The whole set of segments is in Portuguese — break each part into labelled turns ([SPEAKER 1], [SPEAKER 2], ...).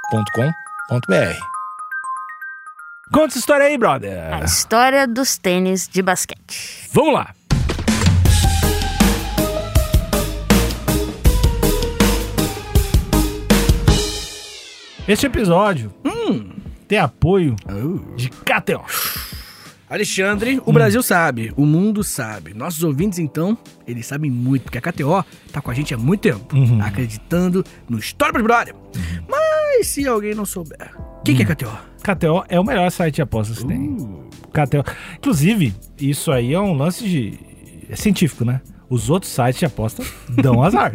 [SPEAKER 1] agenciadepodcast.com.br.
[SPEAKER 2] Conta essa história aí, brother.
[SPEAKER 3] A história dos tênis de basquete.
[SPEAKER 2] Vamos lá. Este episódio hum, tem apoio de KTO.
[SPEAKER 4] Oh. Alexandre, o Brasil sabe, o mundo sabe. Nossos ouvintes, então, eles sabem muito, porque a KTO tá com a gente há muito tempo,
[SPEAKER 2] Uhum.
[SPEAKER 4] acreditando no História pros Brother. Mas se alguém não souber, o que, que é KTO?
[SPEAKER 2] KTO é o melhor site de apostas que tem.
[SPEAKER 4] Uh.
[SPEAKER 2] KTO. Inclusive, isso aí é um lance de. É científico, né? Os outros sites de aposta dão azar.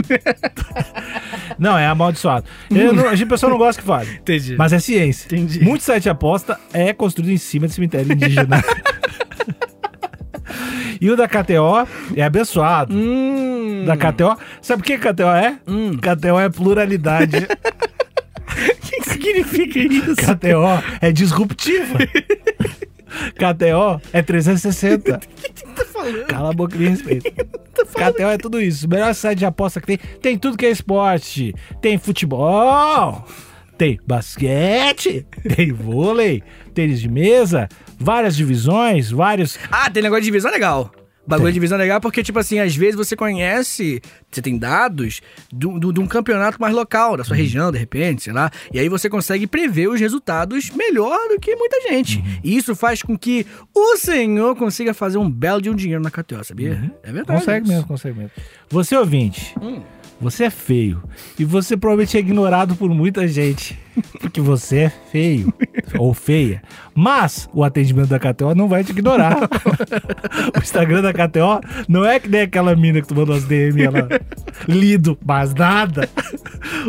[SPEAKER 2] não, é amaldiçoado. Eu não- a gente- a pessoa não gosta que fale.
[SPEAKER 4] Entendi.
[SPEAKER 2] Mas é ciência.
[SPEAKER 4] Entendi.
[SPEAKER 2] Muito site de aposta é construído em cima de cemitério indígena. e o da KTO é abençoado.
[SPEAKER 4] Hum,
[SPEAKER 2] Da KTO. Sabe o que KTO é?
[SPEAKER 4] Hum.
[SPEAKER 2] KTO é pluralidade.
[SPEAKER 4] O que que significa isso?
[SPEAKER 2] KTO é disruptiva. KTO é 360.
[SPEAKER 4] tá falando?
[SPEAKER 2] Cala a boca e respeito. KTO é tudo isso. O melhor site de aposta que tem. Tem tudo que é esporte. Tem futebol. Tem basquete. Tem vôlei. Tênis de mesa. Várias divisões. Vários.
[SPEAKER 4] Ah, tem negócio de divisão legal. Bagulho de divisão legal porque, tipo assim, às vezes você conhece, você tem dados de do, do, de um campeonato mais local, da
[SPEAKER 2] Uhum.
[SPEAKER 4] sua região, de repente, sei lá. E aí você consegue prever os resultados melhor do que muita gente.
[SPEAKER 2] Uhum.
[SPEAKER 4] E isso faz com que o senhor consiga fazer um belo de um dinheiro na KTO, sabia? É verdade.
[SPEAKER 2] Uhum. Consegue
[SPEAKER 4] isso.
[SPEAKER 2] mesmo, consegue mesmo. Você ouvinte.
[SPEAKER 4] Hum.
[SPEAKER 2] Você é feio. E você provavelmente é ignorado por muita gente. Porque você é feio. ou feia. Mas o atendimento da KTO não vai te ignorar. o Instagram da KTO não é que nem aquela mina que tu mandou as DM ela lido, mas nada.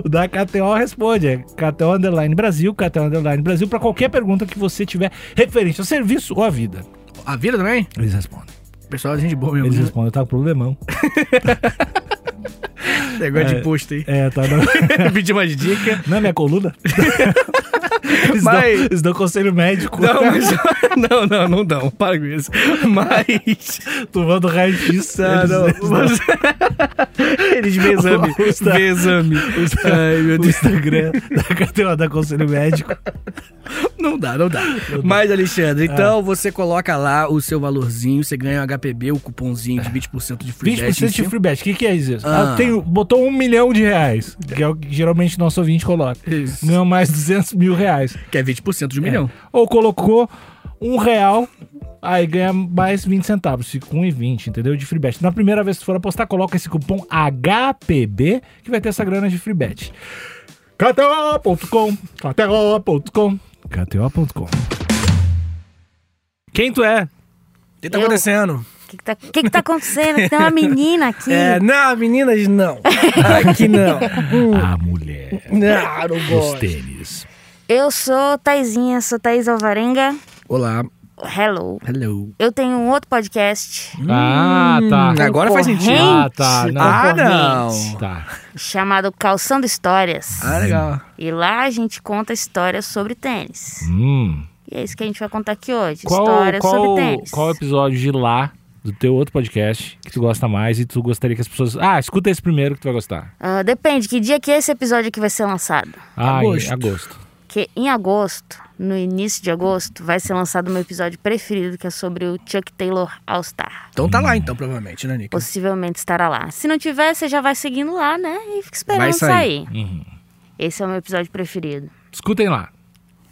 [SPEAKER 2] O da KTO responde. É KTO Underline Brasil, KTO Underline Brasil, pra qualquer pergunta que você tiver referente ao serviço ou à vida.
[SPEAKER 4] A vida também?
[SPEAKER 2] Eles respondem.
[SPEAKER 4] O pessoal é gente boa mesmo.
[SPEAKER 2] Eles
[SPEAKER 4] né?
[SPEAKER 2] respondem, tá com problemão.
[SPEAKER 4] Negócio de posto aí.
[SPEAKER 2] É, tá na,
[SPEAKER 4] Pedir umas dicas.
[SPEAKER 2] na é minha coluna. Eles,
[SPEAKER 4] Mas-
[SPEAKER 2] dão, eles dão conselho médico.
[SPEAKER 4] Não, mas... não, não, não dão. Para com isso. Mas...
[SPEAKER 2] Tomando raio-x.
[SPEAKER 4] Ah,
[SPEAKER 2] eles-
[SPEAKER 4] não.
[SPEAKER 2] eles dão-
[SPEAKER 4] Mas- Eles vê exame.
[SPEAKER 2] O Insta-
[SPEAKER 4] Vê exame. Ai, meu
[SPEAKER 2] O
[SPEAKER 4] Deus.
[SPEAKER 2] Instagram da Catena da Conselho Médico.
[SPEAKER 4] Não dá, não dá. Mas, Alexandre, então você coloca lá o seu valorzinho, você ganha um o HPB, o cupomzinho de 20% de free
[SPEAKER 2] 20% de
[SPEAKER 4] bet.
[SPEAKER 2] free bet. O que, que é isso?
[SPEAKER 4] Ah.
[SPEAKER 2] Ah, tem- botou um milhão de reais, que é o que geralmente nosso ouvinte coloca.
[SPEAKER 4] Isso.
[SPEAKER 2] Ganhou mais 200 mil reais.
[SPEAKER 4] Que é 20% de um milhão.
[SPEAKER 2] Ou colocou um real, aí ganha mais 20 centavos. Fica com 1,20, entendeu? De free bet. Na primeira vez que tu for apostar, coloca esse cupom HPB, que vai ter essa grana de free bet. KTO.com, KTO.com, KTO.com. Quem tu é?
[SPEAKER 4] O que tá
[SPEAKER 3] Eu-
[SPEAKER 4] acontecendo?
[SPEAKER 3] O que, que, tá, o que que tá acontecendo? Tem uma menina aqui.
[SPEAKER 4] É, não, meninas, não. Aqui não.
[SPEAKER 2] A mulher
[SPEAKER 4] Não, não
[SPEAKER 2] dos
[SPEAKER 4] gosto.
[SPEAKER 2] tênis.
[SPEAKER 3] Eu sou Taizinha, sou Thaís Alvarenga.
[SPEAKER 4] Olá.
[SPEAKER 3] Hello.
[SPEAKER 4] Hello.
[SPEAKER 3] Eu tenho um outro podcast
[SPEAKER 2] Ah, tá.
[SPEAKER 4] Agora faz sentido.
[SPEAKER 2] Ah, tá. Não.
[SPEAKER 4] Ah,
[SPEAKER 3] concorrente.
[SPEAKER 4] não.
[SPEAKER 2] Tá.
[SPEAKER 3] chamado Calçando Histórias.
[SPEAKER 4] Ah, legal.
[SPEAKER 3] E lá a gente conta histórias sobre tênis.
[SPEAKER 2] Hum.
[SPEAKER 3] E é isso que a gente vai contar aqui hoje.
[SPEAKER 2] Qual,
[SPEAKER 3] histórias sobre
[SPEAKER 2] qual,
[SPEAKER 3] tênis.
[SPEAKER 2] qual episódio de lá do teu outro podcast que tu gosta mais e tu gostaria que as pessoas. Ah, escuta esse primeiro que tu vai gostar.
[SPEAKER 3] Ah, depende, que dia que esse episódio aqui vai ser lançado?
[SPEAKER 2] Ah,
[SPEAKER 4] Agosto.
[SPEAKER 2] em agosto.
[SPEAKER 3] Que em agosto, no início de agosto, vai ser lançado o meu episódio preferido, que é sobre o Chuck Taylor All Star.
[SPEAKER 4] Então tá lá, então, provavelmente, né, Nick?
[SPEAKER 3] Possivelmente estará lá. Se não tiver, você já vai seguindo lá, né? E fica
[SPEAKER 4] Vai
[SPEAKER 3] esperando
[SPEAKER 4] sair.
[SPEAKER 3] sair. Esse é o meu episódio preferido.
[SPEAKER 2] Escutem lá.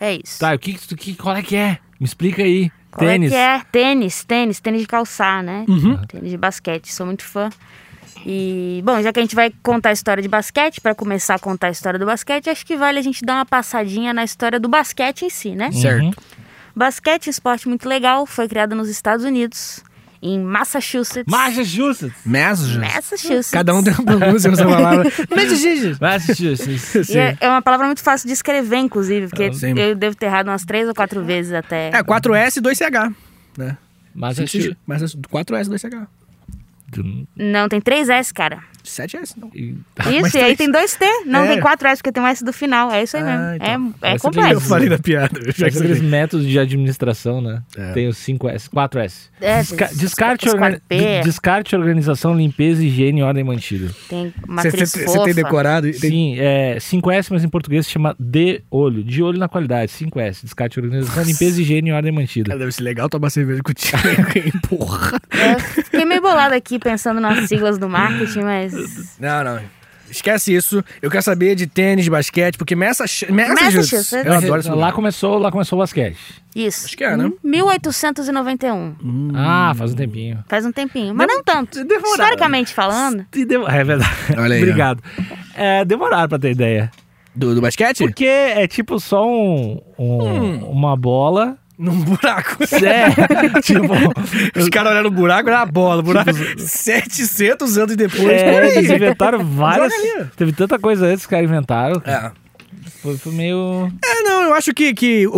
[SPEAKER 3] É isso.
[SPEAKER 2] Tá, o que, que tu- que qual é que é? Me explica aí.
[SPEAKER 3] Qual
[SPEAKER 2] Tênis.
[SPEAKER 3] É que é? Tênis, tênis, tênis de calçar, né? Tênis de basquete, sou muito fã. E, bom, já que a gente vai contar a história de basquete, pra começar a contar a história do basquete, acho que vale a gente dar uma passadinha na história do basquete em si, né?
[SPEAKER 4] Certo.
[SPEAKER 3] Basquete, é um esporte muito legal, foi criado nos Estados Unidos, em Massachusetts.
[SPEAKER 2] Massachusetts.
[SPEAKER 4] Messages.
[SPEAKER 3] Massachusetts.
[SPEAKER 4] Cada um tem uma pronúncia nessa palavra. Messages.
[SPEAKER 2] Massachusetts.
[SPEAKER 3] E é, é uma palavra muito fácil de escrever, inclusive, porque
[SPEAKER 4] Ah, sim.
[SPEAKER 3] eu devo ter errado umas três ou quatro vezes até.
[SPEAKER 4] É, 4S e 2CH. Né?
[SPEAKER 2] Massachusetts.
[SPEAKER 4] Mas 4S e 2CH.
[SPEAKER 3] Não, tem três S, cara.
[SPEAKER 4] 7 S, então. não.
[SPEAKER 2] E-
[SPEAKER 4] Mas
[SPEAKER 3] Isso, e aí tem dois T. Não,
[SPEAKER 4] É.
[SPEAKER 3] tem quatro S, porque tem um S do final. É isso aí
[SPEAKER 4] Ah,
[SPEAKER 3] mesmo.
[SPEAKER 4] então.
[SPEAKER 3] É, é
[SPEAKER 2] Essa que
[SPEAKER 4] Eu
[SPEAKER 3] complexo.
[SPEAKER 4] falei da piada. eu já
[SPEAKER 2] Mas aqueles
[SPEAKER 4] sabia.
[SPEAKER 2] métodos de administração, né?
[SPEAKER 4] É.
[SPEAKER 2] Tem os 5S, 4S.
[SPEAKER 3] É,
[SPEAKER 2] Desca-
[SPEAKER 3] tem os-
[SPEAKER 2] descarte,
[SPEAKER 3] os
[SPEAKER 2] orga-
[SPEAKER 3] 4P.
[SPEAKER 2] de- descarte, organização, limpeza, higiene e ordem mantida.
[SPEAKER 3] Tem
[SPEAKER 4] Você
[SPEAKER 3] matriz
[SPEAKER 4] você- você
[SPEAKER 3] fofa.
[SPEAKER 4] tem decorado? Tem-
[SPEAKER 2] Sim, é, 5S, mas em português se chama de olho. De olho na qualidade, 5S. Descarte, organização, limpeza, higiene e ordem mantida.
[SPEAKER 4] Cara, deve ser legal tomar cerveja contigo. hein? Porra.
[SPEAKER 3] É, fiquei meio bolado aqui pensando nas siglas do marketing, mas.
[SPEAKER 4] Não, não. Esquece isso. Eu quero saber de tênis, basquete, porque Massachusetts. Massachusetts.
[SPEAKER 3] Massachusetts.
[SPEAKER 4] Eu adoro esse
[SPEAKER 2] lá
[SPEAKER 4] lugar.
[SPEAKER 2] começou, lá começou o basquete.
[SPEAKER 3] Isso.
[SPEAKER 4] Acho que é, né?
[SPEAKER 3] 1891.
[SPEAKER 4] Hum.
[SPEAKER 2] Ah, faz um tempinho.
[SPEAKER 3] Faz um tempinho. Mas não tanto.
[SPEAKER 2] demorado.
[SPEAKER 3] Historicamente falando.
[SPEAKER 2] E demo- É verdade.
[SPEAKER 4] Olha aí, ó.
[SPEAKER 2] Obrigado. É, demoraram pra ter ideia.
[SPEAKER 4] Do, do basquete?
[SPEAKER 2] Porque é tipo só um, um-
[SPEAKER 4] Hum.
[SPEAKER 2] uma bola.
[SPEAKER 4] Num buraco.
[SPEAKER 2] É, tipo,
[SPEAKER 4] Os caras olharam o buraco, era a bola. O buraco. 700 anos depois.
[SPEAKER 2] é, eles
[SPEAKER 4] peraí.
[SPEAKER 2] inventaram várias.
[SPEAKER 4] Joga ali.
[SPEAKER 2] Teve tanta coisa antes que os caras inventaram.
[SPEAKER 4] É.
[SPEAKER 2] Foi, foi meio.
[SPEAKER 4] É, não, eu acho que, que o,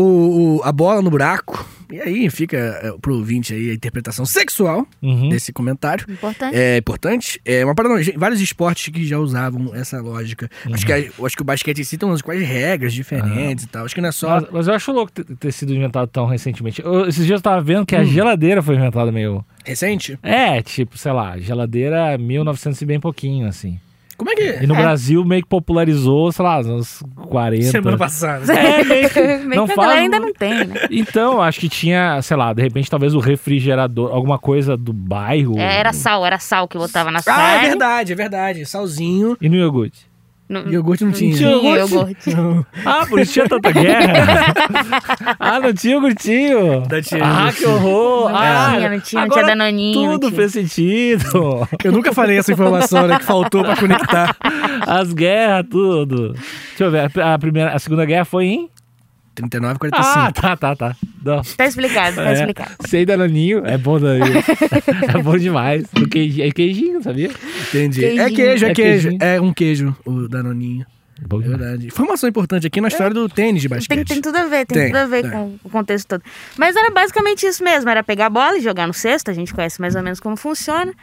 [SPEAKER 4] o- a bola no buraco. E aí fica é, pro ouvinte aí a interpretação sexual
[SPEAKER 2] Uhum.
[SPEAKER 4] desse comentário.
[SPEAKER 3] Importante.
[SPEAKER 4] É importante. É uma parada, não, gente, vários esportes que já usavam essa lógica.
[SPEAKER 2] Uhum.
[SPEAKER 4] Acho, que, a- acho que o basquete em si tem umas quais regras diferentes
[SPEAKER 2] Ah.
[SPEAKER 4] e tal. Acho que não é só.
[SPEAKER 2] Mas, mas eu acho louco ter, ter sido inventado tão recentemente. Eu- esses dias eu tava vendo que
[SPEAKER 4] Hum.
[SPEAKER 2] a geladeira foi inventada meio.
[SPEAKER 4] Recente?
[SPEAKER 2] É, tipo, sei lá, geladeira 1900 e bem pouquinho, assim.
[SPEAKER 4] Como é que.
[SPEAKER 2] E no
[SPEAKER 3] É.
[SPEAKER 2] Brasil meio que popularizou, sei lá, nos anos 40.
[SPEAKER 4] Semana passada.
[SPEAKER 2] É, meio que.
[SPEAKER 3] Meio
[SPEAKER 2] não
[SPEAKER 3] que
[SPEAKER 2] faz-
[SPEAKER 3] a galera ainda não tem, né?
[SPEAKER 2] Então, acho que tinha, sei lá, de repente talvez o refrigerador, alguma coisa do bairro.
[SPEAKER 3] É, era sal, era sal que botava na
[SPEAKER 4] Ah, é
[SPEAKER 3] carne.
[SPEAKER 4] verdade, é verdade. Salzinho.
[SPEAKER 2] E no iogurte.
[SPEAKER 3] No-
[SPEAKER 4] Iogurte não tinha.
[SPEAKER 2] tinha. iogurte?
[SPEAKER 3] iogurte.
[SPEAKER 2] Ah, por isso tinha tanta guerra. ah, não tinha iogurtinho.
[SPEAKER 4] Não tinha
[SPEAKER 2] ah,
[SPEAKER 4] iogurte.
[SPEAKER 2] que horror.
[SPEAKER 3] Não
[SPEAKER 2] ah,
[SPEAKER 3] tinha, não tinha, não
[SPEAKER 2] agora
[SPEAKER 3] tinha danoninho, não
[SPEAKER 2] Tudo
[SPEAKER 3] tinha.
[SPEAKER 2] fez sentido.
[SPEAKER 4] Eu nunca falei essa informação, né? Que faltou pra conectar.
[SPEAKER 2] As guerras, tudo. Deixa eu ver, a, primeira, a segunda guerra foi em...
[SPEAKER 4] 39, 45.
[SPEAKER 2] Ah, tá, tá, tá. Não.
[SPEAKER 3] Tá explicado, tá
[SPEAKER 2] É,
[SPEAKER 3] explicado.
[SPEAKER 2] Sei danoninho, é bom danoninho. é bom demais. O queijinho, é queijinho, sabia?
[SPEAKER 4] Entendi. É
[SPEAKER 3] Queijinho.
[SPEAKER 4] queijo, é,
[SPEAKER 2] É
[SPEAKER 4] queijo.
[SPEAKER 2] queijinho.
[SPEAKER 4] É um queijo, o Danoninho.
[SPEAKER 2] Bom
[SPEAKER 4] É
[SPEAKER 2] demais.
[SPEAKER 4] verdade. Informação importante aqui na história do tênis de
[SPEAKER 3] Tem,
[SPEAKER 4] basquete.
[SPEAKER 3] tem tudo a ver, tem,
[SPEAKER 4] Tem,
[SPEAKER 3] tudo a ver
[SPEAKER 4] tem.
[SPEAKER 3] com o contexto todo. Mas era basicamente isso mesmo, era pegar a bola e jogar no cesto, a gente conhece mais ou menos como funciona.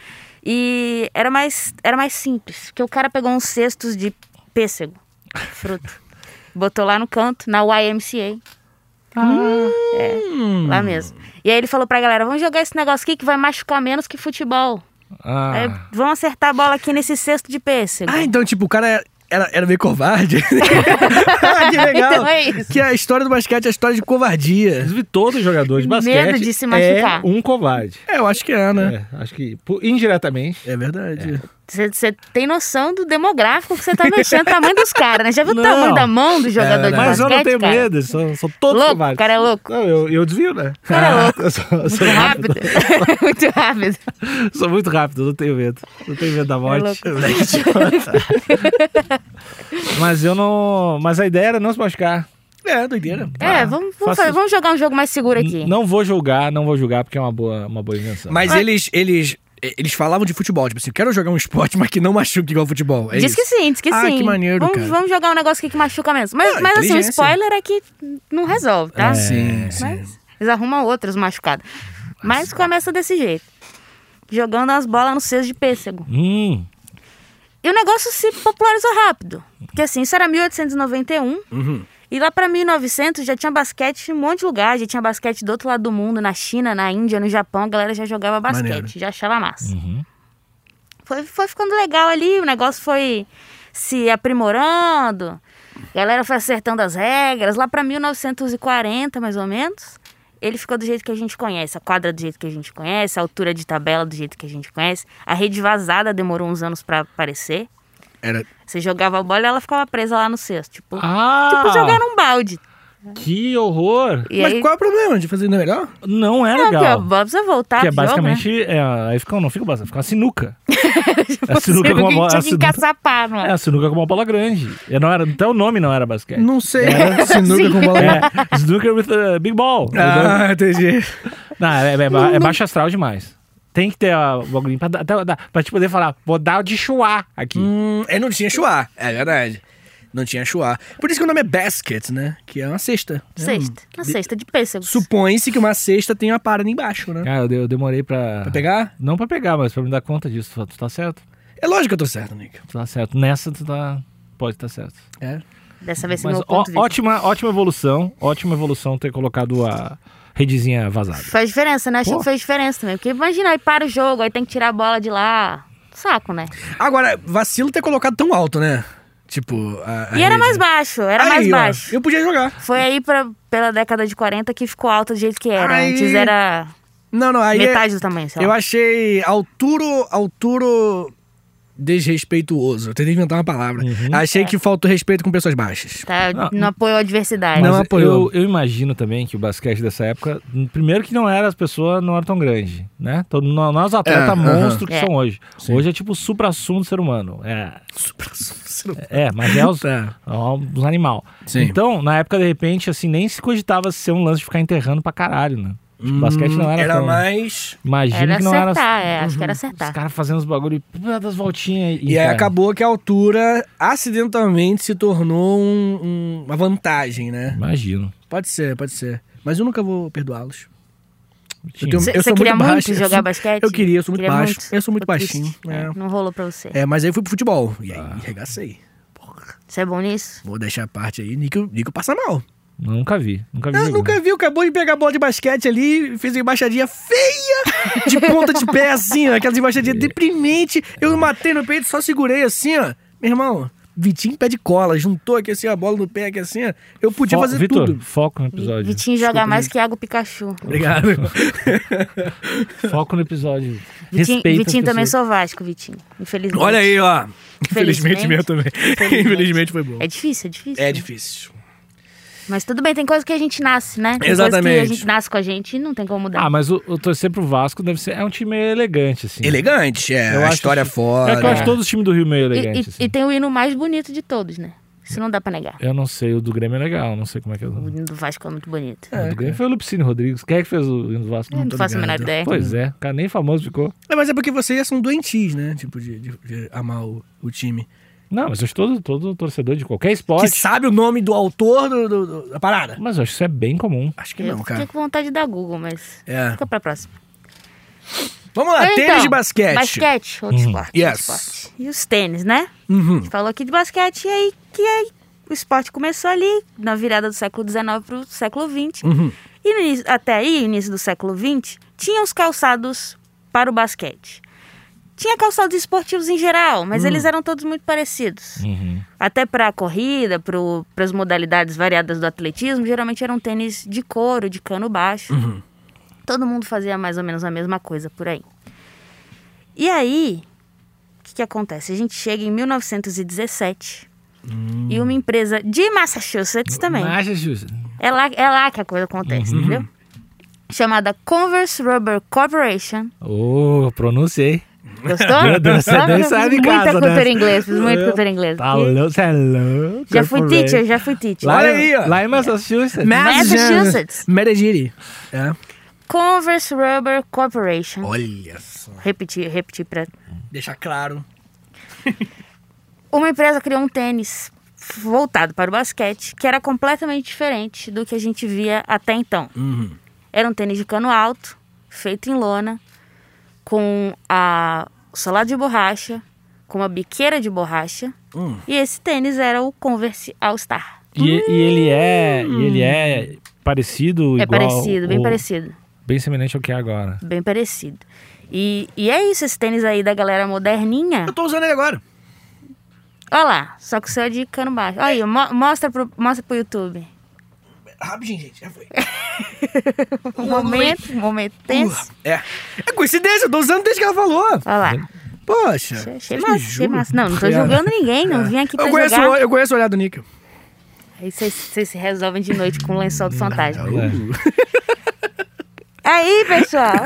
[SPEAKER 3] E era mais, era mais simples, porque o cara pegou uns cestos de pêssego, fruto, botou lá no canto, na YMCA,
[SPEAKER 2] Ah.
[SPEAKER 4] Hum.
[SPEAKER 3] É, lá mesmo. E aí ele falou pra galera, vamos jogar esse negócio aqui que vai machucar menos que futebol.
[SPEAKER 2] Ah.
[SPEAKER 3] Aí, vamos acertar a bola aqui nesse cesto de pêssego.
[SPEAKER 4] Ah, então, tipo, o cara era, era, era meio covarde. ah, que legal.
[SPEAKER 3] Então é isso.
[SPEAKER 4] Que a história do basquete é a história de covardia.
[SPEAKER 2] Inclusive, todo jogador de
[SPEAKER 3] Medo
[SPEAKER 2] basquete
[SPEAKER 3] de se machucar.
[SPEAKER 2] é um covarde.
[SPEAKER 4] É, eu acho que é, né?
[SPEAKER 2] É, acho que pu- indiretamente.
[SPEAKER 4] É, verdade.
[SPEAKER 3] Você- Você tem noção do demográfico que você tá mexendo, o tamanho dos caras, né? Já viu
[SPEAKER 2] Não. É,
[SPEAKER 3] o tamanho da mão do jogador de
[SPEAKER 2] Mas
[SPEAKER 3] basquete,
[SPEAKER 2] eu não tenho
[SPEAKER 3] cara?
[SPEAKER 2] medo, são, são todos
[SPEAKER 3] Louco,
[SPEAKER 2] covardes.
[SPEAKER 3] o cara é louco.
[SPEAKER 2] Não, eu, eu desvio, né?
[SPEAKER 3] cara é louco.
[SPEAKER 2] Eu sou, eu sou
[SPEAKER 3] Muito rápido. Muito rápido.
[SPEAKER 2] Sou muito rápido, eu não tenho medo. Não tenho medo da morte.
[SPEAKER 3] É
[SPEAKER 4] É.
[SPEAKER 3] louco.
[SPEAKER 2] mas eu não. Mas a ideia era não se machucar.
[SPEAKER 4] É, doideira.
[SPEAKER 3] É, vamos, vamos,
[SPEAKER 2] faça-
[SPEAKER 3] fazer- vamos jogar um jogo mais seguro aqui.
[SPEAKER 2] N- Não vou julgar, não vou julgar, porque é uma boa, uma boa invenção.
[SPEAKER 4] Mas
[SPEAKER 3] Ah.
[SPEAKER 4] eles, eles, eles falavam de futebol, tipo assim, quero jogar um esporte, mas que não machuque igual futebol. É
[SPEAKER 3] diz
[SPEAKER 4] isso.
[SPEAKER 3] que sim, diz que
[SPEAKER 4] Ah,
[SPEAKER 3] sim.
[SPEAKER 4] que maneiro,
[SPEAKER 3] vamos,
[SPEAKER 4] cara.
[SPEAKER 3] vamos jogar um negócio aqui que machuca menos. Mas,
[SPEAKER 4] Ah,
[SPEAKER 3] mas assim, o
[SPEAKER 4] inteligência.
[SPEAKER 3] spoiler é que não resolve, tá?
[SPEAKER 2] É.
[SPEAKER 4] Sim, sim.
[SPEAKER 3] Mas eles arrumam outros machucados. Mas começa desse jeito. Jogando as bolas no cesto de pêssego.
[SPEAKER 2] Hum,
[SPEAKER 3] E o negócio se popularizou rápido. Porque assim, isso era 1891.
[SPEAKER 4] Uhum.
[SPEAKER 3] E lá pra 1900 já tinha basquete em um monte de lugar. Já tinha basquete do outro lado do mundo, na China, na Índia, no Japão. A galera já jogava basquete,
[SPEAKER 4] Maneiro.
[SPEAKER 3] já achava massa.
[SPEAKER 2] Uhum.
[SPEAKER 3] Foi, foi ficando legal ali, o negócio foi se aprimorando. A galera foi acertando as regras. Lá pra 1940, mais ou menos, ele ficou do jeito que a gente conhece. A quadra do jeito que a gente conhece, a altura de tabela do jeito que a gente conhece. A rede vazada demorou uns anos pra aparecer.
[SPEAKER 4] É. Era...
[SPEAKER 3] Você jogava a bola e ela ficava presa lá no cesto. Tipo,
[SPEAKER 2] Ah!
[SPEAKER 3] tipo jogar num balde.
[SPEAKER 2] Que horror!
[SPEAKER 3] E
[SPEAKER 4] mas
[SPEAKER 3] aí,
[SPEAKER 4] qual é o problema de fazer não é melhor?
[SPEAKER 2] Não é
[SPEAKER 3] não, porque a né?
[SPEAKER 2] legal.
[SPEAKER 3] bola precisa voltar
[SPEAKER 2] que é
[SPEAKER 3] pro jogo,
[SPEAKER 2] basicamente. é, aí fica, não fica basicamente, fica uma sinuca.
[SPEAKER 3] né?
[SPEAKER 2] a sinuca
[SPEAKER 3] Você
[SPEAKER 2] com uma bola. a
[SPEAKER 3] tinha que
[SPEAKER 2] sinuca-
[SPEAKER 3] encaçapar, não
[SPEAKER 2] É, a sinuca com uma bola grande. Eu não era, até o nome não era basquete.
[SPEAKER 4] Não sei. Era sinuca com bola.
[SPEAKER 2] É, snooker with a big ball.
[SPEAKER 4] Ah, entendi.
[SPEAKER 2] Não, é, é ba- é baixo astral demais. Tem que ter a bagulhinho pra, dar- até dar- pra te poder falar, vou dar o de chuá aqui.
[SPEAKER 4] Hum, é, não tinha chuá. É verdade. Não tinha chuá. Por isso que o nome é basket, né? Que é uma cesta.
[SPEAKER 3] Sexta. Na sexta de pêssego.
[SPEAKER 4] Supõe-se que uma cesta tem uma parada embaixo, né?
[SPEAKER 2] Cara, eu, de- eu demorei pra...
[SPEAKER 4] Pra pegar?
[SPEAKER 2] Não pra pegar, mas pra me dar conta disso. Tu tá certo?
[SPEAKER 4] É lógico que eu tô certo, Nick.
[SPEAKER 2] Tu tá certo. Nessa tu tá. Pode estar certo.
[SPEAKER 4] É.
[SPEAKER 3] Dessa vez,
[SPEAKER 2] Mas
[SPEAKER 3] meu
[SPEAKER 2] ó-
[SPEAKER 3] ponto de
[SPEAKER 2] ótima, ótima evolução. Ótima evolução ter colocado a redezinha vazada.
[SPEAKER 3] Faz diferença, né? Achei
[SPEAKER 2] Pô.
[SPEAKER 3] que fez diferença também. Porque imagina, aí para o jogo, aí tem que tirar a bola de lá. Saco, né?
[SPEAKER 4] Agora, vacilo ter colocado tão alto, né? Tipo. A, a
[SPEAKER 3] E era
[SPEAKER 4] rede.
[SPEAKER 3] mais
[SPEAKER 2] né?
[SPEAKER 3] baixo, era
[SPEAKER 4] Aí,
[SPEAKER 3] mais
[SPEAKER 4] ó,
[SPEAKER 3] baixo.
[SPEAKER 4] Eu podia jogar.
[SPEAKER 3] Foi aí pra, pela década de 40 que ficou alto do jeito que era.
[SPEAKER 4] Aí-
[SPEAKER 3] Antes era
[SPEAKER 4] Não, não, aí. é-
[SPEAKER 3] metade do tamanho, sei
[SPEAKER 4] Eu
[SPEAKER 3] lá.
[SPEAKER 4] achei alturo, alturo desrespeituoso. Eu tentei inventar uma palavra.
[SPEAKER 2] Uhum.
[SPEAKER 3] É.
[SPEAKER 4] Achei que faltou respeito com pessoas baixas.
[SPEAKER 3] Tá,
[SPEAKER 2] Não.
[SPEAKER 3] não, apoiou a diversidade.
[SPEAKER 4] Não
[SPEAKER 2] Mas
[SPEAKER 4] apoiou.
[SPEAKER 2] Eu, eu imagino também que o basquete dessa época, n- primeiro que não era, as pessoas não eram tão grandes, né? Todo, no- nós atletas
[SPEAKER 4] aham.
[SPEAKER 2] monstro que
[SPEAKER 3] É.
[SPEAKER 2] são hoje.
[SPEAKER 4] Sim.
[SPEAKER 2] Hoje é tipo o supra-sumo do ser humano. É, é mas é os,
[SPEAKER 4] Tá.
[SPEAKER 2] ó, os animal.
[SPEAKER 4] Sim.
[SPEAKER 2] Então, na época, de repente, assim, nem se cogitava ser um lance de ficar enterrando pra caralho, né? Tipo, basquete não era,
[SPEAKER 4] Hum, Era
[SPEAKER 2] tão...
[SPEAKER 4] mais.
[SPEAKER 2] Imagino
[SPEAKER 3] Era
[SPEAKER 2] que não
[SPEAKER 3] acertar,
[SPEAKER 2] era... Uhum.
[SPEAKER 3] é, acho que era
[SPEAKER 2] Os
[SPEAKER 3] acertar.
[SPEAKER 2] caras fazendo os bagulho pá, das voltinhas.
[SPEAKER 4] E aí acabou que a altura acidentalmente se tornou um- um- uma vantagem, né?
[SPEAKER 2] Imagino.
[SPEAKER 4] Pode ser, pode ser. Mas eu nunca vou perdoá-los.
[SPEAKER 2] Tinha-
[SPEAKER 4] tenho- eu
[SPEAKER 3] Você
[SPEAKER 4] sou
[SPEAKER 3] queria
[SPEAKER 4] muito
[SPEAKER 3] muito,
[SPEAKER 4] baixo, eu
[SPEAKER 3] jogar
[SPEAKER 4] sou-
[SPEAKER 3] basquete?
[SPEAKER 4] eu queria, eu sou muito
[SPEAKER 3] Queria
[SPEAKER 4] baixo. Eu sou muito
[SPEAKER 3] Tô triste.
[SPEAKER 4] baixinho, é.
[SPEAKER 3] É, Não rolou pra você.
[SPEAKER 4] É, mas aí eu fui pro futebol. E aí,
[SPEAKER 2] Ah.
[SPEAKER 4] arregacei.
[SPEAKER 3] Você é bom nisso?
[SPEAKER 4] Vou deixar a parte aí. Nico, Nico passa mal.
[SPEAKER 2] Nunca vi. Nunca vi.
[SPEAKER 4] Não,
[SPEAKER 2] jogando.
[SPEAKER 4] nunca viu, acabou de pegar a bola de basquete ali, fez uma embaixadinha feia, de ponta de pé, assim, ó, aquelas embaixadinhas deprimente. Eu matei no peito, só segurei assim, ó. Meu irmão, Vitinho pé de cola, juntou aqui assim, a bola no pé aqui assim, ó. Eu podia
[SPEAKER 2] Fo-
[SPEAKER 4] fazer
[SPEAKER 2] Vitor,
[SPEAKER 4] tudo.
[SPEAKER 2] foco no episódio.
[SPEAKER 3] Vitinho joga mais que Iago Pikachu.
[SPEAKER 4] Obrigado.
[SPEAKER 2] Foco no episódio.
[SPEAKER 3] Vitinho,
[SPEAKER 2] Respeita as
[SPEAKER 3] Vitinho também é
[SPEAKER 2] pessoas.
[SPEAKER 3] sou Vasco, Vitinho. Infelizmente.
[SPEAKER 4] Olha aí, ó. Infelizmente
[SPEAKER 3] Infelizmente.
[SPEAKER 4] meu também.
[SPEAKER 3] Infelizmente.
[SPEAKER 4] Infelizmente foi bom.
[SPEAKER 3] É difícil, é difícil.
[SPEAKER 4] É difícil.
[SPEAKER 3] Mas tudo bem, tem coisa que a gente nasce, né? Tem
[SPEAKER 4] Exatamente.
[SPEAKER 3] Coisa que a gente nasce com a gente e não tem como mudar.
[SPEAKER 2] Ah, mas o, o torcer pro Vasco deve ser. É um time meio elegante, assim.
[SPEAKER 4] Elegante, é.
[SPEAKER 2] Eu
[SPEAKER 4] a
[SPEAKER 2] acho
[SPEAKER 4] história
[SPEAKER 2] que-
[SPEAKER 4] fora.
[SPEAKER 2] É que eu acho todos os times do Rio meio
[SPEAKER 3] E-
[SPEAKER 2] elegante,
[SPEAKER 3] e,
[SPEAKER 2] assim.
[SPEAKER 3] e tem o hino mais bonito de todos, né? Isso não dá pra negar.
[SPEAKER 2] Eu não sei, o do Grêmio é legal, não sei como é que é o
[SPEAKER 3] O
[SPEAKER 2] nome.
[SPEAKER 3] hino do Vasco é muito bonito.
[SPEAKER 2] O do Grêmio foi o Lupicínio Rodrigues. Quem é que fez o hino do Vasco?
[SPEAKER 3] Eu não
[SPEAKER 4] tô
[SPEAKER 3] faço a menor
[SPEAKER 4] ligado.
[SPEAKER 3] ideia.
[SPEAKER 2] Pois é, o cara nem famoso ficou.
[SPEAKER 4] É, mas é porque vocês são doentios, né? Tipo, de, de- de amar o- o time.
[SPEAKER 2] Não, mas eu acho todo, todo torcedor de qualquer esporte.
[SPEAKER 4] Que sabe o nome do autor do- do- do- da parada?
[SPEAKER 2] Mas eu acho que isso é bem comum.
[SPEAKER 4] Acho que
[SPEAKER 3] Eu
[SPEAKER 4] não, cara.
[SPEAKER 3] fiquei com vontade da Google, mas
[SPEAKER 4] É.
[SPEAKER 3] fica pra próxima.
[SPEAKER 4] Vamos lá,
[SPEAKER 3] Então,
[SPEAKER 4] tênis de basquete. Uhum.
[SPEAKER 3] Basquete, outro esporte.
[SPEAKER 4] Yes.
[SPEAKER 3] outro esporte. E os tênis, né? A
[SPEAKER 4] Uhum.
[SPEAKER 3] gente falou aqui de basquete e aí que aí o esporte começou ali, na virada do século XIX pro século XX.
[SPEAKER 4] Uhum.
[SPEAKER 3] E no início- até aí, início do século XX, tinha os calçados para o basquete. Tinha calçados esportivos em geral,
[SPEAKER 4] Hum.
[SPEAKER 3] mas eles eram todos muito parecidos. Até para a corrida, para as modalidades variadas do atletismo, geralmente eram tênis de couro, de cano baixo.
[SPEAKER 2] Uhum.
[SPEAKER 3] Todo mundo fazia mais ou menos a mesma coisa por aí. E aí, o que, que acontece? A gente chega em 1917
[SPEAKER 2] Hum.
[SPEAKER 3] e uma empresa de Massachusetts também.
[SPEAKER 2] Massachusetts.
[SPEAKER 3] É lá, é lá que a coisa
[SPEAKER 2] Uhum.
[SPEAKER 3] acontece, entendeu? Chamada Converse Rubber Corporation.
[SPEAKER 2] Ô, pronunciei.
[SPEAKER 3] Gostou?
[SPEAKER 2] Meu Deus, você
[SPEAKER 3] Sabe?
[SPEAKER 2] nem
[SPEAKER 3] Eu fiz
[SPEAKER 2] sai de
[SPEAKER 3] muita
[SPEAKER 2] casa né?
[SPEAKER 3] cultura
[SPEAKER 2] dessa.
[SPEAKER 3] inglesa, fiz muita cultura inglesa.
[SPEAKER 2] Tá louco, você é louco.
[SPEAKER 3] já fui teacher, já fui teacher.
[SPEAKER 2] Lá, é
[SPEAKER 4] Olha
[SPEAKER 2] aí,
[SPEAKER 4] aí, ó.
[SPEAKER 2] lá em Massachusetts.
[SPEAKER 3] Massachusetts.
[SPEAKER 4] Medellín. É.
[SPEAKER 3] Converse Rubber Corporation.
[SPEAKER 4] Olha só.
[SPEAKER 3] Repetir, repetir pra...
[SPEAKER 4] Deixar claro.
[SPEAKER 3] Uma empresa criou um tênis voltado para o basquete que era completamente diferente do que a gente via até então. Era um tênis de cano alto, feito em lona, com a solado de borracha, com uma biqueira de borracha.
[SPEAKER 4] Hum.
[SPEAKER 3] E esse tênis era o Converse All Star.
[SPEAKER 2] E, e ele é. E ele é parecido,
[SPEAKER 3] É
[SPEAKER 2] igual.
[SPEAKER 3] parecido, bem
[SPEAKER 2] ou-
[SPEAKER 3] parecido.
[SPEAKER 2] Bem semelhante ao que é agora.
[SPEAKER 3] Bem parecido. E, e é isso, esse tênis aí da galera moderninha.
[SPEAKER 4] Eu tô usando ele agora.
[SPEAKER 3] Olha lá, só que o seu é de cano baixo. Olha aí, mo- mostra, pro, mostra pro YouTube.
[SPEAKER 4] Rapidinho, gente. Já foi.
[SPEAKER 3] É Um momento, um momento tenso.
[SPEAKER 4] Porra. É. É coincidência, eu tô usando desde que ela falou.
[SPEAKER 3] Olha lá.
[SPEAKER 4] Poxa.
[SPEAKER 3] Achei,
[SPEAKER 4] vocês
[SPEAKER 3] achei
[SPEAKER 4] me
[SPEAKER 3] massa, achei
[SPEAKER 4] julgam.
[SPEAKER 3] massa. Não, não tô
[SPEAKER 4] É.
[SPEAKER 3] julgando ninguém, não vim aqui pra
[SPEAKER 4] Eu conheço, o-
[SPEAKER 3] julgar.
[SPEAKER 4] eu conheço o olhar do Níquel.
[SPEAKER 3] Aí vocês vocês se resolvem de noite com o lençol do fantasma.
[SPEAKER 2] É.
[SPEAKER 3] Aí, pessoal.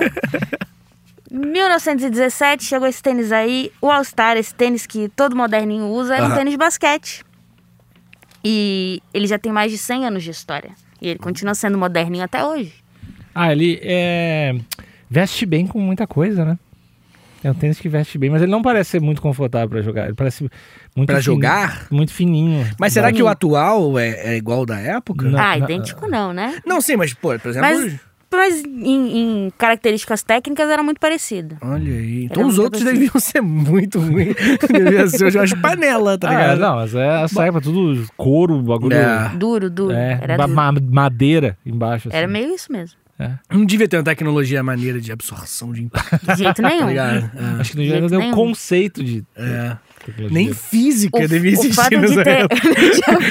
[SPEAKER 3] 1917 chegou esse tênis aí, o All Star, esse tênis que todo moderninho usa, era um
[SPEAKER 4] Aham.
[SPEAKER 3] tênis de basquete. E ele já tem mais de 100 anos de história. E ele continua sendo moderninho até hoje.
[SPEAKER 2] Ah, ele é. Veste bem com muita coisa, né? É um tênis que veste bem, mas ele não parece ser muito confortável pra jogar. Ele parece muito. fininho-
[SPEAKER 4] Pra jogar?
[SPEAKER 2] Muito fininho.
[SPEAKER 4] Mas será que o atual é, é igual ao da época?
[SPEAKER 2] Não,
[SPEAKER 3] ah,
[SPEAKER 2] não,
[SPEAKER 3] idêntico não, né?
[SPEAKER 4] Não, sim, mas, pô, por exemplo.
[SPEAKER 3] Mas mas em, em características técnicas era muito parecida.
[SPEAKER 4] Olha aí.
[SPEAKER 3] Era
[SPEAKER 4] Então os
[SPEAKER 3] é muito
[SPEAKER 4] outros
[SPEAKER 3] gostoso.
[SPEAKER 4] deviam ser muito ruins. Devia ser hoje umas panelas, tá
[SPEAKER 2] Ah,
[SPEAKER 4] ligado?
[SPEAKER 2] não, mas é a saiba, tudo couro, bagulho.
[SPEAKER 4] É.
[SPEAKER 3] Duro, duro.
[SPEAKER 2] É,
[SPEAKER 3] era,
[SPEAKER 2] ma-
[SPEAKER 3] duro.
[SPEAKER 2] ma- madeira embaixo.
[SPEAKER 3] era
[SPEAKER 2] assim.
[SPEAKER 3] meio isso mesmo.
[SPEAKER 4] Não devia ter uma tecnologia maneira de absorção de impacto,
[SPEAKER 3] De jeito
[SPEAKER 4] tá
[SPEAKER 3] nenhum.
[SPEAKER 4] ligado?
[SPEAKER 2] Acho que não devia
[SPEAKER 3] De jeito
[SPEAKER 2] ter um
[SPEAKER 3] nenhum.
[SPEAKER 2] conceito de.
[SPEAKER 4] É. É.
[SPEAKER 2] tecnologia.
[SPEAKER 4] Nem física devia
[SPEAKER 3] o
[SPEAKER 4] existir
[SPEAKER 3] fato de
[SPEAKER 4] nessa
[SPEAKER 3] ter-
[SPEAKER 4] época.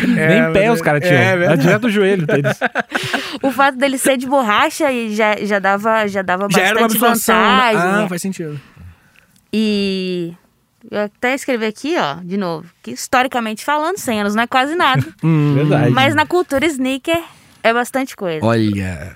[SPEAKER 2] Nem
[SPEAKER 4] É,
[SPEAKER 2] pé
[SPEAKER 4] mas
[SPEAKER 2] os caras
[SPEAKER 4] é-
[SPEAKER 2] tinham.
[SPEAKER 4] é
[SPEAKER 2] Era
[SPEAKER 4] verdade.
[SPEAKER 2] direto do joelho deles.
[SPEAKER 3] O fato dele ser de borracha e já, já dava, já dava
[SPEAKER 4] Já era uma
[SPEAKER 3] bastante
[SPEAKER 4] absorção. né?
[SPEAKER 3] vantagem.
[SPEAKER 4] Ah,
[SPEAKER 3] né?
[SPEAKER 4] faz sentido.
[SPEAKER 3] E eu até escrevi aqui, ó, de novo, que historicamente falando, 100 anos não é quase nada.
[SPEAKER 2] Verdade.
[SPEAKER 3] mas na cultura sneaker é bastante coisa.
[SPEAKER 4] Olha.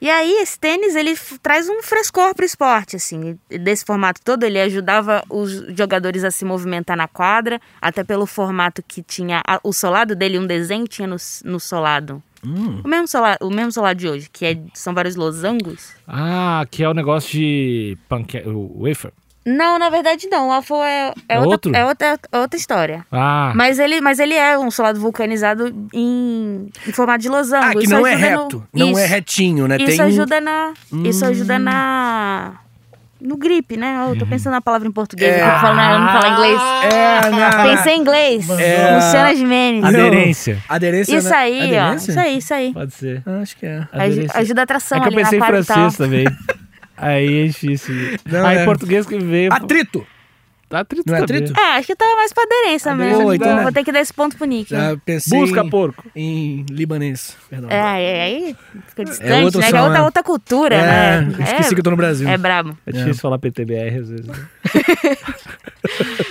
[SPEAKER 3] E aí, esse tênis, ele f- traz um frescor pro esporte, assim. Desse formato todo, ele ajudava os jogadores a se movimentar na quadra, até pelo formato que tinha a- o solado dele, um desenho tinha no, s- no solado.
[SPEAKER 4] Hum.
[SPEAKER 3] O, mesmo solado o mesmo solado de hoje, que é- são vários losangos.
[SPEAKER 2] Ah, que é o negócio de panque... o wafer.
[SPEAKER 3] Não, na verdade não. O Waffle é, é,
[SPEAKER 2] É
[SPEAKER 3] outra,
[SPEAKER 2] outro?
[SPEAKER 3] é outra, é outra história.
[SPEAKER 2] Ah,
[SPEAKER 3] Mas ele, mas ele é um solado vulcanizado em, em formato de losango.
[SPEAKER 4] Ah, que
[SPEAKER 3] Isso
[SPEAKER 4] não é
[SPEAKER 3] ajuda
[SPEAKER 4] reto.
[SPEAKER 3] no-
[SPEAKER 4] Não é
[SPEAKER 3] Isso.
[SPEAKER 4] retinho, né?
[SPEAKER 3] Isso é
[SPEAKER 4] Tem um-
[SPEAKER 3] ajuda na. Isso ajuda na.
[SPEAKER 4] Hum.
[SPEAKER 3] No gripe, né? Eu tô pensando na palavra em português, eu, tô falando, eu não falo inglês.
[SPEAKER 4] É, na-
[SPEAKER 3] Pensei em inglês.
[SPEAKER 4] É.
[SPEAKER 3] Luciana Jimenez.
[SPEAKER 4] Não.
[SPEAKER 2] aderência.
[SPEAKER 4] Aderência.
[SPEAKER 3] Isso
[SPEAKER 4] né?
[SPEAKER 3] aí, ó.
[SPEAKER 4] Aderência?
[SPEAKER 3] Isso aí, isso aí.
[SPEAKER 2] Pode ser.
[SPEAKER 4] Ah, Acho que é.
[SPEAKER 3] Aj-
[SPEAKER 2] Aderência.
[SPEAKER 3] Ajuda a tração
[SPEAKER 2] É que eu
[SPEAKER 3] ali na
[SPEAKER 2] pensei em
[SPEAKER 3] quadra e tal.
[SPEAKER 2] francês
[SPEAKER 4] né?
[SPEAKER 2] também. Aí é difícil.
[SPEAKER 4] Não,
[SPEAKER 2] Aí
[SPEAKER 4] é.
[SPEAKER 2] em português que veio.
[SPEAKER 4] Atrito!
[SPEAKER 2] Tá atrito
[SPEAKER 4] Não é
[SPEAKER 2] também.
[SPEAKER 4] atrito?
[SPEAKER 3] É, acho que tava mais pra aderência
[SPEAKER 2] Aderência
[SPEAKER 3] mesmo.
[SPEAKER 4] de
[SPEAKER 3] Então
[SPEAKER 4] dar-
[SPEAKER 3] vou ter que dar esse ponto pro Nick.
[SPEAKER 4] né? Já pensei
[SPEAKER 2] Busca
[SPEAKER 4] em,
[SPEAKER 2] porco.
[SPEAKER 4] em libanês, perdão.
[SPEAKER 3] É, é, aí fica distante,
[SPEAKER 4] outro
[SPEAKER 3] né? Que é
[SPEAKER 4] som,
[SPEAKER 3] outra,
[SPEAKER 4] né?
[SPEAKER 3] outra cultura,
[SPEAKER 4] É,
[SPEAKER 3] né?
[SPEAKER 4] eu esqueci que eu tô no Brasil.
[SPEAKER 3] É brabo.
[SPEAKER 2] É difícil falar PTBR às vezes. né?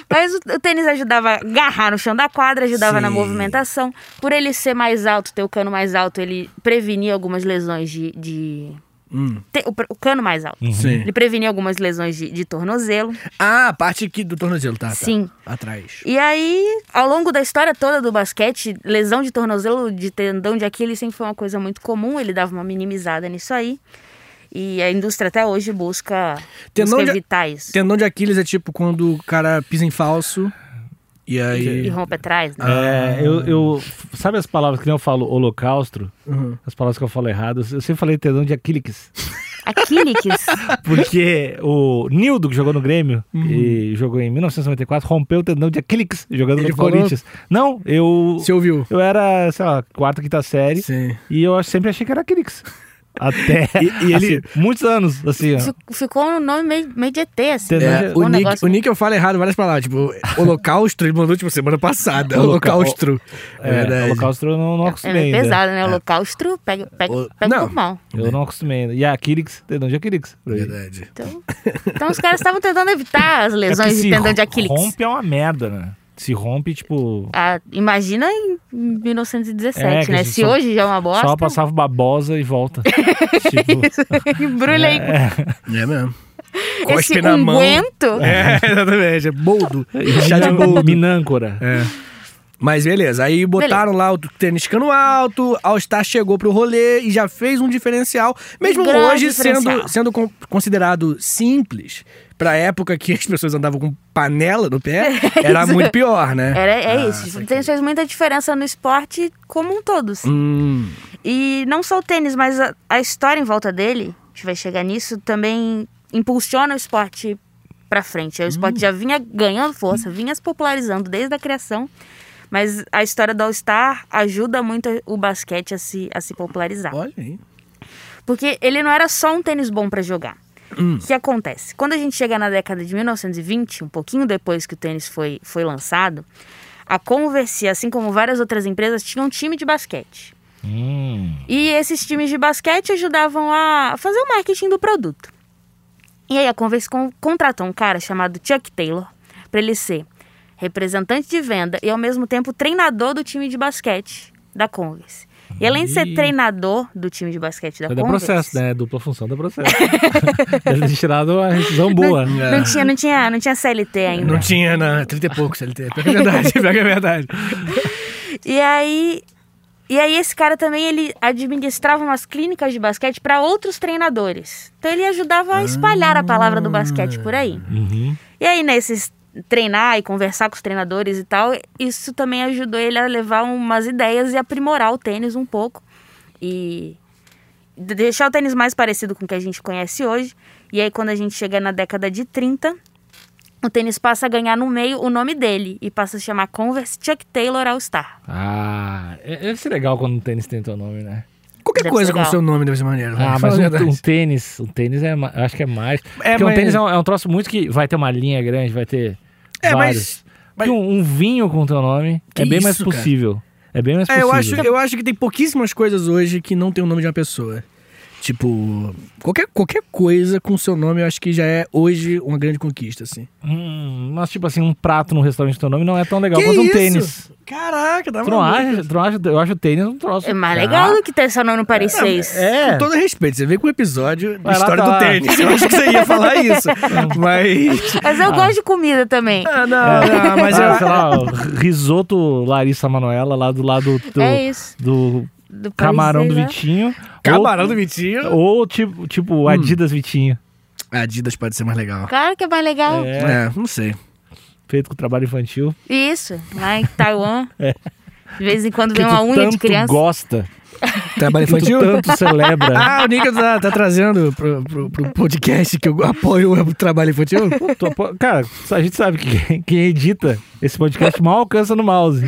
[SPEAKER 3] Mas o, o tênis ajudava a agarrar no chão da quadra, ajudava na
[SPEAKER 4] Sim.
[SPEAKER 3] movimentação. Por ele ser mais alto, ter o cano mais alto, ele prevenia algumas lesões de. de-
[SPEAKER 4] Hum.
[SPEAKER 3] Te- o, pre- o cano mais alto.
[SPEAKER 2] Uhum.
[SPEAKER 4] Sim.
[SPEAKER 3] Ele prevenia algumas lesões de, de tornozelo.
[SPEAKER 4] Ah, a parte aqui do tornozelo, tá? tá.
[SPEAKER 3] Sim.
[SPEAKER 4] Atrás.
[SPEAKER 3] E aí, ao longo da história toda do basquete, lesão de tornozelo, de tendão de Aquiles sempre foi uma coisa muito comum. Ele dava uma minimizada nisso aí. E a indústria até hoje busca,
[SPEAKER 4] Tendão
[SPEAKER 3] busca
[SPEAKER 4] de-
[SPEAKER 3] evitar isso.
[SPEAKER 4] Tendão de Aquiles é tipo quando o cara pisa em falso e
[SPEAKER 3] E
[SPEAKER 4] aí.
[SPEAKER 3] rompe atrás,
[SPEAKER 4] Ah.
[SPEAKER 3] né?
[SPEAKER 2] É, eu, eu- Sabe as palavras que nem eu falo holocausto?
[SPEAKER 4] Uhum.
[SPEAKER 2] As palavras que eu falo errado. Eu sempre falei tendão de Aquiles.
[SPEAKER 3] Aquiles.
[SPEAKER 2] Porque o Nildo, que jogou no Grêmio
[SPEAKER 4] Uhum.
[SPEAKER 2] e jogou em 1994, rompeu o tendão de Aquiles jogando
[SPEAKER 4] Ele
[SPEAKER 2] no
[SPEAKER 4] falou-
[SPEAKER 2] Corinthians. Não, eu.
[SPEAKER 4] Você ouviu?
[SPEAKER 2] Eu era, sei lá, quarta, quinta série.
[SPEAKER 4] Sim.
[SPEAKER 2] E eu sempre achei que era Aquiles. Até.
[SPEAKER 4] E- e ele-
[SPEAKER 2] assim, muitos anos, assim. ó.
[SPEAKER 3] Fi- Ficou um nome meio, meio de ET, assim.
[SPEAKER 2] Tendão
[SPEAKER 3] né?
[SPEAKER 2] de-
[SPEAKER 4] É, o,
[SPEAKER 3] Um
[SPEAKER 4] Nick,
[SPEAKER 3] negócio-
[SPEAKER 4] o Nick eu falo errado várias palavras. Tipo, holocausto, ele mandou tipo semana passada.
[SPEAKER 2] Holoca-
[SPEAKER 4] Holocausto. É,
[SPEAKER 2] É,
[SPEAKER 4] verdade.
[SPEAKER 2] holocausto eu não, não
[SPEAKER 3] É
[SPEAKER 2] acostumei.
[SPEAKER 3] meio
[SPEAKER 2] ainda.
[SPEAKER 3] pesado, né? Holocausto pega, pega,
[SPEAKER 4] O-
[SPEAKER 3] pega
[SPEAKER 4] não.
[SPEAKER 3] por mal.
[SPEAKER 2] Eu não acostumei ainda. E a Aquiles, tendão de Aquiles. pra mim.
[SPEAKER 4] Verdade.
[SPEAKER 3] Então, então os caras estavam tentando evitar as
[SPEAKER 2] É porque
[SPEAKER 3] lesões
[SPEAKER 2] se
[SPEAKER 3] de tendão de Aquiles.
[SPEAKER 2] rompe é uma merda, né? Se rompe, tipo...
[SPEAKER 3] Ah, imagina em 1917,
[SPEAKER 2] É, que
[SPEAKER 3] né?
[SPEAKER 2] assim,
[SPEAKER 3] Se
[SPEAKER 2] só-
[SPEAKER 3] hoje já é uma bosta,
[SPEAKER 2] Só passava babosa e volta. tipo,
[SPEAKER 3] embrulha aí com
[SPEAKER 4] É mesmo.
[SPEAKER 3] esse unguento.
[SPEAKER 4] É, exatamente. É boldo. Chá de
[SPEAKER 2] Minan-
[SPEAKER 4] boldo.
[SPEAKER 2] Minâncora.
[SPEAKER 4] É. Mas beleza, aí botaram lá o tênis cano alto, All Star chegou pro rolê e já fez um diferencial, mesmo
[SPEAKER 3] grande
[SPEAKER 4] hoje sendo,
[SPEAKER 3] diferencial.
[SPEAKER 4] sendo con- considerado simples, pra época que as pessoas andavam com panela no pé, era muito pior, né?
[SPEAKER 3] Era, é
[SPEAKER 4] Ah,
[SPEAKER 3] isso. O tênis fez muita diferença no esporte como um todo. assim.
[SPEAKER 4] Hum,
[SPEAKER 3] E não só o tênis, mas a, a história em volta dele, a gente vai chegar nisso, também impulsiona o esporte pra frente. O esporte já vinha ganhando força, vinha se popularizando desde a criação, mas a história do All-Star ajuda muito o basquete a se, a se popularizar.
[SPEAKER 4] olha aí.
[SPEAKER 3] Porque ele não era só um tênis bom pra jogar. O que acontece? Quando a gente chega na década de 1920, um pouquinho depois que o tênis foi, foi lançado, a Converse, assim como várias outras empresas, tinha um time de basquete.
[SPEAKER 4] É.
[SPEAKER 2] Hum.
[SPEAKER 3] E esses times de basquete ajudavam a fazer o marketing do produto. E aí a Converse con- contratou um cara chamado Chuck Taylor para ele ser representante de venda e ao mesmo tempo treinador do time de basquete da Converse. E além de ser
[SPEAKER 2] Ih.
[SPEAKER 3] treinador do time de basquete da
[SPEAKER 2] Mas dá
[SPEAKER 3] Converse,
[SPEAKER 2] processo, né? Dupla função dá processo. Deve ter tirado uma decisão boa.
[SPEAKER 3] não tinha, não tinha, não tinha CLT ainda.
[SPEAKER 4] Não tinha, na 30 e poucos LT. Pior que é verdade, pior que é verdade.
[SPEAKER 3] E aí, e aí esse cara também ele administrava umas clínicas de basquete para outros treinadores. Então ele ajudava a espalhar a palavra do basquete por aí.
[SPEAKER 2] Uhum.
[SPEAKER 3] E aí nesses treinar e conversar com os treinadores e tal, isso também ajudou ele a levar umas ideias e aprimorar o tênis um pouco. E de- deixar o tênis mais parecido com o que a gente conhece hoje. E aí, quando a gente chega na década de 30, o tênis passa a ganhar no meio o nome dele e passa a se chamar Converse Chuck Taylor All Star.
[SPEAKER 2] Ah, é- deve ser legal quando um tênis tem teu nome, né?
[SPEAKER 4] Qualquer
[SPEAKER 3] Deve
[SPEAKER 4] coisa
[SPEAKER 3] ser
[SPEAKER 4] com
[SPEAKER 3] legal.
[SPEAKER 4] seu nome deve ser maneiro. né?
[SPEAKER 2] Ah,
[SPEAKER 4] Fala
[SPEAKER 2] mas
[SPEAKER 4] a verdade.
[SPEAKER 2] um, um tênis, um tênis é, ma- eu acho que é mais.
[SPEAKER 4] É,
[SPEAKER 2] porque um
[SPEAKER 4] mas-
[SPEAKER 2] tênis é um, é um troço muito que vai ter uma linha grande, vai ter
[SPEAKER 4] É,
[SPEAKER 2] vários.
[SPEAKER 4] mas- mas-
[SPEAKER 2] Porque Um, um vinho com teu nome
[SPEAKER 4] Que
[SPEAKER 2] é bem mais
[SPEAKER 4] isso, cara?
[SPEAKER 2] possível. É bem mais
[SPEAKER 4] É,
[SPEAKER 2] possível.
[SPEAKER 4] eu acho, eu acho que tem pouquíssimas coisas hoje que não tem o nome de uma pessoa. Tipo, qualquer, qualquer coisa com seu nome, eu acho que já é hoje uma grande conquista, assim.
[SPEAKER 2] Hum, mas, tipo assim, um prato num restaurante com teu nome não é tão legal
[SPEAKER 4] Que
[SPEAKER 2] quanto um
[SPEAKER 4] isso? Tá
[SPEAKER 2] tênis.
[SPEAKER 4] Caraca, dá
[SPEAKER 2] Tu não acha? Tu não acha? Eu acho o tênis um troço.
[SPEAKER 3] É mais
[SPEAKER 2] Ah,
[SPEAKER 3] legal do que ter seu nome no Paris 6.
[SPEAKER 2] É.
[SPEAKER 4] Com todo respeito, você veio com um episódio de
[SPEAKER 2] Vai lá,
[SPEAKER 4] história
[SPEAKER 2] tá lá.
[SPEAKER 4] do tênis. Eu acho que você ia falar isso. mas.
[SPEAKER 3] Mas eu gosto de comida também.
[SPEAKER 4] Ah, não, não, mas
[SPEAKER 2] ah,
[SPEAKER 4] eu.
[SPEAKER 2] sei lá, o risoto Larissa Manoela, lá do lado do,
[SPEAKER 3] é isso.
[SPEAKER 2] do
[SPEAKER 3] Do Paris
[SPEAKER 2] camarão do
[SPEAKER 3] seis, né?
[SPEAKER 2] Vitinho.
[SPEAKER 4] Camarão do Vitinho.
[SPEAKER 2] Ou, ou tipo, tipo Adidas Vitinho.
[SPEAKER 4] Adidas pode ser mais legal.
[SPEAKER 3] Claro que é mais legal.
[SPEAKER 2] É,
[SPEAKER 4] É, não sei.
[SPEAKER 2] feito com trabalho infantil.
[SPEAKER 3] Isso, lá em Taiwan. De vez em quando vem
[SPEAKER 2] que
[SPEAKER 3] uma
[SPEAKER 2] tu
[SPEAKER 3] unha
[SPEAKER 2] tanto
[SPEAKER 3] de criança.
[SPEAKER 2] gosta,
[SPEAKER 4] Trabalho
[SPEAKER 2] que tu tanto celebra.
[SPEAKER 4] Ah, o Nico tá, tá trazendo pro, pro- pro podcast que eu apoio o trabalho infantil?
[SPEAKER 2] Tô- pô, Cara, a gente sabe que quem- quem edita esse podcast mal alcança no mouse.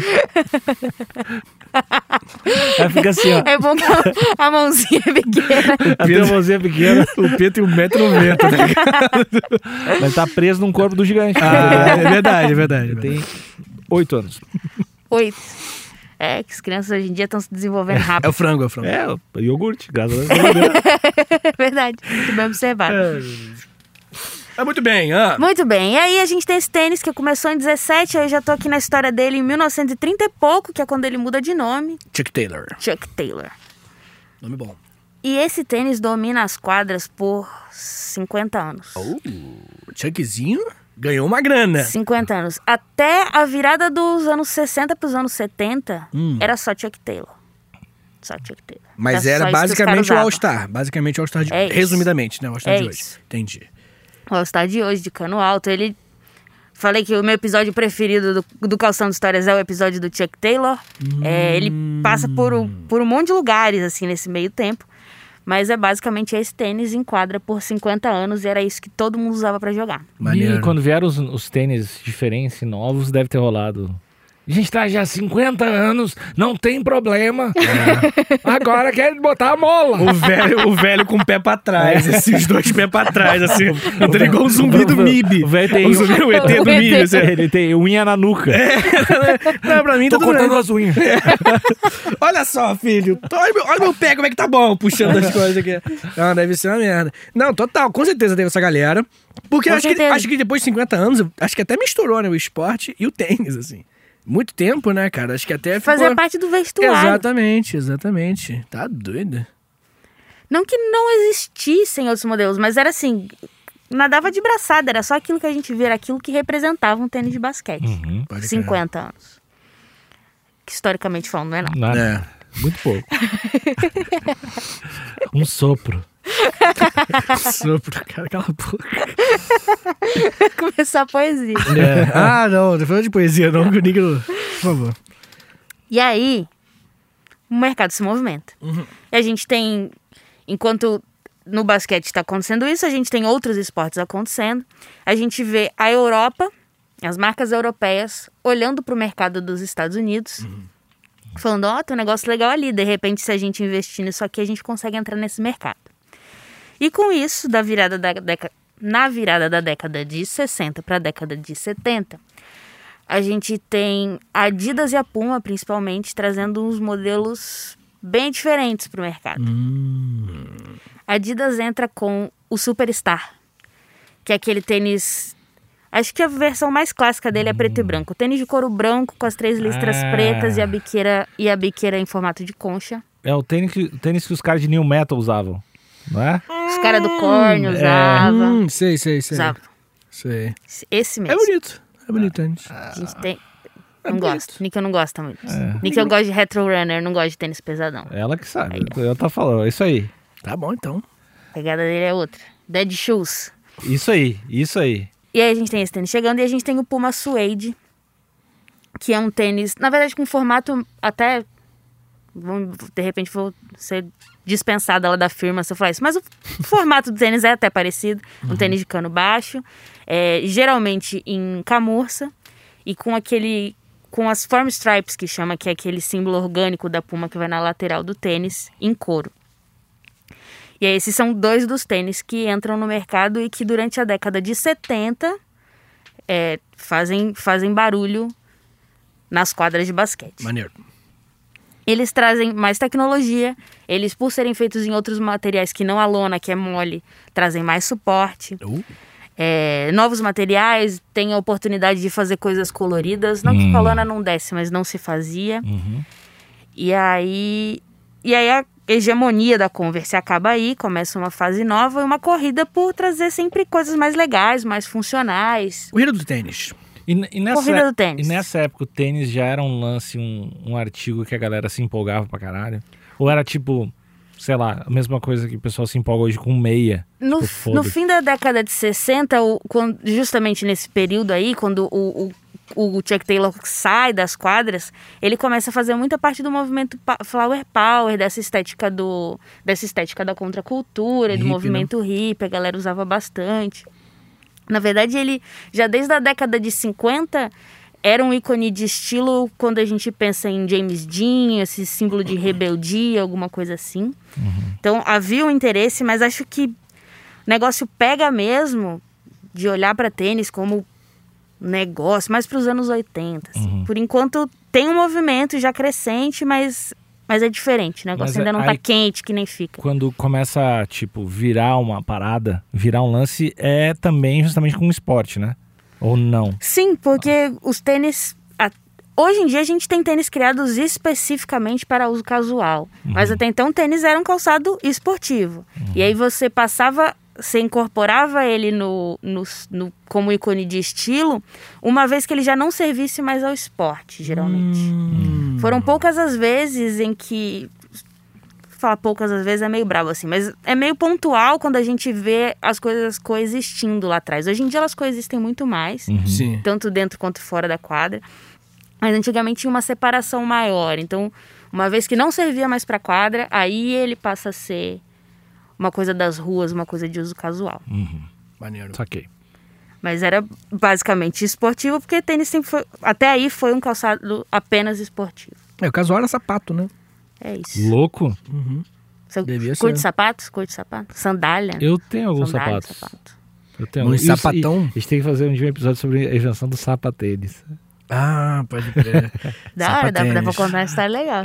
[SPEAKER 2] Aí fica assim, ó.
[SPEAKER 3] É bom que a, a mãozinha é pequena.
[SPEAKER 2] Até a mãozinha pequena,
[SPEAKER 4] O Pedro tem 1,90m, né?
[SPEAKER 2] mas tá preso num corpo do gigante.
[SPEAKER 4] Ah, é verdade, é verdade. é
[SPEAKER 2] Ele tem
[SPEAKER 4] verdade.
[SPEAKER 2] oito anos.
[SPEAKER 3] Oito. É, que as crianças hoje em dia estão se desenvolvendo
[SPEAKER 4] É o
[SPEAKER 3] rápido.
[SPEAKER 4] frango, é o frango.
[SPEAKER 2] É, iogurte, graças a Deus.
[SPEAKER 3] É verdade. Muito bem observado.
[SPEAKER 4] Ah, muito bem, ah.
[SPEAKER 3] Muito bem. E aí a gente tem esse tênis que começou em 17, aí eu já tô aqui na história dele em 1930 e pouco, que é quando ele muda de nome,
[SPEAKER 4] Chuck Taylor.
[SPEAKER 3] Chuck Taylor.
[SPEAKER 4] Nome bom.
[SPEAKER 3] E esse tênis domina as quadras por 50 anos.
[SPEAKER 4] Oh, Chuckzinho ganhou uma grana.
[SPEAKER 3] 50 anos. Até a virada dos anos 60 pros anos 70, era só Chuck Taylor. Só Chuck Taylor.
[SPEAKER 4] Hum. Mas era
[SPEAKER 3] É só isso que os caras
[SPEAKER 4] basicamente o
[SPEAKER 3] usavam.
[SPEAKER 4] All-Star. Basicamente o All-Star de...
[SPEAKER 3] É isso.
[SPEAKER 4] Resumidamente, né? O All-Star
[SPEAKER 3] É
[SPEAKER 4] de hoje.
[SPEAKER 3] isso.
[SPEAKER 4] Entendi.
[SPEAKER 3] O All-Star de hoje, de cano alto, ele. Falei que o meu episódio preferido do, do Calção de Histórias é o episódio do Chuck Taylor. É, ele
[SPEAKER 4] Hum.
[SPEAKER 3] passa por, um- por um monte de lugares, assim, nesse meio tempo. Mas é basicamente esse tênis em quadra por 50 anos e era isso que todo mundo usava pra jogar.
[SPEAKER 4] Maneiro.
[SPEAKER 2] E quando vieram os, os tênis diferentes e novos, deve ter rolado. A gente tá já há 50 anos, não tem problema. Agora quer botar a mola.
[SPEAKER 4] É. O velho, o velho com o pé pra trás, assim, os dois pés pra trás, assim, entrando igual um zumbi do MIB.
[SPEAKER 2] O velho tem
[SPEAKER 4] O zumbi, o ET do
[SPEAKER 3] O ET.
[SPEAKER 4] MIB, assim.
[SPEAKER 2] um.
[SPEAKER 4] É.
[SPEAKER 2] Ele tem unha na nuca.
[SPEAKER 4] Não, É, pra mim,
[SPEAKER 2] Tô
[SPEAKER 4] tudo bem. É.
[SPEAKER 2] cortando as unhas.
[SPEAKER 4] Olha só, filho. Tô- Olha meu, olha meu pé, como é que tá bom, puxando as coisas aqui. Não, deve ser uma merda. Não, total, com certeza teve essa galera. Porque
[SPEAKER 3] Com
[SPEAKER 4] acho que,
[SPEAKER 3] certeza.
[SPEAKER 4] acho que depois de 50 anos, eu- acho que até misturou, né, o esporte e o tênis, assim. Muito tempo, né, cara? Acho que até ficou...
[SPEAKER 3] Fazia parte do né? vestuário.
[SPEAKER 4] Exatamente, exatamente. Tá doido.
[SPEAKER 3] Não que não existissem outros modelos, mas era assim, nadava de braçada, era só aquilo que a gente via, era aquilo que representava um tênis de basquete.
[SPEAKER 4] Pode crer.
[SPEAKER 3] 50 anos. Que historicamente falando, não é nada.
[SPEAKER 2] Nada.
[SPEAKER 4] É.
[SPEAKER 2] Muito pouco. um sopro.
[SPEAKER 4] Um Sopro, cara, cala a boca.
[SPEAKER 3] Começar a poesia.
[SPEAKER 4] Ah, não, não falando de poesia, não, que o Nick não- Por favor.
[SPEAKER 3] E aí, o mercado se movimenta. E a gente tem, enquanto no basquete está acontecendo isso, a gente tem outros esportes acontecendo. A gente vê a Europa, as marcas europeias, olhando para o mercado dos Estados Unidos, falando: ó, tem um negócio legal ali. De repente, se a gente investir nisso aqui, a gente consegue entrar nesse mercado. E com isso, da virada da década. Na virada da década de 60 para a década de 70, a gente tem a Adidas e a Puma, principalmente, trazendo uns modelos bem diferentes para o mercado. A Adidas entra com o Superstar, que é aquele tênis. Acho que a versão mais clássica dele é preto e branco. O tênis de couro branco com as três listras
[SPEAKER 2] Ah.
[SPEAKER 3] pretas e a biqueira e a biqueira em formato de concha.
[SPEAKER 2] É o tênis que, o tênis que os caras de New Metal usavam. Não é?
[SPEAKER 3] Os caras do corno usavam.
[SPEAKER 4] Hum, sei, sei, sei.
[SPEAKER 3] Usava.
[SPEAKER 4] Sei.
[SPEAKER 3] Esse mesmo.
[SPEAKER 4] É bonito. É bonito, antes.
[SPEAKER 3] A gente tem.
[SPEAKER 4] é
[SPEAKER 3] Não
[SPEAKER 4] bonito.
[SPEAKER 3] gosto. Nick, eu não gosto muito. Nick, eu gosto de retro runner, não gosto de tênis pesadão.
[SPEAKER 2] É Ela que sabe. Ela tá falando. É isso aí.
[SPEAKER 4] Tá bom, então.
[SPEAKER 3] A pegada dele é outra. Dead shoes.
[SPEAKER 2] Isso aí. Isso aí.
[SPEAKER 3] E aí a gente tem esse tênis chegando e a gente tem o Puma Suede, que é um tênis, na verdade, com um formato até vão- de repente vou ser dispensada lá da firma se eu falar isso. Mas o formato do tênis é até parecido. Um tênis de cano baixo, é, geralmente em camurça e com aquele com as form stripes que chama que é aquele símbolo orgânico da puma que vai na lateral do tênis em couro. E aí, esses são dois dos tênis que entram no mercado e que durante a década de 70 é, fazem, fazem barulho nas quadras de basquete.
[SPEAKER 4] Maneiro.
[SPEAKER 3] Eles trazem mais tecnologia, eles, por serem feitos em outros materiais que não a lona, que é mole, trazem mais suporte.
[SPEAKER 4] Uh,
[SPEAKER 3] É, novos materiais, tem a oportunidade de fazer coisas coloridas. Não que
[SPEAKER 2] Hum.
[SPEAKER 3] com a lona não desse, mas não se fazia. E aí. E aí a hegemonia da Converse acaba aí, começa uma fase nova e uma corrida por trazer sempre coisas mais legais, mais funcionais.
[SPEAKER 4] o hino do tênis.
[SPEAKER 2] E, n- e nessa,
[SPEAKER 3] Corrida do tênis.
[SPEAKER 2] e nessa época o tênis já era um lance, um, um artigo que a galera se empolgava pra caralho? Ou era tipo, sei lá, a mesma coisa que o pessoal se empolga hoje com meia?
[SPEAKER 3] No,
[SPEAKER 2] Tipo,
[SPEAKER 3] no
[SPEAKER 2] foda-se.
[SPEAKER 3] fim da década de 60, o- quando- justamente nesse período aí, quando o, o, o Chuck Taylor sai das quadras, ele começa a fazer muita parte do movimento pa- Flower Power, dessa estética do dessa estética da contracultura,
[SPEAKER 4] Hippie,
[SPEAKER 3] do
[SPEAKER 4] né?
[SPEAKER 3] movimento hippie, a galera usava bastante. Na verdade, ele já desde a década de 50 era um ícone de estilo quando a gente pensa em James Dean, esse símbolo de rebeldia, alguma coisa assim. Então havia um interesse, mas acho que o negócio pega mesmo de olhar para tênis como negócio, mais para os anos 80. assim.
[SPEAKER 2] Uhum.
[SPEAKER 3] Por enquanto tem um movimento já crescente, mas, mas é diferente. O negócio
[SPEAKER 2] Mas
[SPEAKER 3] ainda não está
[SPEAKER 2] aí-
[SPEAKER 3] quente, que nem fica.
[SPEAKER 2] Quando começa, tipo, virar uma parada, virar um lance, é também justamente com o esporte, né? Ou não?
[SPEAKER 3] Sim, porque os tênis. a- hoje em dia a gente tem tênis criados especificamente para uso casual. Mas até então o tênis era um calçado esportivo. E aí você passava. Você incorporava ele no, no, no- como ícone de estilo, uma vez que ele já não servisse mais ao esporte, geralmente. Foram poucas as vezes em que. Falar poucas as vezes é meio bravo assim, mas é meio pontual quando a gente vê as coisas coexistindo lá atrás. Hoje em dia elas coexistem muito mais
[SPEAKER 4] Sim.
[SPEAKER 3] tanto dentro quanto fora da quadra. Mas antigamente tinha uma separação maior. Então, uma vez que não servia mais para quadra, aí ele passa a ser uma coisa das ruas, uma coisa de uso casual.
[SPEAKER 4] Maneiro.
[SPEAKER 2] Saquei.
[SPEAKER 3] Mas era basicamente esportivo, porque tênis sempre foi, até aí foi um calçado apenas esportivo.
[SPEAKER 4] É, o casual era sapato, né?
[SPEAKER 3] É isso.
[SPEAKER 2] Louco?
[SPEAKER 3] Você
[SPEAKER 4] devia ser.
[SPEAKER 3] curte sapatos? Curte sapatos? Sandália?
[SPEAKER 2] Eu tenho alguns
[SPEAKER 3] Sandália,
[SPEAKER 2] sapatos.
[SPEAKER 3] sapato.
[SPEAKER 2] Eu tenho
[SPEAKER 4] Um
[SPEAKER 2] alguns. Isso-
[SPEAKER 4] sapatão?
[SPEAKER 2] e- A gente tem que fazer um dia um episódio sobre a invenção do sapatênis.
[SPEAKER 4] Ah, pode crer.
[SPEAKER 3] Da hora, dá, dá pra
[SPEAKER 4] Sapatênis.
[SPEAKER 3] contar uma história legal.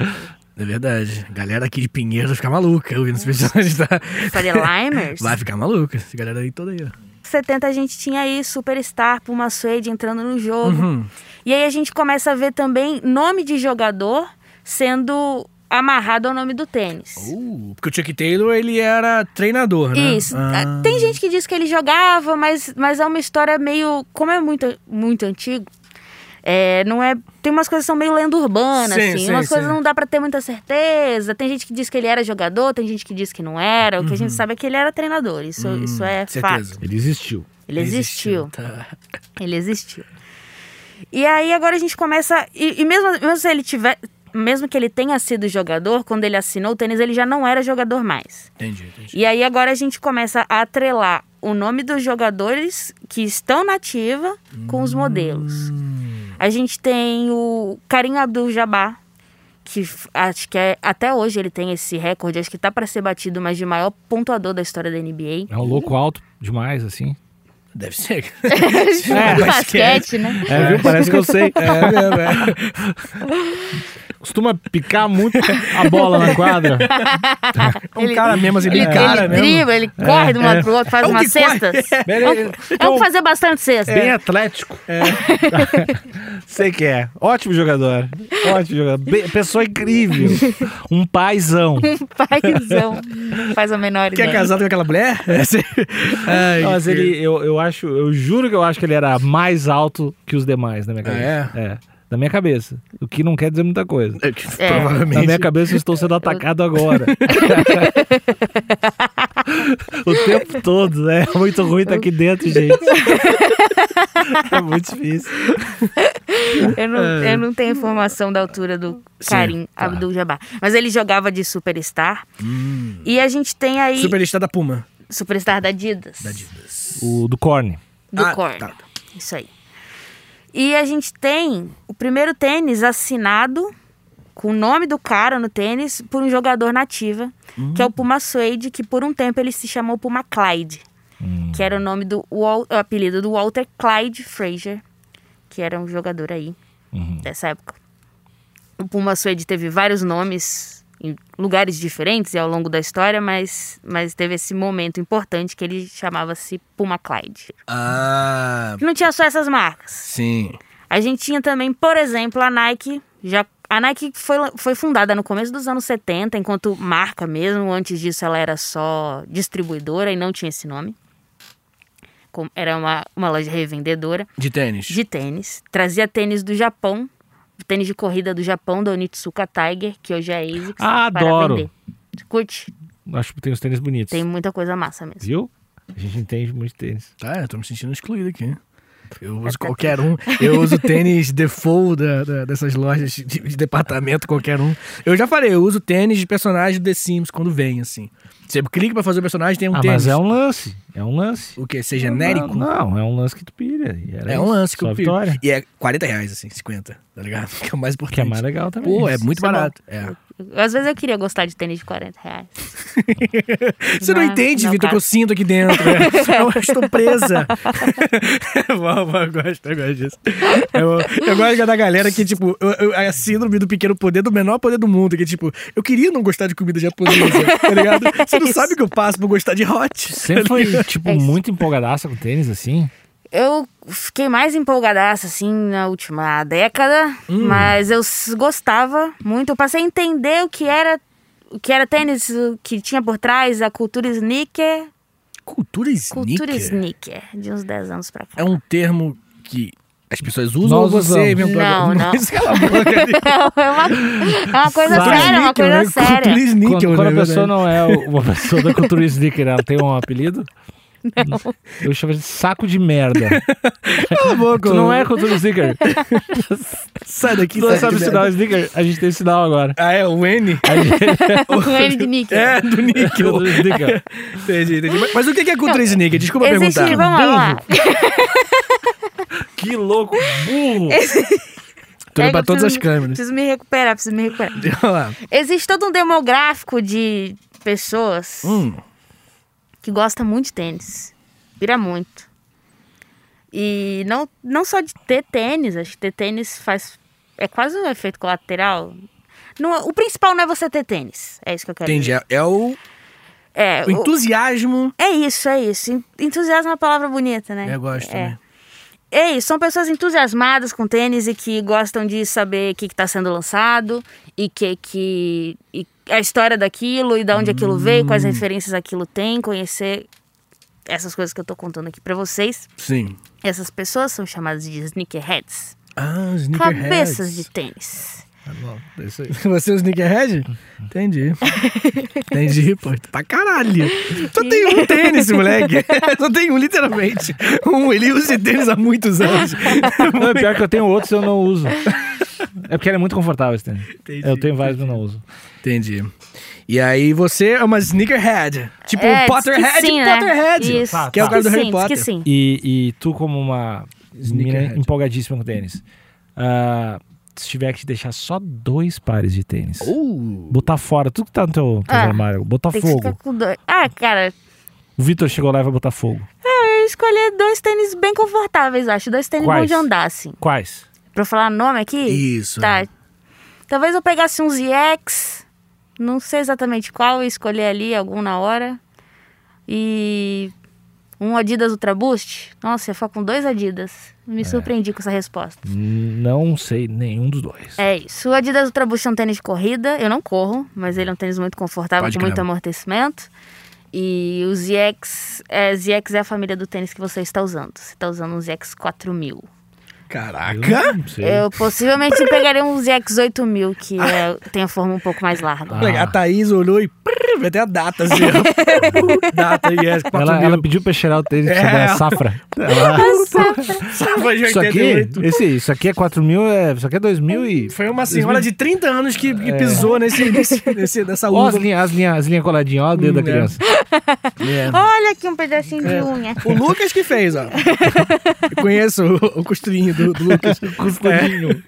[SPEAKER 4] É verdade. A galera aqui de Pinheiro vai ficar maluca ouvindo esse personagem, tá?
[SPEAKER 3] Faria Limers?
[SPEAKER 4] Vai ficar maluca. Essa galera aí toda aí, ó.
[SPEAKER 3] 70 a gente tinha aí Superstar, Puma Suede entrando no jogo.
[SPEAKER 4] Uhum.
[SPEAKER 3] E aí a gente começa a ver também nome de jogador sendo amarrado ao nome do tênis.
[SPEAKER 4] Uh, porque o Chuck Taylor, ele era treinador, né?
[SPEAKER 3] Isso.
[SPEAKER 4] Ah.
[SPEAKER 3] Tem gente que diz que ele jogava, mas, mas é uma história meio. Como é muito, muito antigo. É, não é. Tem umas coisas que são meio lenda urbana,
[SPEAKER 4] Sim,
[SPEAKER 3] assim.
[SPEAKER 4] sim,
[SPEAKER 3] umas coisas
[SPEAKER 4] sim.
[SPEAKER 3] não dá pra ter muita certeza. Tem gente que diz que ele era jogador, tem gente que diz que não era. O que a gente sabe é que ele era treinador. Isso, isso é
[SPEAKER 4] Uhum. Hum, certeza.
[SPEAKER 3] fato.
[SPEAKER 2] Ele existiu.
[SPEAKER 3] Ele existiu.
[SPEAKER 4] Tá.
[SPEAKER 3] Ele existiu. E aí agora a gente começa. E, e mesmo, mesmo se ele tiver. Mesmo que ele tenha sido jogador, quando ele assinou o tênis, ele já não era jogador mais.
[SPEAKER 4] Entendi, entendi.
[SPEAKER 3] E aí agora a gente começa a atrelar o nome dos jogadores que estão na ativa com os modelos. A gente tem o Karim Abdul-Jabbar, que f- acho que é, até hoje ele tem esse recorde, acho que tá para ser batido, mas de maior pontuador da história da NBA.
[SPEAKER 2] É um louco alto demais, assim.
[SPEAKER 4] Deve ser.
[SPEAKER 3] Do tá basquete, né?
[SPEAKER 2] É, viu? Parece que eu sei.
[SPEAKER 4] É, mesmo, é.
[SPEAKER 2] Costuma picar muito a bola na quadra.
[SPEAKER 4] É um cara mesmo, assim,
[SPEAKER 3] Ele,
[SPEAKER 4] bem cara
[SPEAKER 3] ele
[SPEAKER 4] mesmo.
[SPEAKER 3] dribla, ele corre de um lado pro outro, faz
[SPEAKER 4] É um
[SPEAKER 3] umas
[SPEAKER 4] que corre.
[SPEAKER 3] cestas.
[SPEAKER 2] Ele- ele-
[SPEAKER 3] É
[SPEAKER 4] então,
[SPEAKER 3] um que fazia bastante cesta.
[SPEAKER 4] é.
[SPEAKER 2] Bem atlético. É. Sei que é. Ótimo jogador. Ótimo jogador. Be- pessoa incrível. Um paizão.
[SPEAKER 3] Paizão. Faz a menor
[SPEAKER 4] Que é
[SPEAKER 3] ideia.
[SPEAKER 4] casado com aquela mulher? É, assim. Ai,
[SPEAKER 2] Mas ele, eu, eu acho, eu juro que eu acho que ele era mais alto que os demais na minha
[SPEAKER 4] Ah,
[SPEAKER 2] cabeça. É. Na minha cabeça. O que não quer dizer muita coisa.
[SPEAKER 3] É.
[SPEAKER 2] Na
[SPEAKER 4] Provavelmente.
[SPEAKER 2] minha cabeça eu estou sendo atacado agora. o tempo todo, né? É muito ruim tá aqui dentro, gente. É muito difícil.
[SPEAKER 3] Eu não,
[SPEAKER 4] É.
[SPEAKER 3] eu não tenho informação da altura do Karim
[SPEAKER 4] claro.
[SPEAKER 3] Abdul-Jabbar. Mas ele jogava de superstar.
[SPEAKER 4] Hum.
[SPEAKER 3] E a gente tem aí
[SPEAKER 4] Superstar da Puma.
[SPEAKER 3] superstar da Adidas.
[SPEAKER 2] O do Corne.
[SPEAKER 3] Do
[SPEAKER 4] Ah,
[SPEAKER 3] Korn.
[SPEAKER 4] tá.
[SPEAKER 3] Isso aí. E a gente tem o primeiro tênis assinado com o nome do cara no tênis por um jogador nativa, que é o Puma Suede, que por um tempo ele se chamou Puma Clyde, que era o nome do Wal- o apelido do Walter Clyde Frazier, que era um jogador aí dessa época. O Puma Suede teve vários nomes em lugares diferentes e ao longo da história, mas, mas teve esse momento importante que ele chamava-se Puma Clyde.
[SPEAKER 4] Ah,
[SPEAKER 3] Não tinha só essas marcas.
[SPEAKER 4] sim.
[SPEAKER 3] A gente tinha também, por exemplo, a Nike. Já, a Nike foi, foi fundada no começo dos anos 70, enquanto marca mesmo. Antes disso, ela era só distribuidora e não tinha esse nome. Com- Era uma, uma loja revendedora
[SPEAKER 4] De tênis.
[SPEAKER 3] de tênis. Trazia tênis do Japão, tênis de corrida do Japão, da Onitsuka Tiger, que hoje é a ASICS.
[SPEAKER 2] Ah,
[SPEAKER 3] para
[SPEAKER 2] adoro.
[SPEAKER 3] vender. Curte?
[SPEAKER 2] Acho que tem os tênis bonitos.
[SPEAKER 3] Tem muita coisa massa mesmo.
[SPEAKER 2] Viu? A gente entende muito de tênis.
[SPEAKER 4] Tá, eu tô me sentindo excluído aqui. Eu
[SPEAKER 2] Tá
[SPEAKER 4] uso qualquer um. Eu uso tênis default da, da- dessas lojas de, de departamento, qualquer um. Eu já falei, eu uso tênis de personagem do The Sims quando vem, assim. Você clica pra fazer o personagem, tem um
[SPEAKER 2] ah, mas
[SPEAKER 4] tênis.
[SPEAKER 2] é um lance. É um lance.
[SPEAKER 4] O quê? Ser genérico?
[SPEAKER 2] Não, não, é um lance que tu pilha. e era
[SPEAKER 4] é um
[SPEAKER 2] isso.
[SPEAKER 4] lance que
[SPEAKER 2] Só
[SPEAKER 4] eu vi.
[SPEAKER 2] vitória.
[SPEAKER 4] E é 40 reais, assim, 50, tá ligado? Que é o mais importante.
[SPEAKER 2] Que é mais legal também.
[SPEAKER 4] Pô, é muito
[SPEAKER 3] Isso é bom.
[SPEAKER 4] barato. É.
[SPEAKER 3] Às vezes eu queria gostar de tênis de 40 reais.
[SPEAKER 4] Você não,
[SPEAKER 3] Não,
[SPEAKER 4] entende,
[SPEAKER 3] Né? não,
[SPEAKER 4] Vitor, o que
[SPEAKER 3] cara.
[SPEAKER 4] eu sinto aqui dentro. né? eu estou presa. bom, bom, eu gosto, eu gosto disso. Eu, eu gosto da galera que, tipo, eu, eu- a síndrome do pequeno poder, do menor poder do mundo, que, tipo, eu queria não gostar de comida japonesa, tá ligado? Você não sabe o que eu passo pra gostar de hot.
[SPEAKER 2] Sempre foi, tipo,
[SPEAKER 3] É isso.
[SPEAKER 2] muito empolgadaça com tênis, assim.
[SPEAKER 3] Eu fiquei mais empolgadaça, assim, na última década,
[SPEAKER 4] Hum.
[SPEAKER 3] mas eu s- gostava muito. Eu passei a entender o que era o que era tênis, o que tinha por trás, a cultura sneaker.
[SPEAKER 4] Cultura sneaker.
[SPEAKER 3] Cultura sneaker, de uns 10 anos pra cá.
[SPEAKER 4] É um termo que as pessoas usam
[SPEAKER 2] Nós
[SPEAKER 4] ou você
[SPEAKER 2] usamos.
[SPEAKER 4] inventou
[SPEAKER 3] Não,
[SPEAKER 4] agora?
[SPEAKER 3] não.
[SPEAKER 4] cala a boca.
[SPEAKER 3] é, uma, é uma coisa
[SPEAKER 2] Cultura
[SPEAKER 3] séria, é uma
[SPEAKER 4] Sneaker, né?
[SPEAKER 3] coisa séria.
[SPEAKER 4] Cultura sneaker,
[SPEAKER 2] Quando, quando
[SPEAKER 4] né?
[SPEAKER 2] a pessoa
[SPEAKER 4] Verdade.
[SPEAKER 2] não é o- uma pessoa da cultura sneaker, ela tem um apelido? Eu chamo de saco de merda.
[SPEAKER 4] Cala a boca.
[SPEAKER 2] Tu não é cultura sneaker.
[SPEAKER 4] Sai daqui,
[SPEAKER 2] Tu não
[SPEAKER 4] sai
[SPEAKER 2] sabe o
[SPEAKER 4] daqui,
[SPEAKER 2] sinal sneaker? A gente tem sinal agora.
[SPEAKER 4] Ah, é o N?
[SPEAKER 3] Um N de níquel.
[SPEAKER 4] É, do níquel.
[SPEAKER 2] Cultura sneaker.
[SPEAKER 4] entendi, entendi. Mas, mas o que que é cultura sneaker? Desculpa
[SPEAKER 3] Existe,
[SPEAKER 4] perguntar.
[SPEAKER 3] vamos lá, vamos lá.
[SPEAKER 2] Que louco, burro.
[SPEAKER 4] Tô
[SPEAKER 3] É
[SPEAKER 4] indo
[SPEAKER 3] que
[SPEAKER 4] pra
[SPEAKER 3] eu
[SPEAKER 4] todas as
[SPEAKER 3] preciso-
[SPEAKER 4] câmeras.
[SPEAKER 3] Preciso me recuperar, preciso me recuperar.
[SPEAKER 4] Olha lá.
[SPEAKER 3] Existe todo um demográfico de pessoas
[SPEAKER 4] Hum,
[SPEAKER 3] que gosta muito de tênis. Pira muito. E não, não só de ter tênis, acho que ter tênis faz. É quase um efeito colateral. Não, é- o principal não é você ter tênis. É isso que eu quero
[SPEAKER 4] entendi.
[SPEAKER 3] dizer.
[SPEAKER 4] É, é o,
[SPEAKER 3] É,
[SPEAKER 4] o
[SPEAKER 3] o-
[SPEAKER 4] entusiasmo.
[SPEAKER 3] é isso, é isso. En- Entusiasmo é uma palavra bonita, né?
[SPEAKER 4] Eu gosto
[SPEAKER 3] é.
[SPEAKER 4] também.
[SPEAKER 3] É isso, são pessoas entusiasmadas com tênis e que gostam de saber o que está sendo lançado e que, que e a história daquilo e de onde aquilo veio,
[SPEAKER 4] Hum.
[SPEAKER 3] quais referências aquilo tem, conhecer essas coisas que eu tô contando aqui para vocês.
[SPEAKER 4] Sim.
[SPEAKER 3] Essas pessoas são chamadas de sneakerheads,
[SPEAKER 4] Ah, sneakerhead.
[SPEAKER 3] cabeças de tênis.
[SPEAKER 4] Você é um sneakerhead? Entendi. Entendi, pô. Pra caralho. Só tem um tênis, moleque. Só tem um, literalmente. Um, ele usa esse tênis há muitos anos.
[SPEAKER 2] Não, é pior que eu tenho outros e eu não uso. É porque ele é muito confortável esse tênis.
[SPEAKER 4] Entendi.
[SPEAKER 2] Eu tenho vários que eu não uso.
[SPEAKER 4] Entendi. E aí você é uma sneakerhead. Tipo
[SPEAKER 3] É,
[SPEAKER 4] um
[SPEAKER 3] diz
[SPEAKER 4] Potterhead,
[SPEAKER 3] que sim,
[SPEAKER 4] um
[SPEAKER 3] né?
[SPEAKER 4] Potterhead.
[SPEAKER 3] Isso.
[SPEAKER 2] Tá,
[SPEAKER 4] Que é o
[SPEAKER 3] diz
[SPEAKER 4] cara
[SPEAKER 3] sim,
[SPEAKER 4] do Harry
[SPEAKER 3] diz
[SPEAKER 4] Potter.
[SPEAKER 3] Que sim.
[SPEAKER 2] E, e tu, como uma menina
[SPEAKER 4] Sneakerhead.
[SPEAKER 2] empolgadíssima com tênis, ah, se tiver que te deixar só dois pares de tênis,
[SPEAKER 4] Uh,
[SPEAKER 2] botar fora tudo que tá no teu, teu
[SPEAKER 3] Ah,
[SPEAKER 2] armário, botar
[SPEAKER 3] Tem que
[SPEAKER 2] fogo.
[SPEAKER 3] ficar com dois. Ah, cara,
[SPEAKER 2] O Vitor chegou lá e vai botar fogo.
[SPEAKER 3] eu escolhi dois tênis bem confortáveis, acho. Dois tênis
[SPEAKER 2] Quais?
[SPEAKER 3] bons de andar, assim.
[SPEAKER 2] Quais?
[SPEAKER 3] Pra eu falar nome aqui?
[SPEAKER 4] Isso.
[SPEAKER 3] Tá. Talvez eu pegasse uns EX, não sei exatamente qual, e escolher ali algum na hora. E um Adidas Ultra Boost. Nossa, eu falo com dois Adidas.
[SPEAKER 4] É.
[SPEAKER 3] Me surpreendi com essa resposta.
[SPEAKER 2] Não sei nenhum dos dois.
[SPEAKER 3] É isso. O Adidas Ultra Boost é um tênis de corrida. Eu não corro, mas ele é um tênis muito confortável,
[SPEAKER 4] Pode
[SPEAKER 3] com muito
[SPEAKER 4] crer.
[SPEAKER 3] amortecimento. E o ZX é, ZX é a família do tênis que você está usando. Você está usando um ZX 4000.
[SPEAKER 2] Ah,
[SPEAKER 4] Caraca!
[SPEAKER 2] Não sei.
[SPEAKER 3] Eu possivelmente pegaria um ZX8000, que é- tem a forma um pouco mais larga.
[SPEAKER 2] Ah.
[SPEAKER 4] A Thaís olhou e prrr, vai ter a data, assim. ó. data, yes, 4
[SPEAKER 2] Ela,
[SPEAKER 4] mil.
[SPEAKER 2] ela pediu pra cheirar o tênis que chegou a safra. Ela-
[SPEAKER 4] Safra de
[SPEAKER 2] isso, aqui,
[SPEAKER 4] 88.
[SPEAKER 2] esse, isso aqui é 4 mil, é, isso aqui é 2 mil e...
[SPEAKER 4] Foi uma senhora de 30 anos que, que pisou nesse, nesse, nesse- nessa
[SPEAKER 2] É. Ó as
[SPEAKER 4] uva.
[SPEAKER 2] linhas, as linhas, as linhas coladinhas, ó o dedo
[SPEAKER 4] Hum,
[SPEAKER 2] da
[SPEAKER 4] é.
[SPEAKER 2] criança. É,
[SPEAKER 3] Olha aqui um pedacinho de unha.
[SPEAKER 4] O Lucas que fez, ó. Eu conheço o, o costurinho do, do Lucas. É. costurinho.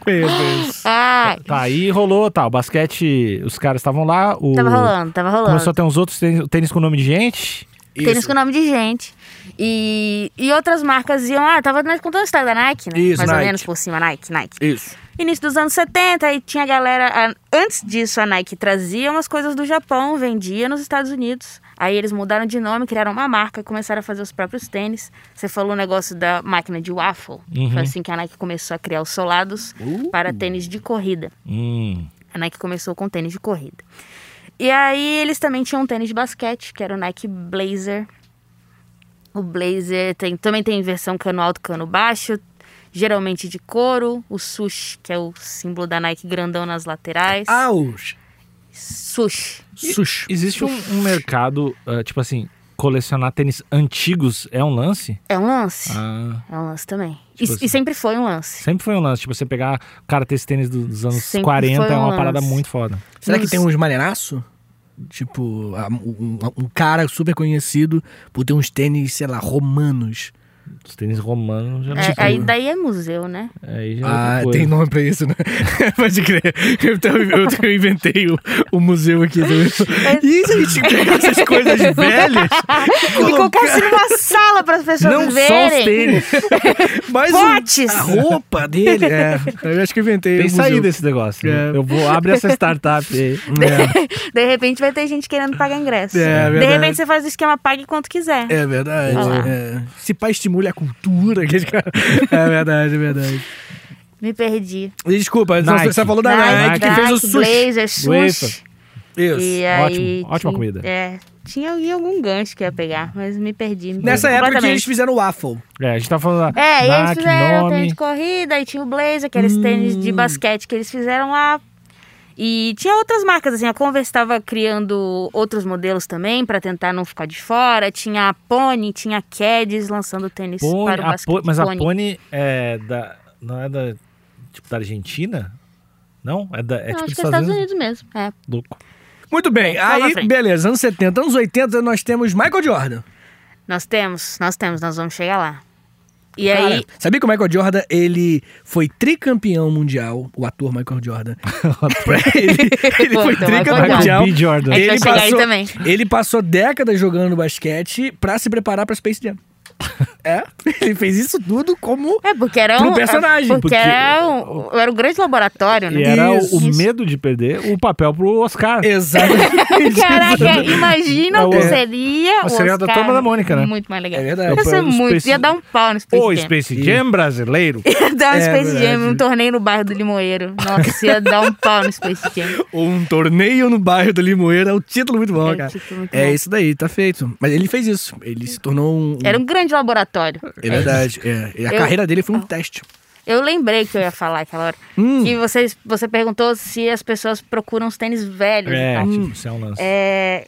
[SPEAKER 4] conheço, conheço.
[SPEAKER 3] Ai,
[SPEAKER 2] Tá, aí rolou, tá, o basquete, os caras estavam lá, o...
[SPEAKER 3] tava rolando, tava rolando.
[SPEAKER 2] Começou a ter uns outros tênis, tênis com nome de gente.
[SPEAKER 3] Tênis com nome de gente. E, e outras marcas iam, ah, tava na- contando a história da Nike, né?
[SPEAKER 4] Isso,
[SPEAKER 3] Mais ou
[SPEAKER 4] Nike.
[SPEAKER 3] menos por cima, Nike, Nike.
[SPEAKER 4] Isso.
[SPEAKER 3] Início dos anos 70, aí tinha a galera. a- antes disso, a Nike trazia umas coisas do Japão, vendia nos Estados Unidos. Aí eles mudaram de nome, criaram uma marca, começaram a fazer os próprios tênis. Você falou o negócio da máquina de waffle.
[SPEAKER 2] Uhum.
[SPEAKER 3] Foi assim que a Nike começou a criar os solados
[SPEAKER 2] Uh.
[SPEAKER 3] para tênis de corrida.
[SPEAKER 2] Hum,
[SPEAKER 3] A Nike começou com tênis de corrida. E aí eles também tinham um tênis de basquete, que era o Nike Blazer. O Blazer tem, também tem versão cano alto, cano baixo, geralmente de couro. O sushi, que é o símbolo da Nike grandão nas laterais.
[SPEAKER 4] Ah. Aos.
[SPEAKER 3] Sushi.
[SPEAKER 4] Sush.
[SPEAKER 2] existe um, um mercado, ah, tipo assim, colecionar tênis antigos é um lance?
[SPEAKER 3] É um lance.
[SPEAKER 2] Ah,
[SPEAKER 3] É um lance também.
[SPEAKER 2] Tipo
[SPEAKER 3] e, e
[SPEAKER 2] assim.
[SPEAKER 3] sempre foi um lance.
[SPEAKER 2] sempre foi um lance. Tipo, você pegar, cara, ter esse tênis do- dos anos
[SPEAKER 3] Sempre
[SPEAKER 2] 40
[SPEAKER 3] foi
[SPEAKER 2] é
[SPEAKER 3] um
[SPEAKER 2] uma
[SPEAKER 3] lance.
[SPEAKER 2] parada muito foda.
[SPEAKER 4] Será que tem uns maneiraço? Tipo, a- um, um- um cara super conhecido por ter uns tênis, sei lá, romanos.
[SPEAKER 2] Os tênis romanos já
[SPEAKER 3] É,
[SPEAKER 2] tipo,
[SPEAKER 4] assim.
[SPEAKER 3] aí daí é museu, né?
[SPEAKER 2] aí já é outra
[SPEAKER 4] Ah,
[SPEAKER 2] coisa.
[SPEAKER 4] tem nome pra isso, né? Pode crer. Então eu, eu inventei o, o museu aqui do. E se a gente pegar essas coisas velhas?
[SPEAKER 3] E colocasse numa sala para as pessoas
[SPEAKER 4] é? Não
[SPEAKER 3] verem.
[SPEAKER 4] só os tênis, Ah. mas o-
[SPEAKER 3] Potes.
[SPEAKER 4] um- a roupa dele. É, eu acho que eu inventei.
[SPEAKER 2] Tem
[SPEAKER 4] o museu.
[SPEAKER 2] saída desse negócio. né?
[SPEAKER 4] É.
[SPEAKER 2] Eu vou abrir essa startup aí.
[SPEAKER 3] De repente vai ter gente querendo pagar ingresso.
[SPEAKER 4] É, é
[SPEAKER 3] de
[SPEAKER 4] verdade.
[SPEAKER 3] repente você faz o esquema pague quanto quiser.
[SPEAKER 4] É verdade.
[SPEAKER 2] Ah
[SPEAKER 3] Olha lá.
[SPEAKER 4] É. Se pá estimule a cultura. aquele cara. É verdade, é verdade.
[SPEAKER 3] Me perdi.
[SPEAKER 4] Desculpa,
[SPEAKER 2] Nike.
[SPEAKER 4] você falou da Nike, que fez o
[SPEAKER 3] Nike,
[SPEAKER 4] sushi.
[SPEAKER 3] Blazer,
[SPEAKER 2] Wafer.
[SPEAKER 3] sushi. E aí,
[SPEAKER 2] Ótimo, ótima
[SPEAKER 3] tinha-
[SPEAKER 2] comida.
[SPEAKER 3] É. Tinha alguém- algum gancho que ia pegar, mas me perdi. me
[SPEAKER 4] Nessa
[SPEAKER 3] perdi
[SPEAKER 4] época que eles
[SPEAKER 3] completamente.
[SPEAKER 4] fizeram o waffle.
[SPEAKER 2] É, a gente tá falando da
[SPEAKER 3] É, e eles
[SPEAKER 2] Nike,
[SPEAKER 3] fizeram tipo,
[SPEAKER 2] nome. Hum.
[SPEAKER 3] tênis de corrida, e tinha o Blazer, aqueles tênis de basquete que eles fizeram lá. E tinha outras marcas, assim, a Converse estava criando outros modelos também para tentar não ficar de fora. Tinha a Pony, tinha a Keds lançando tênis
[SPEAKER 2] Pony,
[SPEAKER 3] para o
[SPEAKER 2] a
[SPEAKER 3] basquete.
[SPEAKER 2] Pony- mas a Pony é da. Não é da. Tipo, da Argentina? Não? É, da, é
[SPEAKER 3] Não,
[SPEAKER 2] tipo
[SPEAKER 3] acho
[SPEAKER 2] dos
[SPEAKER 3] que é Estados
[SPEAKER 2] Estados
[SPEAKER 3] Unidos mesmo. É,
[SPEAKER 2] Louco.
[SPEAKER 4] Muito bem,
[SPEAKER 3] Só na
[SPEAKER 4] aí,
[SPEAKER 3] frente.
[SPEAKER 4] beleza, anos 70, anos 80, nós temos Michael Jordan.
[SPEAKER 3] Nós temos, nós temos, nós vamos chegar lá. E
[SPEAKER 4] Cara,
[SPEAKER 3] aí,
[SPEAKER 4] sabia que o Michael Jordan, ele foi tricampeão mundial, o ator Michael Jordan. ele ele
[SPEAKER 3] Pô,
[SPEAKER 4] foi
[SPEAKER 3] então, Michael
[SPEAKER 4] tricampeão
[SPEAKER 3] Jordan.
[SPEAKER 4] mundial.
[SPEAKER 2] B. Jordan.
[SPEAKER 3] A gente vai chegar aí também.
[SPEAKER 4] ele passou décadas jogando basquete pra se preparar pra Space Jam. É, ele fez isso tudo como...
[SPEAKER 3] é porque era
[SPEAKER 4] Pro
[SPEAKER 3] um.
[SPEAKER 4] personagem,
[SPEAKER 3] porque,
[SPEAKER 4] porque-
[SPEAKER 3] era um. Era um grande laboratório, né?
[SPEAKER 2] E era o, o
[SPEAKER 3] Isso.
[SPEAKER 2] medo de perder o papel pro Oscar.
[SPEAKER 4] Exatamente.
[SPEAKER 3] Caraca, imagina o que
[SPEAKER 2] É.
[SPEAKER 3] seria.
[SPEAKER 2] O
[SPEAKER 3] O
[SPEAKER 2] serial da
[SPEAKER 3] Oscar.
[SPEAKER 2] Turma da Mônica, né?
[SPEAKER 3] Muito mais legal.
[SPEAKER 4] É verdade.
[SPEAKER 3] Ia ser
[SPEAKER 2] O
[SPEAKER 3] muito.
[SPEAKER 2] Space-
[SPEAKER 3] Ia dar um pau no Space
[SPEAKER 2] O
[SPEAKER 3] Jam.
[SPEAKER 2] Space Jam brasileiro.
[SPEAKER 3] Ia dar um
[SPEAKER 4] É
[SPEAKER 3] Space Jam,
[SPEAKER 4] verdade.
[SPEAKER 3] um torneio no bairro do Limoeiro. Nossa, ia dar um pau no Space Jam.
[SPEAKER 4] Um torneio no bairro do Limoeiro é um título muito bom,
[SPEAKER 3] É um
[SPEAKER 4] cara.
[SPEAKER 3] título muito
[SPEAKER 4] é
[SPEAKER 3] bom.
[SPEAKER 4] isso daí, tá feito. Mas ele fez isso. Ele se tornou um.
[SPEAKER 3] Era um grande laboratório.
[SPEAKER 4] É verdade. é. E A
[SPEAKER 3] Eu- Ah.
[SPEAKER 4] carreira dele foi um teste.
[SPEAKER 3] Eu lembrei que eu ia falar aquela hora. Que você, você perguntou se as pessoas procuram os tênis velhos. Hum, e
[SPEAKER 2] é,
[SPEAKER 3] tal.
[SPEAKER 2] tipo, isso é um lance.
[SPEAKER 3] É,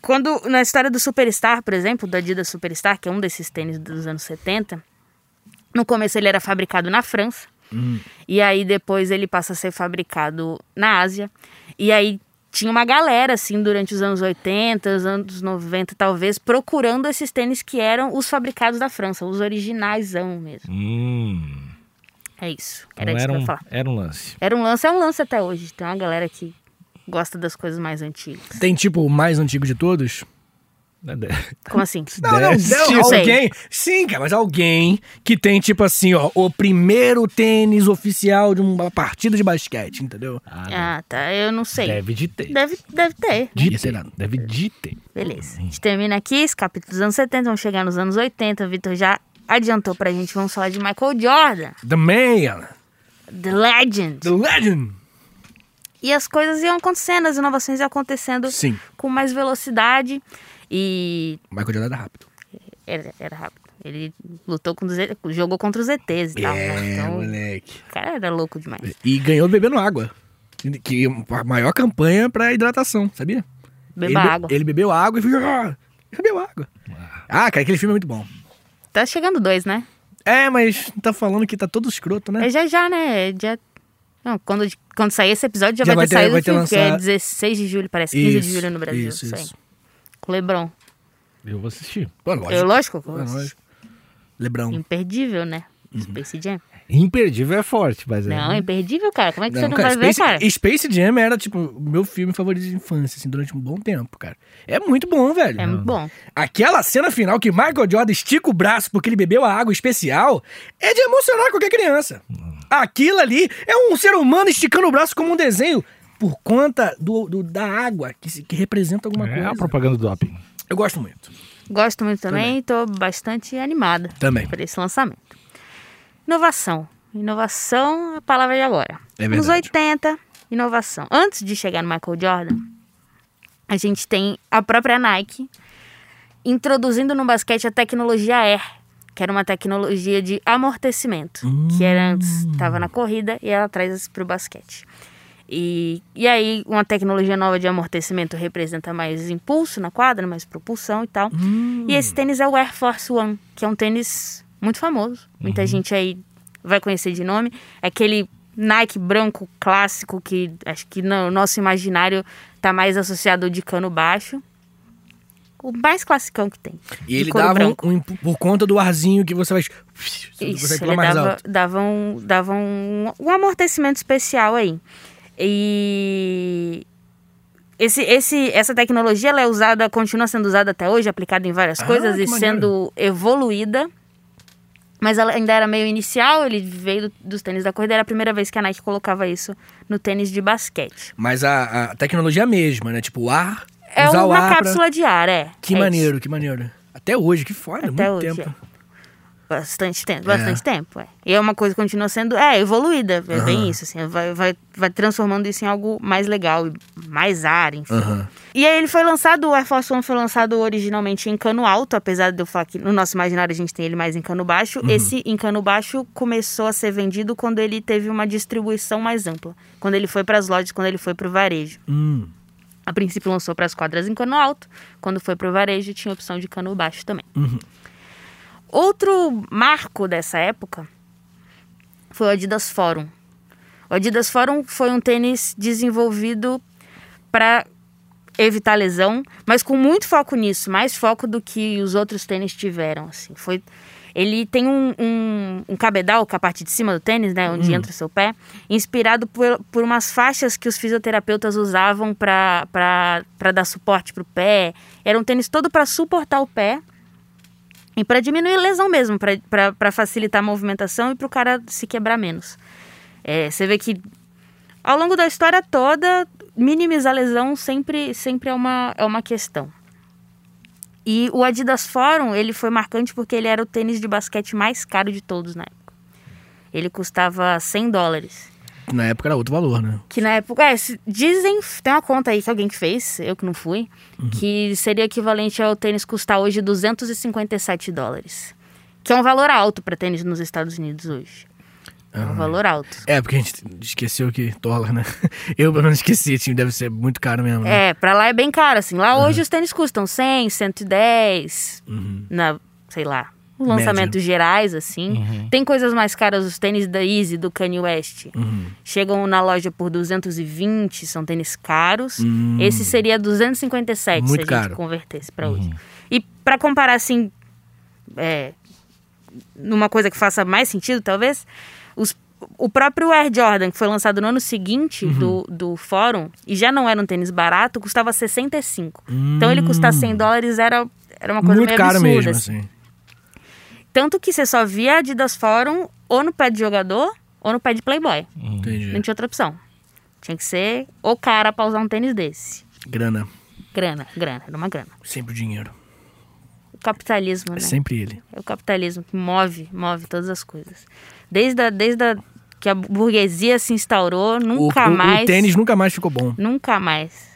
[SPEAKER 3] quando na história do Superstar, por exemplo, do Adidas Superstar, que é um desses tênis dos anos 70, no começo ele era fabricado na França.
[SPEAKER 2] Hum.
[SPEAKER 3] E aí depois ele passa a ser fabricado na Ásia. E aí tinha uma galera assim durante os anos 80, os anos 90 talvez, procurando esses tênis que eram os fabricados da França, os originaisão mesmo.
[SPEAKER 2] Hum.
[SPEAKER 3] É isso. Era
[SPEAKER 2] Era,
[SPEAKER 3] isso
[SPEAKER 2] era,
[SPEAKER 3] que eu
[SPEAKER 2] um,
[SPEAKER 3] ia falar.
[SPEAKER 2] era um lance.
[SPEAKER 3] Era um lance, é um lance até hoje. Tem uma galera que gosta das coisas mais antigas.
[SPEAKER 4] Tem tipo o mais antigo de todos?
[SPEAKER 2] Né,
[SPEAKER 3] Como assim?
[SPEAKER 4] Não, não,
[SPEAKER 2] Dez.
[SPEAKER 4] não,
[SPEAKER 3] Não sei.
[SPEAKER 4] alguém. Sim, cara, mas alguém que tem, tipo assim, ó, o primeiro tênis oficial de um, uma partida de basquete, entendeu?
[SPEAKER 3] Ah, tá. Eu não sei.
[SPEAKER 2] Deve de ter.
[SPEAKER 3] Deve, deve ter.
[SPEAKER 2] De
[SPEAKER 4] Ia ser
[SPEAKER 2] ter.
[SPEAKER 4] nada.
[SPEAKER 2] Deve de ter.
[SPEAKER 3] Beleza. A gente termina aqui esse capítulo dos anos 70. Vamos chegar nos anos 80. O Vitor já adiantou pra gente. Vamos falar de Michael Jordan,
[SPEAKER 4] The Man,
[SPEAKER 3] The Legend.
[SPEAKER 4] The Legend.
[SPEAKER 3] E as coisas iam acontecendo, as inovações iam acontecendo
[SPEAKER 4] Sim,
[SPEAKER 3] com mais velocidade. E
[SPEAKER 4] o Michael Jordan era rápido.
[SPEAKER 3] era, era rápido. Ele lutou com os, E- jogou contra os ETs e tal. né?
[SPEAKER 4] É,
[SPEAKER 3] Então,
[SPEAKER 4] moleque.
[SPEAKER 3] o cara era louco demais.
[SPEAKER 4] E ganhou bebendo água. Que é a maior campanha pra hidratação, sabia?
[SPEAKER 3] Beba
[SPEAKER 4] ele, be-
[SPEAKER 3] água.
[SPEAKER 4] Ele bebeu água e ficou. "Ah", Bebeu água. Ah, cara, aquele filme é muito bom.
[SPEAKER 3] Tá chegando dois, né?
[SPEAKER 4] É, mas tá falando que tá todo escroto, né?
[SPEAKER 3] É já já, né? É dia- Não, quando, quando sair esse episódio já, vai, ter, saído
[SPEAKER 4] vai
[SPEAKER 3] vai
[SPEAKER 4] ter
[SPEAKER 3] filme, que é
[SPEAKER 4] lançado.
[SPEAKER 3] 16 de julho, parece. 15
[SPEAKER 4] Isso,
[SPEAKER 3] de julho no Brasil.
[SPEAKER 4] isso,
[SPEAKER 3] Isso, aí.
[SPEAKER 4] isso.
[SPEAKER 3] Com o Lebron.
[SPEAKER 2] Eu vou assistir.
[SPEAKER 4] Pô, lógico.
[SPEAKER 3] Eu, lógico,
[SPEAKER 4] Pô, É lógico. Uhum. Lebrão.
[SPEAKER 3] imperdível, né? Space Jam.
[SPEAKER 2] Imperdível é forte, mas é.
[SPEAKER 3] Não, imperdível, cara. Como é que você não vai
[SPEAKER 4] Space,
[SPEAKER 3] ver, cara?
[SPEAKER 4] Space Jam era, tipo, o meu filme favorito de infância, assim, durante um bom tempo, cara. É muito bom, velho.
[SPEAKER 3] É muito bom.
[SPEAKER 4] Aquela cena final que Michael Jordan estica o braço porque ele bebeu a água especial é de emocionar qualquer criança. Aquilo ali é um ser humano esticando o braço como um desenho por conta do, do- da água que, se- que representa alguma
[SPEAKER 2] É a
[SPEAKER 4] coisa.
[SPEAKER 2] propaganda do doping.
[SPEAKER 4] Eu gosto muito.
[SPEAKER 3] Gosto muito também, tô bastante animada
[SPEAKER 4] Também.
[SPEAKER 3] por esse lançamento. Inovação. Inovação é a palavra de agora.
[SPEAKER 4] É
[SPEAKER 3] Nos
[SPEAKER 4] verdade.
[SPEAKER 3] 80, inovação. Antes de chegar no Michael Jordan, a gente tem a própria Nike introduzindo no basquete a tecnologia Air, que era uma tecnologia de amortecimento, que era antes estava na corrida e ela traz para o basquete. E, e aí, uma tecnologia nova de amortecimento representa mais impulso na quadra, mais propulsão e tal. E esse tênis é o Air Force One, que é um tênis muito famoso. Muita gente aí vai conhecer de nome. É aquele Nike branco clássico que acho que no nosso imaginário tá mais associado ao de cano baixo. O mais classicão que tem. De
[SPEAKER 4] E ele
[SPEAKER 3] couro
[SPEAKER 4] dava um,
[SPEAKER 3] branco.
[SPEAKER 4] um impu- por conta do arzinho que você vai.
[SPEAKER 3] Isso,
[SPEAKER 4] você
[SPEAKER 3] ele
[SPEAKER 4] pula mais
[SPEAKER 3] dava,
[SPEAKER 4] alto.
[SPEAKER 3] dava, um, dava um, um amortecimento especial aí. E esse, esse, essa tecnologia ela é usada, continua sendo usada até hoje, aplicada em várias
[SPEAKER 4] Ah,
[SPEAKER 3] coisas
[SPEAKER 4] que
[SPEAKER 3] e
[SPEAKER 4] maneiro.
[SPEAKER 3] sendo evoluída. Mas ela ainda era meio inicial, ele veio do- dos tênis da corrida, era a primeira vez que a Nike colocava isso no tênis de basquete.
[SPEAKER 4] Mas a, a tecnologia é a mesma, né? Tipo, o ar.
[SPEAKER 3] É
[SPEAKER 4] usar o
[SPEAKER 3] uma
[SPEAKER 4] ar pra-
[SPEAKER 3] cápsula de ar, é.
[SPEAKER 4] Que
[SPEAKER 3] É isso.
[SPEAKER 4] maneiro, que maneiro. Até hoje, que foda,
[SPEAKER 3] Até
[SPEAKER 4] muito
[SPEAKER 3] hoje, é.
[SPEAKER 4] tempo.
[SPEAKER 3] Bastante tempo,
[SPEAKER 4] É.
[SPEAKER 3] bastante tempo. É. E é uma coisa que continua sendo é, evoluída, é bem isso, assim, vai, vai, vai transformando isso em algo mais legal, e mais ar, enfim.
[SPEAKER 4] Aham.
[SPEAKER 3] E aí ele foi lançado, o Air Force One foi lançado originalmente em cano alto, apesar de eu falar que no nosso imaginário a gente tem ele mais em cano baixo.
[SPEAKER 4] Uhum.
[SPEAKER 3] Esse em cano baixo começou a ser vendido quando ele teve uma distribuição mais ampla, quando ele foi para as lojas, quando ele foi para o varejo.
[SPEAKER 4] Hum.
[SPEAKER 3] A princípio lançou para as quadras em cano alto, quando foi para o varejo tinha opção de cano baixo também. Outro marco dessa época foi o Adidas Forum. O Adidas Forum foi um tênis desenvolvido para evitar lesão, mas com muito foco nisso, mais foco do que os outros tênis tiveram. Assim. Foi, ele tem um, um, um cabedal, que é a parte de cima do tênis, né, onde entra o seu pé, inspirado por, por umas faixas que os fisioterapeutas usavam para dar suporte para o pé. Era um tênis todo para suportar o pé. E para diminuir a lesão mesmo, para facilitar a movimentação e para o cara se quebrar menos. É, você vê que ao longo da história toda, minimizar a lesão sempre, sempre é, uma, é uma questão. E o Adidas Forum, ele foi marcante porque ele era o tênis de basquete mais caro de todos na época. Ele custava 100 dólares.
[SPEAKER 4] Na época era outro valor, né?
[SPEAKER 3] Que na época. É, se- dizem. Tem uma conta aí que alguém que fez, eu que não fui, que seria equivalente ao tênis custar hoje 257 dólares. Que é um valor alto para tênis nos Estados Unidos hoje. É um valor alto.
[SPEAKER 4] É, porque a gente esqueceu que dólar, né? Eu pelo menos esqueci, time deve ser muito caro mesmo. né?
[SPEAKER 3] É, pra lá é bem caro, assim. Lá hoje os tênis custam 100, 110,
[SPEAKER 4] Uhum.
[SPEAKER 3] na, sei lá, os
[SPEAKER 4] Média.
[SPEAKER 3] lançamentos gerais, assim.
[SPEAKER 4] Uhum.
[SPEAKER 3] Tem coisas mais caras, os tênis da Easy, do Kanye West.
[SPEAKER 4] Uhum.
[SPEAKER 3] Chegam na loja por 220, são tênis caros. Esse seria 257
[SPEAKER 4] Hum. Muito
[SPEAKER 3] se a
[SPEAKER 4] caro. Uhum.
[SPEAKER 3] gente convertesse pra hoje. E pra comparar, assim, é, numa coisa que faça mais sentido, talvez, os- o próprio Air Jordan, que foi lançado no ano seguinte
[SPEAKER 4] Uhum.
[SPEAKER 3] do, do fórum, e já não era um tênis barato, custava 65. Então ele custar 100 dólares era, era uma coisa
[SPEAKER 4] Hum. muito
[SPEAKER 3] meio
[SPEAKER 4] caro
[SPEAKER 3] absurda.
[SPEAKER 4] mesmo,
[SPEAKER 3] assim.
[SPEAKER 4] assim.
[SPEAKER 3] Tanto que você só via Adidas Fórum ou no pé de jogador ou no pé de playboy. Não
[SPEAKER 4] Entendi.
[SPEAKER 3] tinha outra opção. Tinha que ser o cara pra usar um tênis desse.
[SPEAKER 4] Grana,
[SPEAKER 3] Grana, grana, era uma grana.
[SPEAKER 4] sempre o dinheiro.
[SPEAKER 3] O capitalismo,
[SPEAKER 4] É
[SPEAKER 3] né?
[SPEAKER 4] sempre ele.
[SPEAKER 3] É o capitalismo que move, move todas as coisas. Desde, a, desde a, que a burguesia se instaurou,
[SPEAKER 4] O-
[SPEAKER 3] nunca
[SPEAKER 4] o, o
[SPEAKER 3] mais.
[SPEAKER 4] tênis nunca mais ficou bom.
[SPEAKER 3] Nunca mais.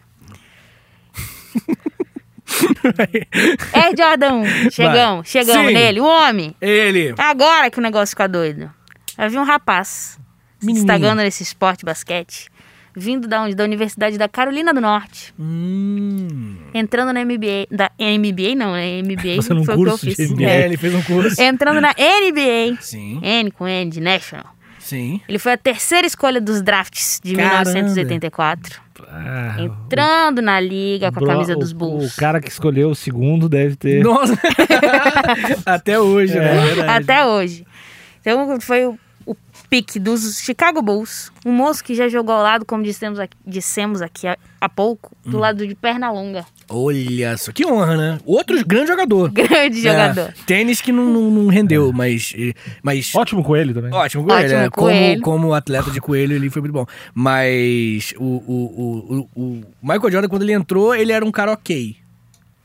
[SPEAKER 3] É, Jordão, chegamos, chegamos
[SPEAKER 4] Sim.
[SPEAKER 3] nele. O homem,
[SPEAKER 4] Ele.
[SPEAKER 3] é agora que o negócio fica doido. Havia um rapaz se
[SPEAKER 2] Menininho.
[SPEAKER 3] destacando nesse esporte basquete, vindo da onde? Da Universidade da Carolina do Norte,
[SPEAKER 4] Hum.
[SPEAKER 3] entrando na MBA, da MBA não, né? MBA
[SPEAKER 2] Você num
[SPEAKER 3] foi
[SPEAKER 2] curso
[SPEAKER 3] o
[SPEAKER 2] de
[SPEAKER 3] que eu fiz.
[SPEAKER 2] MBA.
[SPEAKER 4] É,
[SPEAKER 3] É.
[SPEAKER 4] ele fez um curso.
[SPEAKER 3] Entrando na NBA,
[SPEAKER 4] Sim,
[SPEAKER 3] N com N de National.
[SPEAKER 4] sim.
[SPEAKER 3] Ele foi a terceira escolha dos drafts de
[SPEAKER 4] Caramba. Tá,
[SPEAKER 3] 1984,
[SPEAKER 2] Ah,
[SPEAKER 3] entrando na liga com a
[SPEAKER 2] bro-
[SPEAKER 3] camisa dos
[SPEAKER 2] o-
[SPEAKER 3] Bulls.
[SPEAKER 2] O cara que escolheu o segundo deve ter.
[SPEAKER 4] Nossa. Até hoje, né? É verdade.
[SPEAKER 3] Até hoje. Então foi o, o pique dos Chicago Bulls. Um moço que já jogou ao lado, como dissemos aqui, dissemos aqui há, há pouco,
[SPEAKER 4] Hum.
[SPEAKER 3] do lado de Pernalonga.
[SPEAKER 4] Olha só, que honra, né? Outro grande jogador.
[SPEAKER 3] Grande jogador.
[SPEAKER 4] É, tênis que não, não- não rendeu, mas. mas
[SPEAKER 2] Ótimo coelho também.
[SPEAKER 4] Ótimo coelho,
[SPEAKER 3] Ótimo
[SPEAKER 4] né?
[SPEAKER 3] coelho.
[SPEAKER 4] Como, como atleta de coelho, ele foi muito bom. Mas o, o, o, o- o Michael Jordan, quando ele entrou, ele era um cara ok.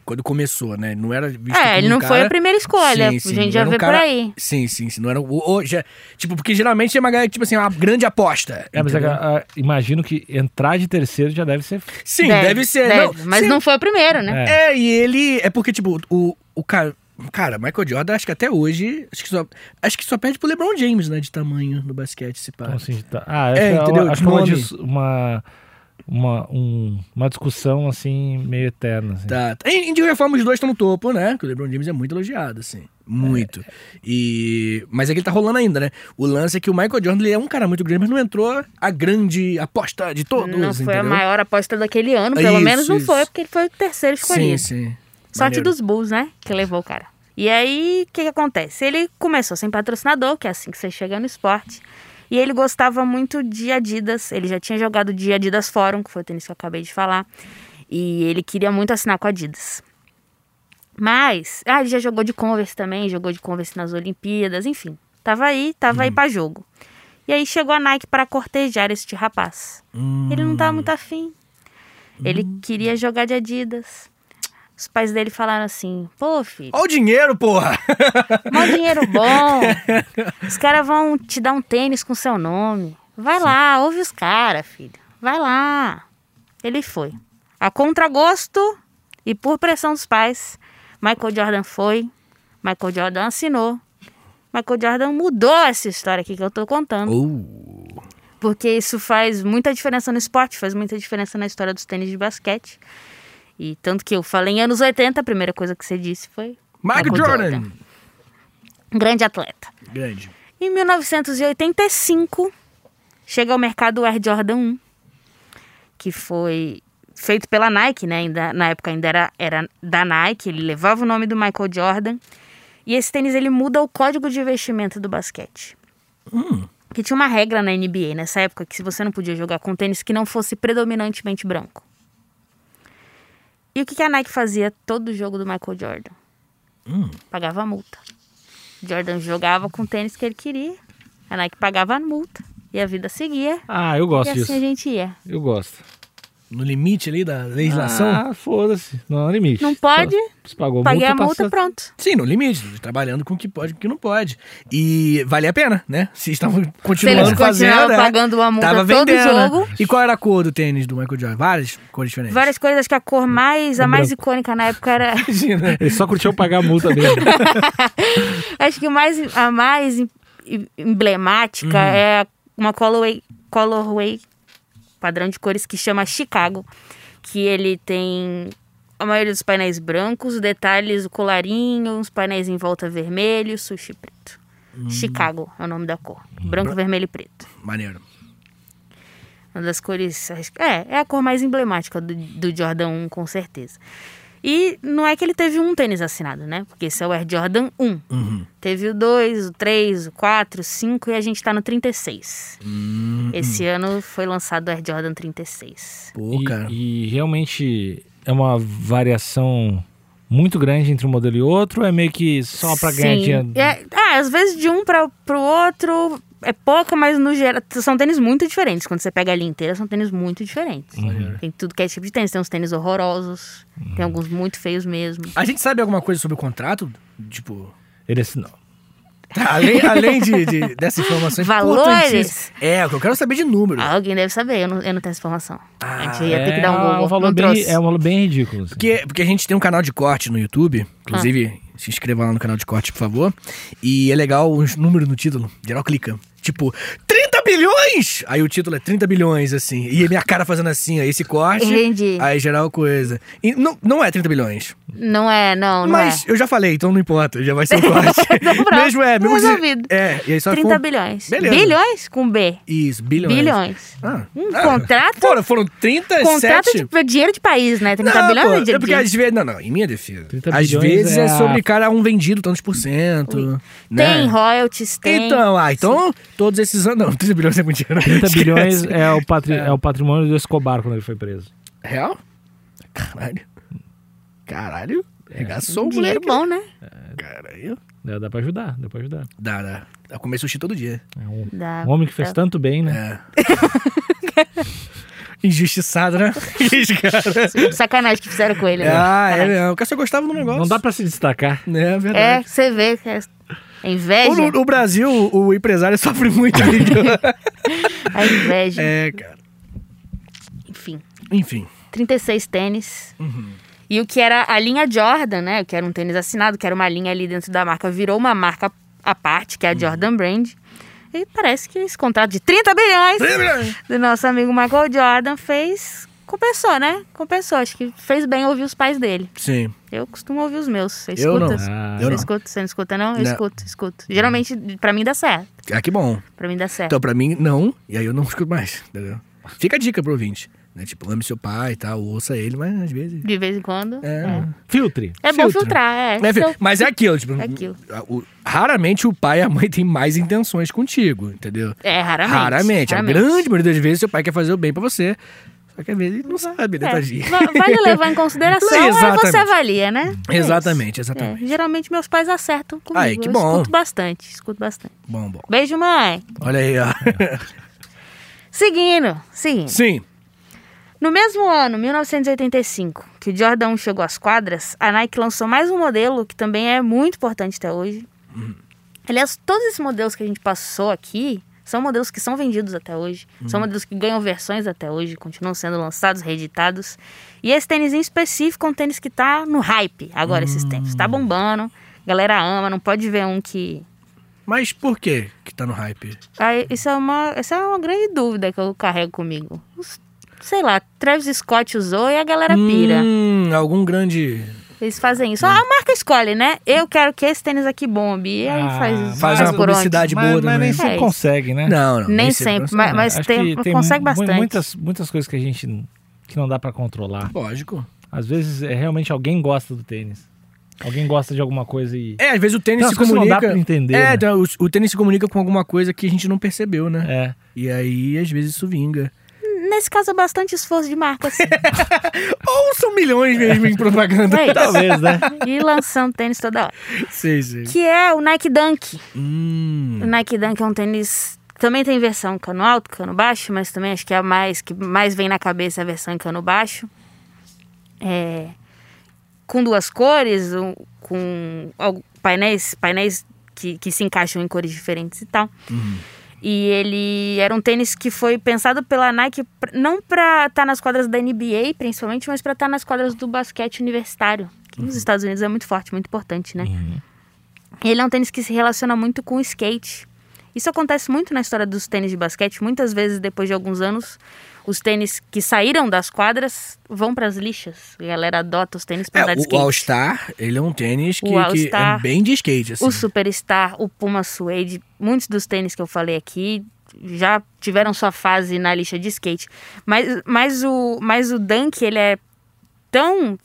[SPEAKER 4] Quando começou, né? Não era visto como
[SPEAKER 3] É, ele
[SPEAKER 4] um
[SPEAKER 3] não foi
[SPEAKER 4] cara-
[SPEAKER 3] a primeira escolha.
[SPEAKER 4] Sim, sim,
[SPEAKER 3] a gente
[SPEAKER 4] não
[SPEAKER 3] já
[SPEAKER 4] era um
[SPEAKER 3] vê
[SPEAKER 4] cara-
[SPEAKER 3] por aí.
[SPEAKER 4] Sim, sim, sim. Não era. o- o- já- tipo, porque geralmente é uma galera que, tipo assim, é uma grande aposta.
[SPEAKER 2] É, mas é que,
[SPEAKER 4] entendeu?
[SPEAKER 2] ah, imagino que entrar de terceiro já deve ser.
[SPEAKER 4] Sim, deve, ser. não,
[SPEAKER 3] mas
[SPEAKER 4] sim,
[SPEAKER 3] não foi o primeiro, né?
[SPEAKER 2] É.
[SPEAKER 4] É, e ele. É porque, tipo, o, o cara. Cara, Michael Jordan, acho que até hoje. Acho que só, acho que só perde pro LeBron James, né? De tamanho no basquete, se pá.
[SPEAKER 2] Como assim, tá- Ah,
[SPEAKER 4] É,
[SPEAKER 2] acho que
[SPEAKER 4] entendeu?
[SPEAKER 2] uma- Acho
[SPEAKER 4] De
[SPEAKER 2] que uma,
[SPEAKER 4] nome.
[SPEAKER 2] dis- uma, uma, um- uma discussão assim, meio eterna. assim.
[SPEAKER 4] Tá. Em, em de qualquer forma, os dois estão no topo, né? Que o LeBron James é muito elogiado, assim. Muito.
[SPEAKER 3] É.
[SPEAKER 4] E... Mas é que ele tá rolando ainda, né? O lance é que o Michael Jordan ele é um cara muito grande, mas não entrou a grande aposta de todos,
[SPEAKER 3] não foi a
[SPEAKER 4] entendeu?
[SPEAKER 3] maior aposta daquele ano, pelo
[SPEAKER 4] Isso,
[SPEAKER 3] menos não
[SPEAKER 4] isso.
[SPEAKER 3] foi, porque ele foi o terceiro
[SPEAKER 4] Sim,
[SPEAKER 3] escolhido.
[SPEAKER 4] sim.
[SPEAKER 3] Sorte
[SPEAKER 4] Maneiro.
[SPEAKER 3] dos Bulls, né? Que levou o cara. E aí, o que, que acontece? Ele começou sem patrocinador, que é assim que você chega no esporte. E ele gostava muito de Adidas. Ele já tinha jogado de Adidas Forum, que foi o tênis que eu acabei de falar. E ele queria muito assinar com a Adidas. Mas, ah, ele já jogou de Converse também, jogou de Converse nas Olimpíadas, enfim. Tava aí, tava aí pra jogo. E aí chegou a Nike para cortejar este rapaz. Ele não tava muito afim. Ele queria jogar de Adidas. Os pais dele falaram assim: pô, filho,
[SPEAKER 4] Ó o dinheiro, porra!
[SPEAKER 3] mó dinheiro bom. Os caras vão te dar um tênis com seu nome. Vai lá, ouve os caras, filho. Vai lá. Ele foi. A contragosto e por pressão dos pais, Michael Jordan foi. Michael Jordan assinou. Michael Jordan mudou essa história aqui que eu tô contando.
[SPEAKER 4] Oh.
[SPEAKER 3] Porque isso faz muita diferença no esporte, faz muita diferença na história dos tênis de basquete. E tanto que eu falei em anos 80, a primeira coisa que você disse foi.
[SPEAKER 4] Michael Jordan!
[SPEAKER 3] Um grande atleta.
[SPEAKER 4] Grande.
[SPEAKER 3] Em 1985, chega ao mercado o Air Jordan 1, que foi feito pela Nike, né? Ainda, na época ainda era, era da Nike, ele levava o nome do Michael Jordan. E esse tênis, ele muda o código de investimento do basquete. Que tinha uma regra na NBA nessa época, que se você não podia jogar com tênis que não fosse predominantemente branco. E o que, que a Nike fazia todo jogo do Michael Jordan? Pagava a multa. Jordan jogava com o tênis que ele queria, a Nike pagava a multa e a vida seguia.
[SPEAKER 2] Ah, eu
[SPEAKER 3] E
[SPEAKER 2] gosto disso.
[SPEAKER 3] assim a gente ia.
[SPEAKER 2] Eu gosto.
[SPEAKER 4] No limite ali da legislação?
[SPEAKER 2] Ah, foda-se. Não há limite.
[SPEAKER 3] Não pode?
[SPEAKER 2] Se pagou
[SPEAKER 3] Paguei a multa,
[SPEAKER 2] passa-
[SPEAKER 3] pronto.
[SPEAKER 4] Sim, no limite, trabalhando com o que pode e com o que não pode. E vale a pena, né? Se estavam
[SPEAKER 3] Se eles
[SPEAKER 4] continuando
[SPEAKER 3] continuavam
[SPEAKER 4] fazendo. é,
[SPEAKER 3] pagando a multa
[SPEAKER 4] Tava
[SPEAKER 3] todo
[SPEAKER 4] vendendo. né?
[SPEAKER 3] jogo.
[SPEAKER 4] E qual era a cor do tênis do Michael Jordan? Várias cores diferentes.
[SPEAKER 3] Várias coisas, acho que a cor mais, a mais icônica na época era.
[SPEAKER 4] Imagina.
[SPEAKER 2] Ele só curtiu pagar a multa mesmo.
[SPEAKER 3] acho que o mais, a mais em- em- emblemática é uma colorway, colorway, padrão de cores, que chama Chicago. Que ele tem a maioria dos painéis brancos, detalhes, o colarinho, uns painéis em volta vermelho, sushi preto. Chicago é o nome da cor. Branco, vermelho e preto.
[SPEAKER 4] Maneiro.
[SPEAKER 3] Uma das cores. acho que- É, é a cor mais emblemática do, do Jordan 1, com certeza. E não é que ele teve um tênis assinado, né? Porque esse é o Air Jordan 1.
[SPEAKER 2] Uhum.
[SPEAKER 3] Teve o 2, o 3, o 4, o 5 e a gente tá no 36.
[SPEAKER 2] Uhum.
[SPEAKER 3] Esse ano foi lançado o Air Jordan 36.
[SPEAKER 4] Pô,
[SPEAKER 2] E-
[SPEAKER 4] cara.
[SPEAKER 2] E, realmente é uma variação muito grande entre um modelo e outro, ou é meio que só pra ganhar
[SPEAKER 3] Sim.
[SPEAKER 2] dinheiro.
[SPEAKER 3] É, ah, às vezes de um para pro outro é pouco, mas no geral são tênis muito diferentes. Quando você pega a linha inteira, são tênis muito diferentes.
[SPEAKER 2] Uhum.
[SPEAKER 3] Tem tudo que é tipo de tênis. Tem uns tênis horrorosos, tem alguns muito feios mesmo.
[SPEAKER 2] é
[SPEAKER 4] A gente sabe alguma coisa sobre o contrato? Tipo.
[SPEAKER 2] Ele assinou.
[SPEAKER 4] Além, além de, de, dessa informação
[SPEAKER 3] Valores?
[SPEAKER 4] importantíssima- É, o que eu quero saber de número.
[SPEAKER 3] Ah, alguém deve saber, eu não, eu não tenho essa informação.
[SPEAKER 4] Ah,
[SPEAKER 3] a gente ia ter que
[SPEAKER 2] É
[SPEAKER 3] dar um Google.
[SPEAKER 2] um valor
[SPEAKER 3] não
[SPEAKER 2] bem,
[SPEAKER 3] trouxe.
[SPEAKER 2] é um valor bem ridículo. assim.
[SPEAKER 4] Porque, porque a gente tem um canal de corte no YouTube. Inclusive,
[SPEAKER 3] Ah.
[SPEAKER 4] se inscreva lá no canal de corte, por favor. E é legal os números no título. Geral clica. Tipo, 30 bilhões! Aí o título é 30 bilhões, assim. E a minha cara fazendo assim, aí esse corte.
[SPEAKER 3] Entendi.
[SPEAKER 4] Aí geral coisa. E não, não é 30 bilhões.
[SPEAKER 3] Não é, não, não
[SPEAKER 4] mas eu já falei, então não importa. Já vai ser o corte.
[SPEAKER 3] pronto,
[SPEAKER 4] mesmo é, mesmo se-
[SPEAKER 3] resolvido.
[SPEAKER 4] É, e aí só
[SPEAKER 3] é. 30
[SPEAKER 4] ficou-
[SPEAKER 3] bilhões.
[SPEAKER 4] Beleza.
[SPEAKER 3] Bilhões com B.
[SPEAKER 4] Isso, bilhões.
[SPEAKER 3] Bilhões.
[SPEAKER 4] Ah.
[SPEAKER 3] Um
[SPEAKER 4] Ah.
[SPEAKER 3] contrato?
[SPEAKER 4] Foram, foram 37
[SPEAKER 3] Contrato de dinheiro de país, né? 30 bilhões
[SPEAKER 4] pô,
[SPEAKER 3] é dinheiro
[SPEAKER 4] porque
[SPEAKER 3] de...
[SPEAKER 4] às vezes. Não, não, em minha defesa.
[SPEAKER 2] 30
[SPEAKER 4] Às
[SPEAKER 2] bilhões
[SPEAKER 4] vezes
[SPEAKER 2] é
[SPEAKER 4] é
[SPEAKER 2] a-
[SPEAKER 4] sobre cara um vendido, tantos por cento. né?
[SPEAKER 3] Tem royalties, tem.
[SPEAKER 4] Então, ah, então todos esses anos. Não, 30 bilhões é muito dinheiro.
[SPEAKER 2] 30
[SPEAKER 4] Esquece.
[SPEAKER 2] bilhões é o, patri- é o patrimônio do Escobar quando ele foi preso.
[SPEAKER 4] Real? Caralho. Caralho.
[SPEAKER 2] É, um
[SPEAKER 4] Regaçou o
[SPEAKER 3] Dinheiro bom,
[SPEAKER 4] moleque.
[SPEAKER 3] né?
[SPEAKER 4] Caralho.
[SPEAKER 2] Né, Dá, dá pra ajudar, dá pra ajudar.
[SPEAKER 4] Dá, dá. Eu comi sushi todo dia.
[SPEAKER 2] É um,
[SPEAKER 3] Dá
[SPEAKER 2] um homem que fez
[SPEAKER 3] pra-
[SPEAKER 2] tanto bem, né?
[SPEAKER 4] É. Injustiçado, né? Esse cara.
[SPEAKER 3] Sacanagem que fizeram com ele, né?
[SPEAKER 4] ah, é mesmo. Porque eu só gostava do negócio.
[SPEAKER 2] Não dá pra se destacar.
[SPEAKER 4] É verdade.
[SPEAKER 3] É, você vê que é a inveja.
[SPEAKER 4] O, o Brasil, o, o empresário sofre muito. né?
[SPEAKER 3] A inveja.
[SPEAKER 4] é, cara.
[SPEAKER 3] Enfim.
[SPEAKER 4] Enfim.
[SPEAKER 3] 36 tênis.
[SPEAKER 4] Uhum.
[SPEAKER 3] E o que era a linha Jordan, né? Que era um tênis assinado, que era uma linha ali dentro da marca, virou uma marca à parte,
[SPEAKER 4] Uhum.
[SPEAKER 3] que é a Jordan Brand. E parece que esse contrato de 30 bilhões do nosso amigo Michael Jordan fez. Compensou, né? Compensou. Acho que fez bem ouvir os pais dele.
[SPEAKER 4] Sim.
[SPEAKER 3] Eu costumo ouvir os meus. Você
[SPEAKER 4] Eu
[SPEAKER 3] escuta?
[SPEAKER 4] não.
[SPEAKER 2] Ah,
[SPEAKER 4] Eu
[SPEAKER 3] Você
[SPEAKER 4] não.
[SPEAKER 3] escuta? Você não escuta, não? Eu
[SPEAKER 4] Não.
[SPEAKER 3] escuto, escuto. Geralmente, pra mim dá certo.
[SPEAKER 4] Ah, que bom.
[SPEAKER 3] Pra mim dá certo.
[SPEAKER 4] Então, pra mim, não. E aí eu não escuto mais, entendeu? Fica a dica pro ouvinte. Né? Tipo, ame seu pai e tal, ouça ele, mas às vezes...
[SPEAKER 3] De vez em quando. É,
[SPEAKER 2] Filtre.
[SPEAKER 3] É bom
[SPEAKER 4] Então, Filtro.
[SPEAKER 3] filtrar, é.
[SPEAKER 4] Né, filho?
[SPEAKER 3] Então,
[SPEAKER 4] Mas é aquilo, tipo...
[SPEAKER 3] É aquilo.
[SPEAKER 4] a- o- raramente o pai e a mãe têm mais intenções contigo, entendeu?
[SPEAKER 3] É, raramente.
[SPEAKER 4] Raramente. um A grande maioria das vezes, seu pai quer fazer o bem pra você. Só que às vezes ele não sabe, né,
[SPEAKER 3] É,
[SPEAKER 4] tadinho?
[SPEAKER 3] va- vale levar em consideração, aí
[SPEAKER 4] Exatamente.
[SPEAKER 3] você avalia, né? É isso.
[SPEAKER 4] Exatamente,
[SPEAKER 3] É,
[SPEAKER 4] exatamente.
[SPEAKER 3] geralmente meus pais acertam comigo.
[SPEAKER 4] Aí, que
[SPEAKER 3] Eu
[SPEAKER 4] bom.
[SPEAKER 3] escuto bastante, escuto bastante.
[SPEAKER 4] Bom, bom.
[SPEAKER 3] Beijo, mãe.
[SPEAKER 4] Olha aí, ó.
[SPEAKER 3] Seguindo, seguindo.
[SPEAKER 4] Sim.
[SPEAKER 3] No mesmo ano, 1985, que o Jordan 1 chegou às quadras, a Nike lançou mais um modelo que também é muito importante até hoje. Aliás, todos esses modelos que a gente passou aqui são modelos que são vendidos até hoje, são modelos que ganham versões até hoje, continuam sendo lançados, reeditados. E esse tênis em específico é um tênis que tá no hype agora esses tempos, tá bombando, galera ama, não pode ver um que
[SPEAKER 4] Mas por que que tá no hype?
[SPEAKER 3] Aí, isso é uma, essa é uma grande dúvida que eu carrego comigo. Os- Sei lá, Travis Scott usou e a galera pira.
[SPEAKER 4] Hum, algum grande...
[SPEAKER 3] Eles fazem
[SPEAKER 4] Hum.
[SPEAKER 3] isso. Ah, a marca escolhe, né? Eu quero que esse tênis aqui bombe. E aí
[SPEAKER 2] Ah,
[SPEAKER 3] faz,
[SPEAKER 4] faz uma
[SPEAKER 3] por onde.
[SPEAKER 4] publicidade. Tá de boa
[SPEAKER 2] mas, mas
[SPEAKER 4] também.
[SPEAKER 2] nem
[SPEAKER 3] É
[SPEAKER 2] sempre
[SPEAKER 3] isso.
[SPEAKER 2] consegue, né?
[SPEAKER 4] Não, não.
[SPEAKER 3] Nem
[SPEAKER 4] esse é
[SPEAKER 3] sempre,
[SPEAKER 4] grosso,
[SPEAKER 3] mas,
[SPEAKER 4] não.
[SPEAKER 3] mas
[SPEAKER 2] Acho
[SPEAKER 3] tem,
[SPEAKER 2] que tem
[SPEAKER 3] consegue
[SPEAKER 2] mu-
[SPEAKER 3] bastante.
[SPEAKER 2] Muitas, muitas coisas que a gente que não dá pra controlar.
[SPEAKER 4] Lógico.
[SPEAKER 2] Às vezes, é, realmente, alguém gosta do tênis. Alguém gosta de alguma coisa e...
[SPEAKER 4] É, às vezes o tênis
[SPEAKER 2] Não,
[SPEAKER 4] se
[SPEAKER 2] as coisas não
[SPEAKER 4] comunica.
[SPEAKER 2] dá pra entender,
[SPEAKER 4] É,
[SPEAKER 2] né?
[SPEAKER 4] então, o, o tênis se comunica com alguma coisa que a gente não percebeu, né?
[SPEAKER 2] É.
[SPEAKER 4] E aí, às vezes, isso vinga.
[SPEAKER 3] Nesse caso, é bastante esforço de marcas.
[SPEAKER 4] Ou são milhões mesmo em propaganda.
[SPEAKER 3] É isso.
[SPEAKER 2] Talvez, né?
[SPEAKER 3] E lançando tênis toda hora.
[SPEAKER 4] Sei, sei.
[SPEAKER 3] Que é o Nike Dunk.
[SPEAKER 4] Hum.
[SPEAKER 3] O Nike Dunk é um tênis. Também tem versão cano alto, cano baixo, mas também acho que é a mais que mais vem na cabeça é a versão em cano baixo. É, com duas cores, um- com algu- painéis, painéis que, que se encaixam em cores diferentes e tal. E ele era um tênis que foi pensado pela Nike pr- não para estar nas quadras da NBA, principalmente, mas para estar nas quadras do basquete universitário. Que
[SPEAKER 4] Uhum.
[SPEAKER 3] nos Estados Unidos é muito forte, muito importante, né? Ele é um tênis que se relaciona muito com o skate. Isso acontece muito na história dos tênis de basquete. Muitas vezes, depois de alguns anos, os tênis que saíram das quadras vão para as lixas. E a galera adota os tênis para
[SPEAKER 4] É,
[SPEAKER 3] andar de
[SPEAKER 4] o, o
[SPEAKER 3] skate.
[SPEAKER 4] All Star, ele é um tênis que,
[SPEAKER 3] O All
[SPEAKER 4] que é
[SPEAKER 3] Star.
[SPEAKER 4] bem de skate, assim.
[SPEAKER 3] O Superstar, o Puma Suede, muitos dos tênis que eu falei aqui já tiveram sua fase na lixa de skate. Mas, mas, o, mas o Dunk, ele é tão.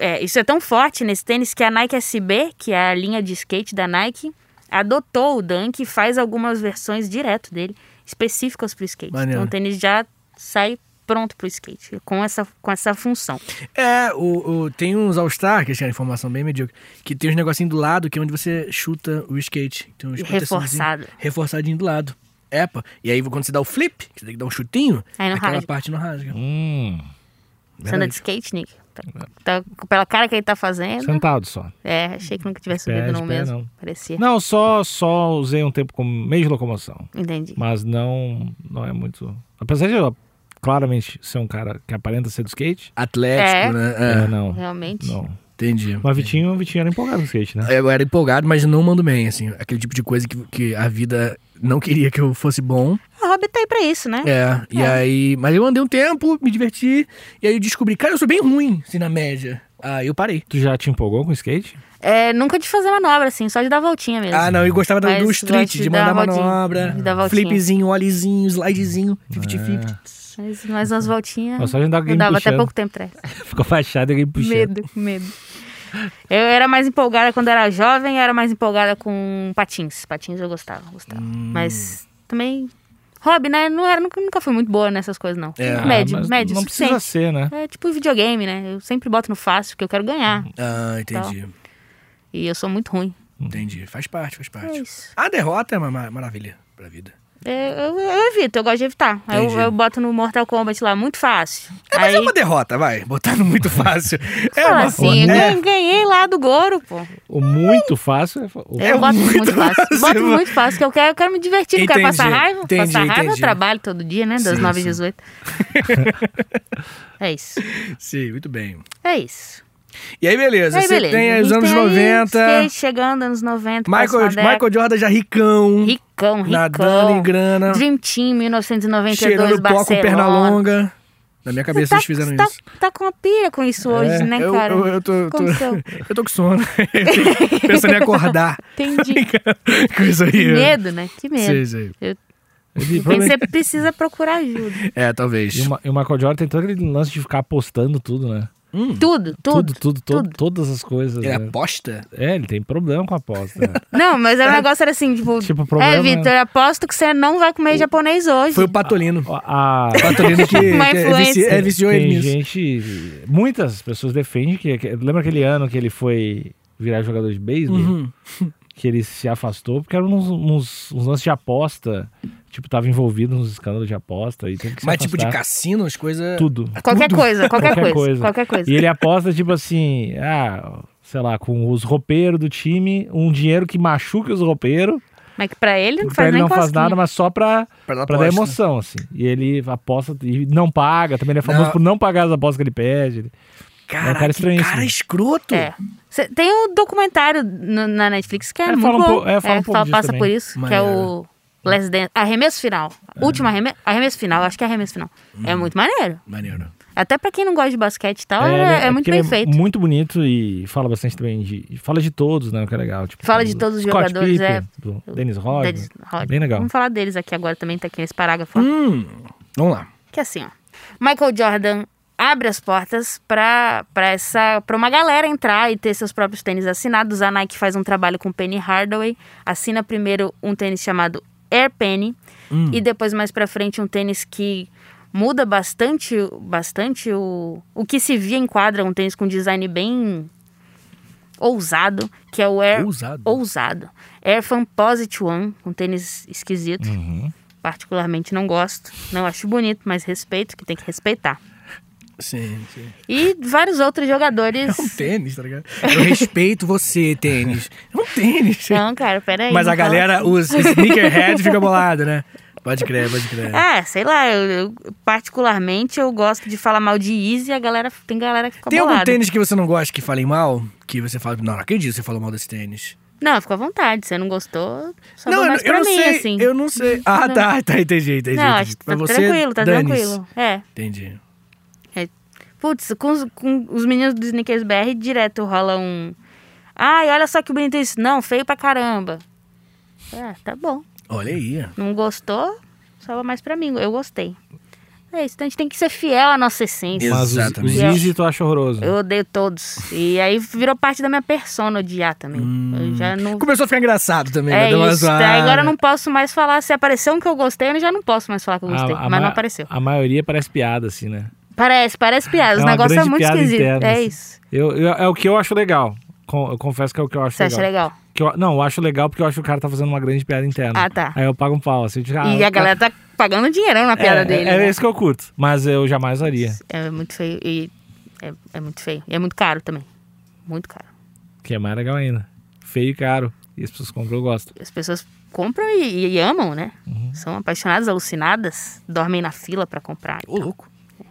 [SPEAKER 3] é, isso é tão forte nesse tênis que a Nike SB, que é a linha de skate da Nike, adotou o Dunk e faz algumas versões direto dele, específicas para o skate.
[SPEAKER 4] Maneiro.
[SPEAKER 3] Então o tênis já sai pronto para o skate, com essa, com essa função.
[SPEAKER 4] É, o, o- tem uns All Star, que é uma informação bem medíocre, que tem uns negocinho do lado que é onde você chuta o skate. Tem uns
[SPEAKER 3] E
[SPEAKER 4] proteçõezinhos-
[SPEAKER 3] reforçado.
[SPEAKER 4] Reforçadinho do lado. É, pô. E aí quando você dá o flip, que você tem que dar um chutinho,
[SPEAKER 3] Aí não
[SPEAKER 4] aquela
[SPEAKER 3] rasga.
[SPEAKER 4] parte não rasga.
[SPEAKER 2] Hum.
[SPEAKER 3] Você anda de skate, Nick? Tá,
[SPEAKER 2] É.
[SPEAKER 3] tá- pela cara que ele tá fazendo.
[SPEAKER 2] Sentado só.
[SPEAKER 3] É, achei que nunca tivesse
[SPEAKER 2] De pé,
[SPEAKER 3] subido,
[SPEAKER 2] de
[SPEAKER 3] não
[SPEAKER 2] pé,
[SPEAKER 3] mesmo.
[SPEAKER 2] não.
[SPEAKER 3] Parecia.
[SPEAKER 2] Não, só, só usei um tempo como meio de locomoção.
[SPEAKER 3] Entendi.
[SPEAKER 2] Mas não, não é muito. Apesar de eu claramente ser um cara que aparenta ser do skate,
[SPEAKER 3] É.
[SPEAKER 4] Atlético, né?
[SPEAKER 2] é,
[SPEAKER 4] É,
[SPEAKER 2] não.
[SPEAKER 3] Realmente.
[SPEAKER 2] não.
[SPEAKER 4] entendi. É,
[SPEAKER 2] Mas Vitinho, Vitinho era empolgado no skate, né?
[SPEAKER 4] Eu era empolgado, mas não mando bem, assim. Aquele tipo de coisa que, que a vida não queria que eu fosse bom.
[SPEAKER 3] A Robbie tá aí pra isso, né?
[SPEAKER 4] É, e aí. Mas eu andei um tempo, me diverti, e aí eu descobri, cara, eu sou bem ruim, assim, na média. Aí eu parei.
[SPEAKER 2] Tu já te empolgou com skate?
[SPEAKER 3] É, nunca de fazer manobra, assim, só de dar voltinha mesmo.
[SPEAKER 4] Ah, não, eu gostava do,
[SPEAKER 3] Mas
[SPEAKER 4] do
[SPEAKER 3] gosto
[SPEAKER 4] street,
[SPEAKER 3] de
[SPEAKER 4] de
[SPEAKER 3] dar
[SPEAKER 4] mandar
[SPEAKER 3] uma voltinha,
[SPEAKER 4] manobra,
[SPEAKER 3] de dar voltinha.
[SPEAKER 4] flipzinho, olhezinho, slidezinho, 50-50.
[SPEAKER 3] Mas mais umas voltinhas.
[SPEAKER 2] Mas só a gente dava
[SPEAKER 3] não
[SPEAKER 2] alguém
[SPEAKER 3] Hum. dava até
[SPEAKER 2] puxando.
[SPEAKER 3] pouco tempo atrás.
[SPEAKER 2] Ficou fachado e alguém puxando.
[SPEAKER 3] Medo, medo. Eu era mais empolgada quando era jovem, eu era mais empolgada com patins. Patins eu gostava, gostava.
[SPEAKER 2] Hum.
[SPEAKER 3] Mas também. Hobby, né? Não era, nunca, nunca fui muito boa nessas coisas, não.
[SPEAKER 4] É,
[SPEAKER 3] médio,
[SPEAKER 2] Ah, mas
[SPEAKER 3] médio,
[SPEAKER 2] Não
[SPEAKER 3] suficiente.
[SPEAKER 2] precisa ser, né?
[SPEAKER 3] É tipo videogame, né? Eu sempre boto no fácil, porque eu quero ganhar.
[SPEAKER 2] É.
[SPEAKER 4] Ah, entendi.
[SPEAKER 3] Tá. E eu sou muito ruim.
[SPEAKER 4] Entendi. Faz parte, faz parte.
[SPEAKER 3] É isso.
[SPEAKER 4] A derrota é uma ma- maravilha pra vida.
[SPEAKER 3] É, Eu, eu, evito, eu gosto de evitar. Aí Eu,
[SPEAKER 4] Entendi.
[SPEAKER 3] eu boto no Mortal Kombat lá, muito fácil.
[SPEAKER 4] É, mas
[SPEAKER 3] Aí,
[SPEAKER 4] é uma derrota, vai. Botando muito fácil. é
[SPEAKER 3] fala
[SPEAKER 4] uma
[SPEAKER 3] assim,
[SPEAKER 4] é,
[SPEAKER 3] "Gan- ganhei lá do Goro, pô.
[SPEAKER 2] O muito fácil é. fa- O...
[SPEAKER 3] Eu boto muito,
[SPEAKER 4] muito
[SPEAKER 3] fácil.
[SPEAKER 4] fácil,
[SPEAKER 3] Boto
[SPEAKER 4] mano.
[SPEAKER 3] muito fácil, que eu quero, eu quero me divertir, não quero
[SPEAKER 4] Entendi,
[SPEAKER 3] passar raiva.
[SPEAKER 4] entendi,
[SPEAKER 3] passar raiva eu
[SPEAKER 4] entendi.
[SPEAKER 3] trabalho todo dia, né? Das
[SPEAKER 4] Sim,
[SPEAKER 3] 9 às
[SPEAKER 4] sim.
[SPEAKER 3] 18. é isso.
[SPEAKER 4] Sim, muito bem.
[SPEAKER 3] É isso.
[SPEAKER 4] E aí, beleza.
[SPEAKER 3] Aí,
[SPEAKER 4] Você
[SPEAKER 3] beleza.
[SPEAKER 4] tem aí
[SPEAKER 3] A
[SPEAKER 4] os
[SPEAKER 3] gente
[SPEAKER 4] anos
[SPEAKER 3] tem aí
[SPEAKER 4] 90.
[SPEAKER 3] skate chegando, anos 90.
[SPEAKER 4] Michael,
[SPEAKER 3] próxima década.
[SPEAKER 4] Michael Jordan já ricão.
[SPEAKER 3] Ricão,
[SPEAKER 4] nadando em
[SPEAKER 3] ricão.
[SPEAKER 4] grana.
[SPEAKER 3] Dream Team, 1992,
[SPEAKER 4] cheirando pó com
[SPEAKER 3] Barcelona.
[SPEAKER 4] perna longa. Na minha
[SPEAKER 3] Você
[SPEAKER 4] cabeça
[SPEAKER 3] tá,
[SPEAKER 4] eles fizeram
[SPEAKER 3] você
[SPEAKER 4] isso.
[SPEAKER 3] Tá, tá com uma pira com
[SPEAKER 2] É,
[SPEAKER 3] isso hoje, né,
[SPEAKER 4] eu,
[SPEAKER 3] cara?
[SPEAKER 4] eu, eu tô, eu tô,
[SPEAKER 3] Aconteceu.
[SPEAKER 4] eu tô com sono. Pensando em acordar.
[SPEAKER 3] Entendi.
[SPEAKER 4] com isso aí.
[SPEAKER 3] Que medo, né? Que medo.
[SPEAKER 4] Sei, sei.
[SPEAKER 2] Ele-
[SPEAKER 3] Você precisa procurar ajuda.
[SPEAKER 4] É, talvez.
[SPEAKER 2] E, o Ma- e o Michael Jordan tem todo aquele lance de ficar apostando tudo, né?
[SPEAKER 4] Hum,
[SPEAKER 3] Tudo, tudo.
[SPEAKER 2] Tudo, tudo, to-
[SPEAKER 3] tudo.
[SPEAKER 2] todas as coisas.
[SPEAKER 4] ele
[SPEAKER 2] né?
[SPEAKER 4] aposta?
[SPEAKER 2] É, ele tem problema com a aposta. né?
[SPEAKER 3] Não, mas o negócio era assim, tipo...
[SPEAKER 2] Tipo, o problema
[SPEAKER 3] é, Vitor, eu aposto que você não vai comer japonês hoje.
[SPEAKER 4] Foi o Patolino.
[SPEAKER 2] A, a-
[SPEAKER 4] Patolino Tá que, que
[SPEAKER 3] Uma
[SPEAKER 4] é, vici,
[SPEAKER 3] influência.
[SPEAKER 4] é viciou ele
[SPEAKER 2] tem
[SPEAKER 4] nisso.
[SPEAKER 2] gente. Muitas pessoas defendem que, que- Lembra aquele ano que ele foi virar jogador de beisebol?
[SPEAKER 4] Uhum.
[SPEAKER 2] Que ele se afastou porque eram uns, uns- uns lances de aposta. Tipo, tava envolvido nos escândalos de aposta. E teve que se
[SPEAKER 4] Mas tipo de
[SPEAKER 2] afastar.
[SPEAKER 4] cassino, as coisas.
[SPEAKER 2] Tudo.
[SPEAKER 3] Qualquer coisa, qualquer,
[SPEAKER 2] Qualquer
[SPEAKER 3] coisa,
[SPEAKER 2] coisa.
[SPEAKER 3] Qualquer coisa.
[SPEAKER 2] E ele aposta, tipo assim, ah, sei lá, com os roupeiros do time, um dinheiro que machuque os roupeiros,
[SPEAKER 3] Mas que pra ele não
[SPEAKER 2] pra
[SPEAKER 3] faz
[SPEAKER 2] ele
[SPEAKER 3] nem
[SPEAKER 2] não faz
[SPEAKER 3] cosquinha.
[SPEAKER 2] nada, mas só pra,
[SPEAKER 4] Pra dar
[SPEAKER 2] pra dar
[SPEAKER 4] aposta. né?
[SPEAKER 2] emoção, assim. E ele aposta e não paga, também ele é famoso
[SPEAKER 4] Não.
[SPEAKER 2] por não pagar as apostas que ele pede.
[SPEAKER 4] Cara,
[SPEAKER 2] É um cara
[SPEAKER 4] que
[SPEAKER 2] estranhíssimo.
[SPEAKER 4] cara escroto.
[SPEAKER 3] É. Cê- tem um documentário no- na Netflix que é,
[SPEAKER 2] É,
[SPEAKER 3] muito
[SPEAKER 2] fala um
[SPEAKER 3] bom.
[SPEAKER 2] pouco- é, fala um pouco disso
[SPEAKER 3] passa
[SPEAKER 2] também.
[SPEAKER 3] por isso, que é o Last Dance. Arremesso final. Último arremesso, arremesso final, acho que é arremesso final. É muito maneiro.
[SPEAKER 4] Maneiro.
[SPEAKER 3] Até pra quem não gosta de basquete e tal, é,
[SPEAKER 2] né?
[SPEAKER 3] é muito
[SPEAKER 2] porque
[SPEAKER 3] bem
[SPEAKER 2] ele
[SPEAKER 3] feito.
[SPEAKER 2] Muito bonito e fala bastante também de. Fala de todos, né? O que é legal. Tipo,
[SPEAKER 3] Fala de
[SPEAKER 2] do
[SPEAKER 3] todos os
[SPEAKER 2] Scott
[SPEAKER 3] jogadores,
[SPEAKER 2] Pippen,
[SPEAKER 3] é.
[SPEAKER 2] Do Dennis Rodman.
[SPEAKER 3] Dennis Rodman.
[SPEAKER 2] Bem legal.
[SPEAKER 3] Vamos falar deles aqui agora também, tá aqui nesse parágrafo. ó.
[SPEAKER 4] Hum. Vamos lá.
[SPEAKER 3] Que é assim, ó. Michael Jordan abre as portas pra, pra, essa, pra uma galera entrar e ter seus próprios tênis assinados. A Nike faz um trabalho com Penny Hardaway, assina primeiro um tênis chamado Air Penny e depois mais pra frente um tênis que muda bastante, bastante o, o que se via em quadra, um tênis com design bem ousado, que é o Air
[SPEAKER 4] Ousado?
[SPEAKER 3] ousado. Air Fan Posit One, um tênis esquisito. Particularmente não gosto, não acho bonito, mas respeito, que tem que respeitar.
[SPEAKER 4] Sim, sim.
[SPEAKER 3] E vários outros jogadores.
[SPEAKER 4] É um tênis, tá ligado? Eu respeito você, tênis. É um tênis.
[SPEAKER 3] Não, é cara, peraí. então.
[SPEAKER 4] Mas
[SPEAKER 3] não
[SPEAKER 4] a
[SPEAKER 3] fala
[SPEAKER 4] galera, os sneakerhead fica bolado, né? Pode crer, pode crer.
[SPEAKER 3] É, sei lá, eu, eu- particularmente eu gosto de falar mal de Easy e a galera tem galera que fica
[SPEAKER 4] Tem algum
[SPEAKER 3] bolada.
[SPEAKER 4] tênis que você não gosta que falem mal? Que você fala, não, não acredito que você falou mal desse tênis.
[SPEAKER 3] Não, fica à vontade, você não gostou, só
[SPEAKER 4] não,
[SPEAKER 3] não,
[SPEAKER 4] eu,
[SPEAKER 3] mais
[SPEAKER 4] eu
[SPEAKER 3] pra
[SPEAKER 4] não
[SPEAKER 3] mim,
[SPEAKER 4] sei.
[SPEAKER 3] assim.
[SPEAKER 4] Eu não sei. Ah,
[SPEAKER 3] Não.
[SPEAKER 4] tá, tá, entendi, entendi.
[SPEAKER 3] não,
[SPEAKER 4] entendi.
[SPEAKER 3] acho que
[SPEAKER 4] Pra
[SPEAKER 3] tá
[SPEAKER 4] você,
[SPEAKER 3] tranquilo, tá
[SPEAKER 4] dane-se.
[SPEAKER 3] tranquilo. É.
[SPEAKER 4] Entendi.
[SPEAKER 3] É. Putz, com os, com os meninos do Snickers BR direto rola um. Ai, olha só que bonito isso. Não, feio pra caramba. É, tá bom.
[SPEAKER 4] Olha aí.
[SPEAKER 3] Não gostou? Salva mais pra mim. Eu gostei. É isso, então a gente tem que ser fiel à nossa essência.
[SPEAKER 2] Mas os, os
[SPEAKER 4] Exatamente.
[SPEAKER 2] Easy tu acha horroroso. né?
[SPEAKER 3] Eu odeio todos. E aí virou parte da minha persona odiar também.
[SPEAKER 2] Hum.
[SPEAKER 3] Eu já não.
[SPEAKER 4] Começou a ficar engraçado também, né?
[SPEAKER 3] É
[SPEAKER 4] Deu uma
[SPEAKER 3] isso.
[SPEAKER 4] zoada.
[SPEAKER 3] Aí agora eu não posso mais falar. Se apareceu um que eu gostei, eu já não posso mais falar que eu gostei. mas
[SPEAKER 2] ma-
[SPEAKER 3] não apareceu.
[SPEAKER 2] Ah, A maioria parece piada, assim, né?
[SPEAKER 3] Parece, parece piada. Os
[SPEAKER 2] É uma
[SPEAKER 3] negócios
[SPEAKER 2] grande
[SPEAKER 3] são muito
[SPEAKER 2] piada
[SPEAKER 3] esquisitos.
[SPEAKER 2] interna,
[SPEAKER 3] É
[SPEAKER 2] assim.
[SPEAKER 3] isso.
[SPEAKER 2] Eu, eu- é o que eu acho legal. Com- eu confesso que é o que eu acho
[SPEAKER 3] Você
[SPEAKER 2] legal.
[SPEAKER 3] acha legal?
[SPEAKER 2] Que eu- não, eu acho legal porque eu acho que o cara tá fazendo uma grande piada interna.
[SPEAKER 3] Ah, tá.
[SPEAKER 2] Aí eu pago um pau. Assim, eu digo, ah, o
[SPEAKER 3] E a
[SPEAKER 2] cara-
[SPEAKER 3] galera tá pagando dinheirão na piada
[SPEAKER 2] é,
[SPEAKER 3] dele.
[SPEAKER 2] É,
[SPEAKER 3] né?
[SPEAKER 2] isso que eu curto. Mas eu jamais faria.
[SPEAKER 3] É muito feio. E É, é muito feio. E é muito caro também. Muito caro.
[SPEAKER 2] Que é mais legal ainda. Feio e caro. E as pessoas compram e gostam.
[SPEAKER 3] As pessoas compram e, e amam, né?
[SPEAKER 4] Uhum.
[SPEAKER 3] São apaixonadas, alucinadas, dormem na fila pra comprar.
[SPEAKER 4] Ô, louco.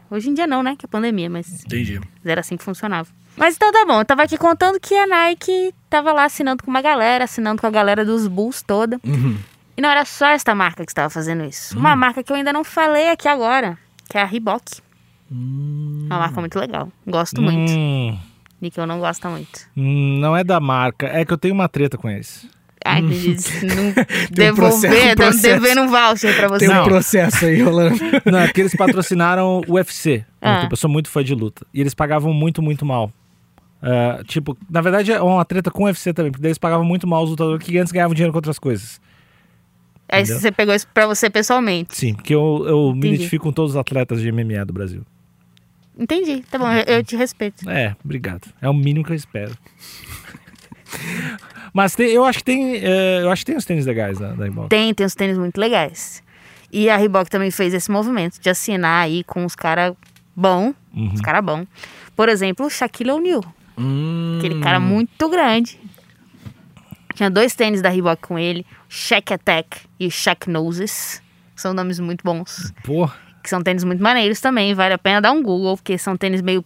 [SPEAKER 3] Hoje em dia não, né? Que é pandemia, mas
[SPEAKER 4] Entendi.
[SPEAKER 3] era assim que funcionava. Mas então tá bom, eu tava aqui contando que a Nike tava lá assinando com uma galera, assinando com a galera dos Bulls toda.
[SPEAKER 4] Uhum.
[SPEAKER 3] E não era só esta marca que estava fazendo isso.
[SPEAKER 4] Hum.
[SPEAKER 3] Uma marca que eu ainda não falei aqui agora, que é a Reebok.
[SPEAKER 4] Hum.
[SPEAKER 3] É Uma marca muito legal. Gosto muito.
[SPEAKER 2] Hum,
[SPEAKER 3] E que eu não gosto muito.
[SPEAKER 2] hum, não é da marca. É que eu tenho uma treta com eles.
[SPEAKER 3] Ai, que disse, não
[SPEAKER 4] Hum. Tem um processo,
[SPEAKER 3] devolver,
[SPEAKER 4] um
[SPEAKER 3] tá me
[SPEAKER 4] processo.
[SPEAKER 3] devendo um voucher pra você.
[SPEAKER 4] Tem um
[SPEAKER 2] Não.
[SPEAKER 4] processo aí rolando.
[SPEAKER 2] Não, é porque eles patrocinaram o UFC.
[SPEAKER 3] Ah.
[SPEAKER 2] Eu sou muito fã de luta. E eles pagavam muito, muito mal. É, tipo, na verdade é uma treta com o UFC também, porque daí eles pagavam muito mal os lutadores que antes ganhavam dinheiro com outras coisas.
[SPEAKER 3] Aí
[SPEAKER 2] Entendeu?
[SPEAKER 3] você pegou isso pra você pessoalmente.
[SPEAKER 2] Sim, porque eu, eu me
[SPEAKER 3] Entendi.
[SPEAKER 2] identifico com todos os atletas de MMA do Brasil.
[SPEAKER 3] Entendi, tá bom, eu, eu te respeito.
[SPEAKER 2] É, obrigado. É o mínimo que eu espero. Mas tem- eu acho que tem. é, eu acho que tem os tênis legais da, da Reebok.
[SPEAKER 3] Tem, tem uns tênis muito legais. E a Reebok também fez esse movimento de assinar aí com os caras bom, os caras bom. Por exemplo, o Shaquille O'Neal, aquele cara muito grande. Tinha dois tênis da Reebok com ele, o Shaq Attack e o Shaq Noses. São nomes muito bons,
[SPEAKER 2] Porra.
[SPEAKER 3] que são tênis muito maneiros também, vale a pena dar um Google, porque são tênis meio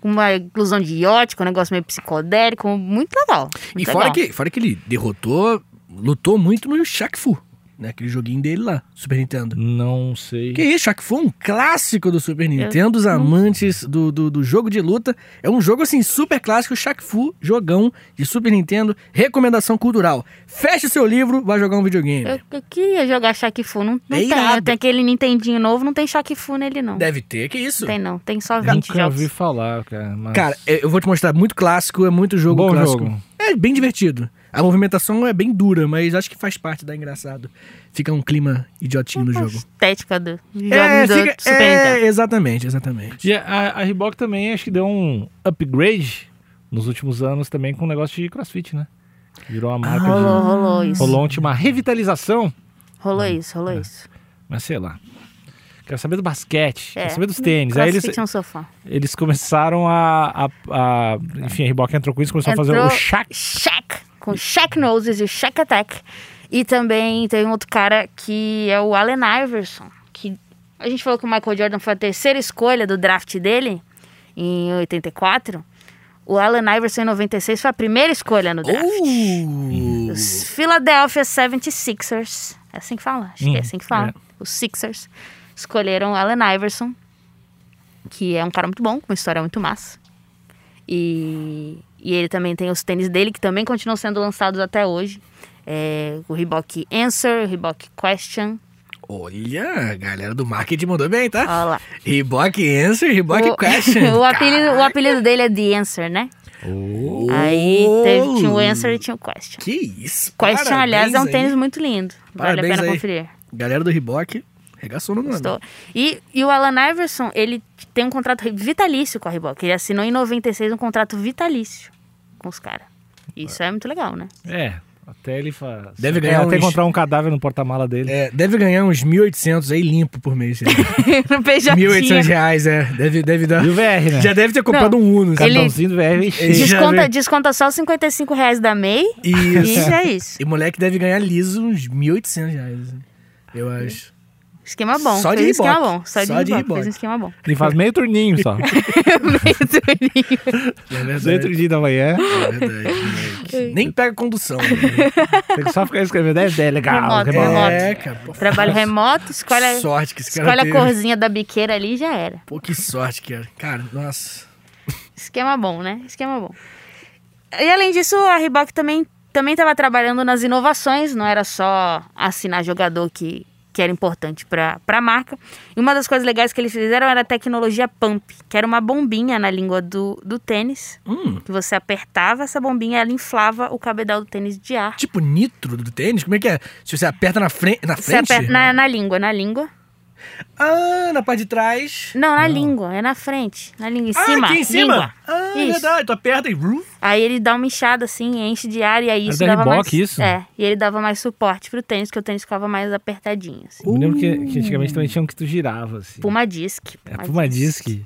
[SPEAKER 3] com uma inclusão de iótico, um negócio meio psicodélico, muito legal.
[SPEAKER 4] E
[SPEAKER 3] muito
[SPEAKER 4] fora
[SPEAKER 3] é legal.
[SPEAKER 4] que, fora que ele derrotou, lutou muito no Shaq Fu, né? Aquele joguinho dele lá, Super
[SPEAKER 3] Uhum.
[SPEAKER 4] Nintendo.
[SPEAKER 2] Não sei.
[SPEAKER 4] Que isso, Shaq Fu é um clássico do Super Nintendo, os amantes do, do, do jogo de luta. É um jogo, assim, super clássico, Shaq Fu, jogão de Super Nintendo, recomendação cultural. Feche seu livro, vai jogar um videogame.
[SPEAKER 3] Eu, eu queria jogar Shaq Fu, não, não
[SPEAKER 4] É
[SPEAKER 3] tem.
[SPEAKER 4] irado.
[SPEAKER 3] Eu tenho aquele Nintendinho novo, não tem Shaq Fu nele, não.
[SPEAKER 4] Deve ter, que isso?
[SPEAKER 3] Tem não, tem só 20
[SPEAKER 2] Nunca
[SPEAKER 3] jogos.
[SPEAKER 2] ouvi falar, cara. mas-
[SPEAKER 4] Cara, é, eu eu vou te mostrar, muito clássico, é muito jogo
[SPEAKER 2] Bom
[SPEAKER 4] clássico.
[SPEAKER 2] jogo.
[SPEAKER 4] É bem divertido. A movimentação é bem dura, mas acho que faz parte da engraçado. Fica um clima idiotinho no
[SPEAKER 3] A
[SPEAKER 4] jogo.
[SPEAKER 3] estética do jogo
[SPEAKER 4] É,
[SPEAKER 3] do
[SPEAKER 4] fica-
[SPEAKER 3] um Super é
[SPEAKER 4] é,
[SPEAKER 3] Nintendo.
[SPEAKER 4] exatamente, exatamente.
[SPEAKER 2] E a, a Reebok também acho que deu um upgrade nos últimos anos também com o negócio de crossfit, né? Virou uma marca
[SPEAKER 3] Rolou, rolou
[SPEAKER 2] de...
[SPEAKER 3] isso. Rolou,
[SPEAKER 2] Rolou ontem uma revitalização,
[SPEAKER 3] isso,
[SPEAKER 4] É.
[SPEAKER 3] rolou isso.
[SPEAKER 2] mas sei lá. Quero saber do basquete,
[SPEAKER 3] É.
[SPEAKER 2] quero saber dos tênis. Aí eles,
[SPEAKER 3] Crossfit é um sofá.
[SPEAKER 2] eles começaram a, a, a- Enfim, a Reebok entrou com isso, começou a fazer o
[SPEAKER 3] Entrou
[SPEAKER 2] Shaq.
[SPEAKER 3] Shaq, com Shaq Noses e Shaq Attack. E também tem um outro cara que é o Allen Iverson, que a gente falou que o Michael Jordan foi a terceira escolha do draft dele, em 84. O Allen Iverson, em 96, foi a primeira escolha no draft.
[SPEAKER 4] Uh,
[SPEAKER 3] Os Philadelphia 76ers. É assim que fala,
[SPEAKER 4] Uhum.
[SPEAKER 3] acho que é assim que fala.
[SPEAKER 2] é.
[SPEAKER 3] Os Sixers escolheram o Allen Iverson, que é um cara muito bom, com uma história muito massa. E, e ele também tem os tênis dele, que também continuam sendo lançados até hoje. É, o Reebok Answer, o Reebok Question.
[SPEAKER 4] olha, a galera do marketing mandou bem, tá?
[SPEAKER 3] Olha lá.
[SPEAKER 4] Reebok Answer, Reebok
[SPEAKER 3] o,
[SPEAKER 4] Question.
[SPEAKER 3] o, apelido, o apelido dele é The Answer, né?
[SPEAKER 4] Caralho.
[SPEAKER 3] Aí teve, tinha o Answer e tinha o Question.
[SPEAKER 4] Que isso,
[SPEAKER 3] Question,
[SPEAKER 4] parabéns
[SPEAKER 3] aliás, é um
[SPEAKER 4] aí.
[SPEAKER 3] tênis muito lindo. Vale
[SPEAKER 4] Parabéns
[SPEAKER 3] a pena
[SPEAKER 4] aí.
[SPEAKER 3] conferir.
[SPEAKER 4] Galera do Reebok, regaçou no nome.
[SPEAKER 3] Estou. E, e o Alan Iverson, ele tem um contrato vitalício com a Reebok. Ele assinou em 96 um contrato vitalício com os caras. Isso é muito legal, né?
[SPEAKER 2] É, até ele faz.
[SPEAKER 4] Deve
[SPEAKER 2] até-
[SPEAKER 4] ganhar
[SPEAKER 2] até
[SPEAKER 4] uns-
[SPEAKER 2] encontrar um cadáver no porta-mala dele.
[SPEAKER 4] É, deve ganhar uns 1.800 aí limpo por mês. esse livro.
[SPEAKER 3] No beijotinho.
[SPEAKER 4] 1.800 reais, é. Deve, deve dar...
[SPEAKER 2] E o VR, né?
[SPEAKER 4] Já deve ter comprado um Uno. sabe?
[SPEAKER 3] ele-
[SPEAKER 2] Cartãozinho do VR cheio.
[SPEAKER 4] já
[SPEAKER 3] Desconta,
[SPEAKER 4] veio.
[SPEAKER 3] desconta só os 55 reais da MEI e
[SPEAKER 4] Isso.
[SPEAKER 3] isso é isso.
[SPEAKER 4] E moleque deve ganhar liso uns 1.800 reais, eu acho.
[SPEAKER 3] Esquema bom.
[SPEAKER 4] Só de
[SPEAKER 3] Fez um esquema
[SPEAKER 4] Reebok.
[SPEAKER 3] bom. Só de,
[SPEAKER 4] Só
[SPEAKER 3] Reebok.
[SPEAKER 4] de Reebok.
[SPEAKER 3] Fez um esquema bom.
[SPEAKER 2] Ele faz meio turninho só.
[SPEAKER 3] Meio turninho.
[SPEAKER 4] É
[SPEAKER 2] meio
[SPEAKER 4] verdade.
[SPEAKER 2] turninho da manhã.
[SPEAKER 4] É verdade,
[SPEAKER 3] É.
[SPEAKER 4] moleque. Nem pega condução. né?
[SPEAKER 2] Tem que só ficar escrevendo. É, é legal.
[SPEAKER 3] Remoto,
[SPEAKER 2] que bom.
[SPEAKER 3] remoto.
[SPEAKER 4] É, cara. Pô,
[SPEAKER 3] Trabalho remoto, escolhe,
[SPEAKER 4] que sorte que esse cara
[SPEAKER 3] escolhe a
[SPEAKER 4] teve.
[SPEAKER 3] corzinha da biqueira ali e já era.
[SPEAKER 4] Pô, que sorte que era. Cara, nossa.
[SPEAKER 3] Esquema bom, né? Esquema bom. E além disso, a Reebok também também estava trabalhando nas inovações, não era só assinar jogador que, que era importante para a marca. E uma das coisas legais que eles fizeram era a tecnologia Pump, que era uma bombinha na língua do, do tênis,
[SPEAKER 4] Hum.
[SPEAKER 3] que você apertava essa bombinha ela inflava o cabedal do tênis de ar.
[SPEAKER 4] Tipo nitro do tênis? Como é que é? Se você aperta na, fren na
[SPEAKER 3] Você
[SPEAKER 4] frente?
[SPEAKER 3] aperta na, na língua, na língua.
[SPEAKER 4] Ah, na parte de trás.
[SPEAKER 3] Não, na língua, é na frente. Na língua, em
[SPEAKER 4] ah,
[SPEAKER 3] cima.
[SPEAKER 4] aqui em cima.
[SPEAKER 3] língua.
[SPEAKER 4] Ah,
[SPEAKER 3] Isso.
[SPEAKER 4] verdade. Tu aperta e...
[SPEAKER 3] Aí ele dá uma inchada assim, enche de ar e aí isso
[SPEAKER 2] da
[SPEAKER 3] dava
[SPEAKER 2] Reebok
[SPEAKER 3] mais.
[SPEAKER 2] isso?
[SPEAKER 3] É, e ele dava mais suporte pro tênis, que o tênis ficava mais apertadinho. Assim.
[SPEAKER 2] Eu me lembro que, que antigamente também tinha um que tu girava, assim.
[SPEAKER 3] Puma disc.
[SPEAKER 2] É Puma Disc. Que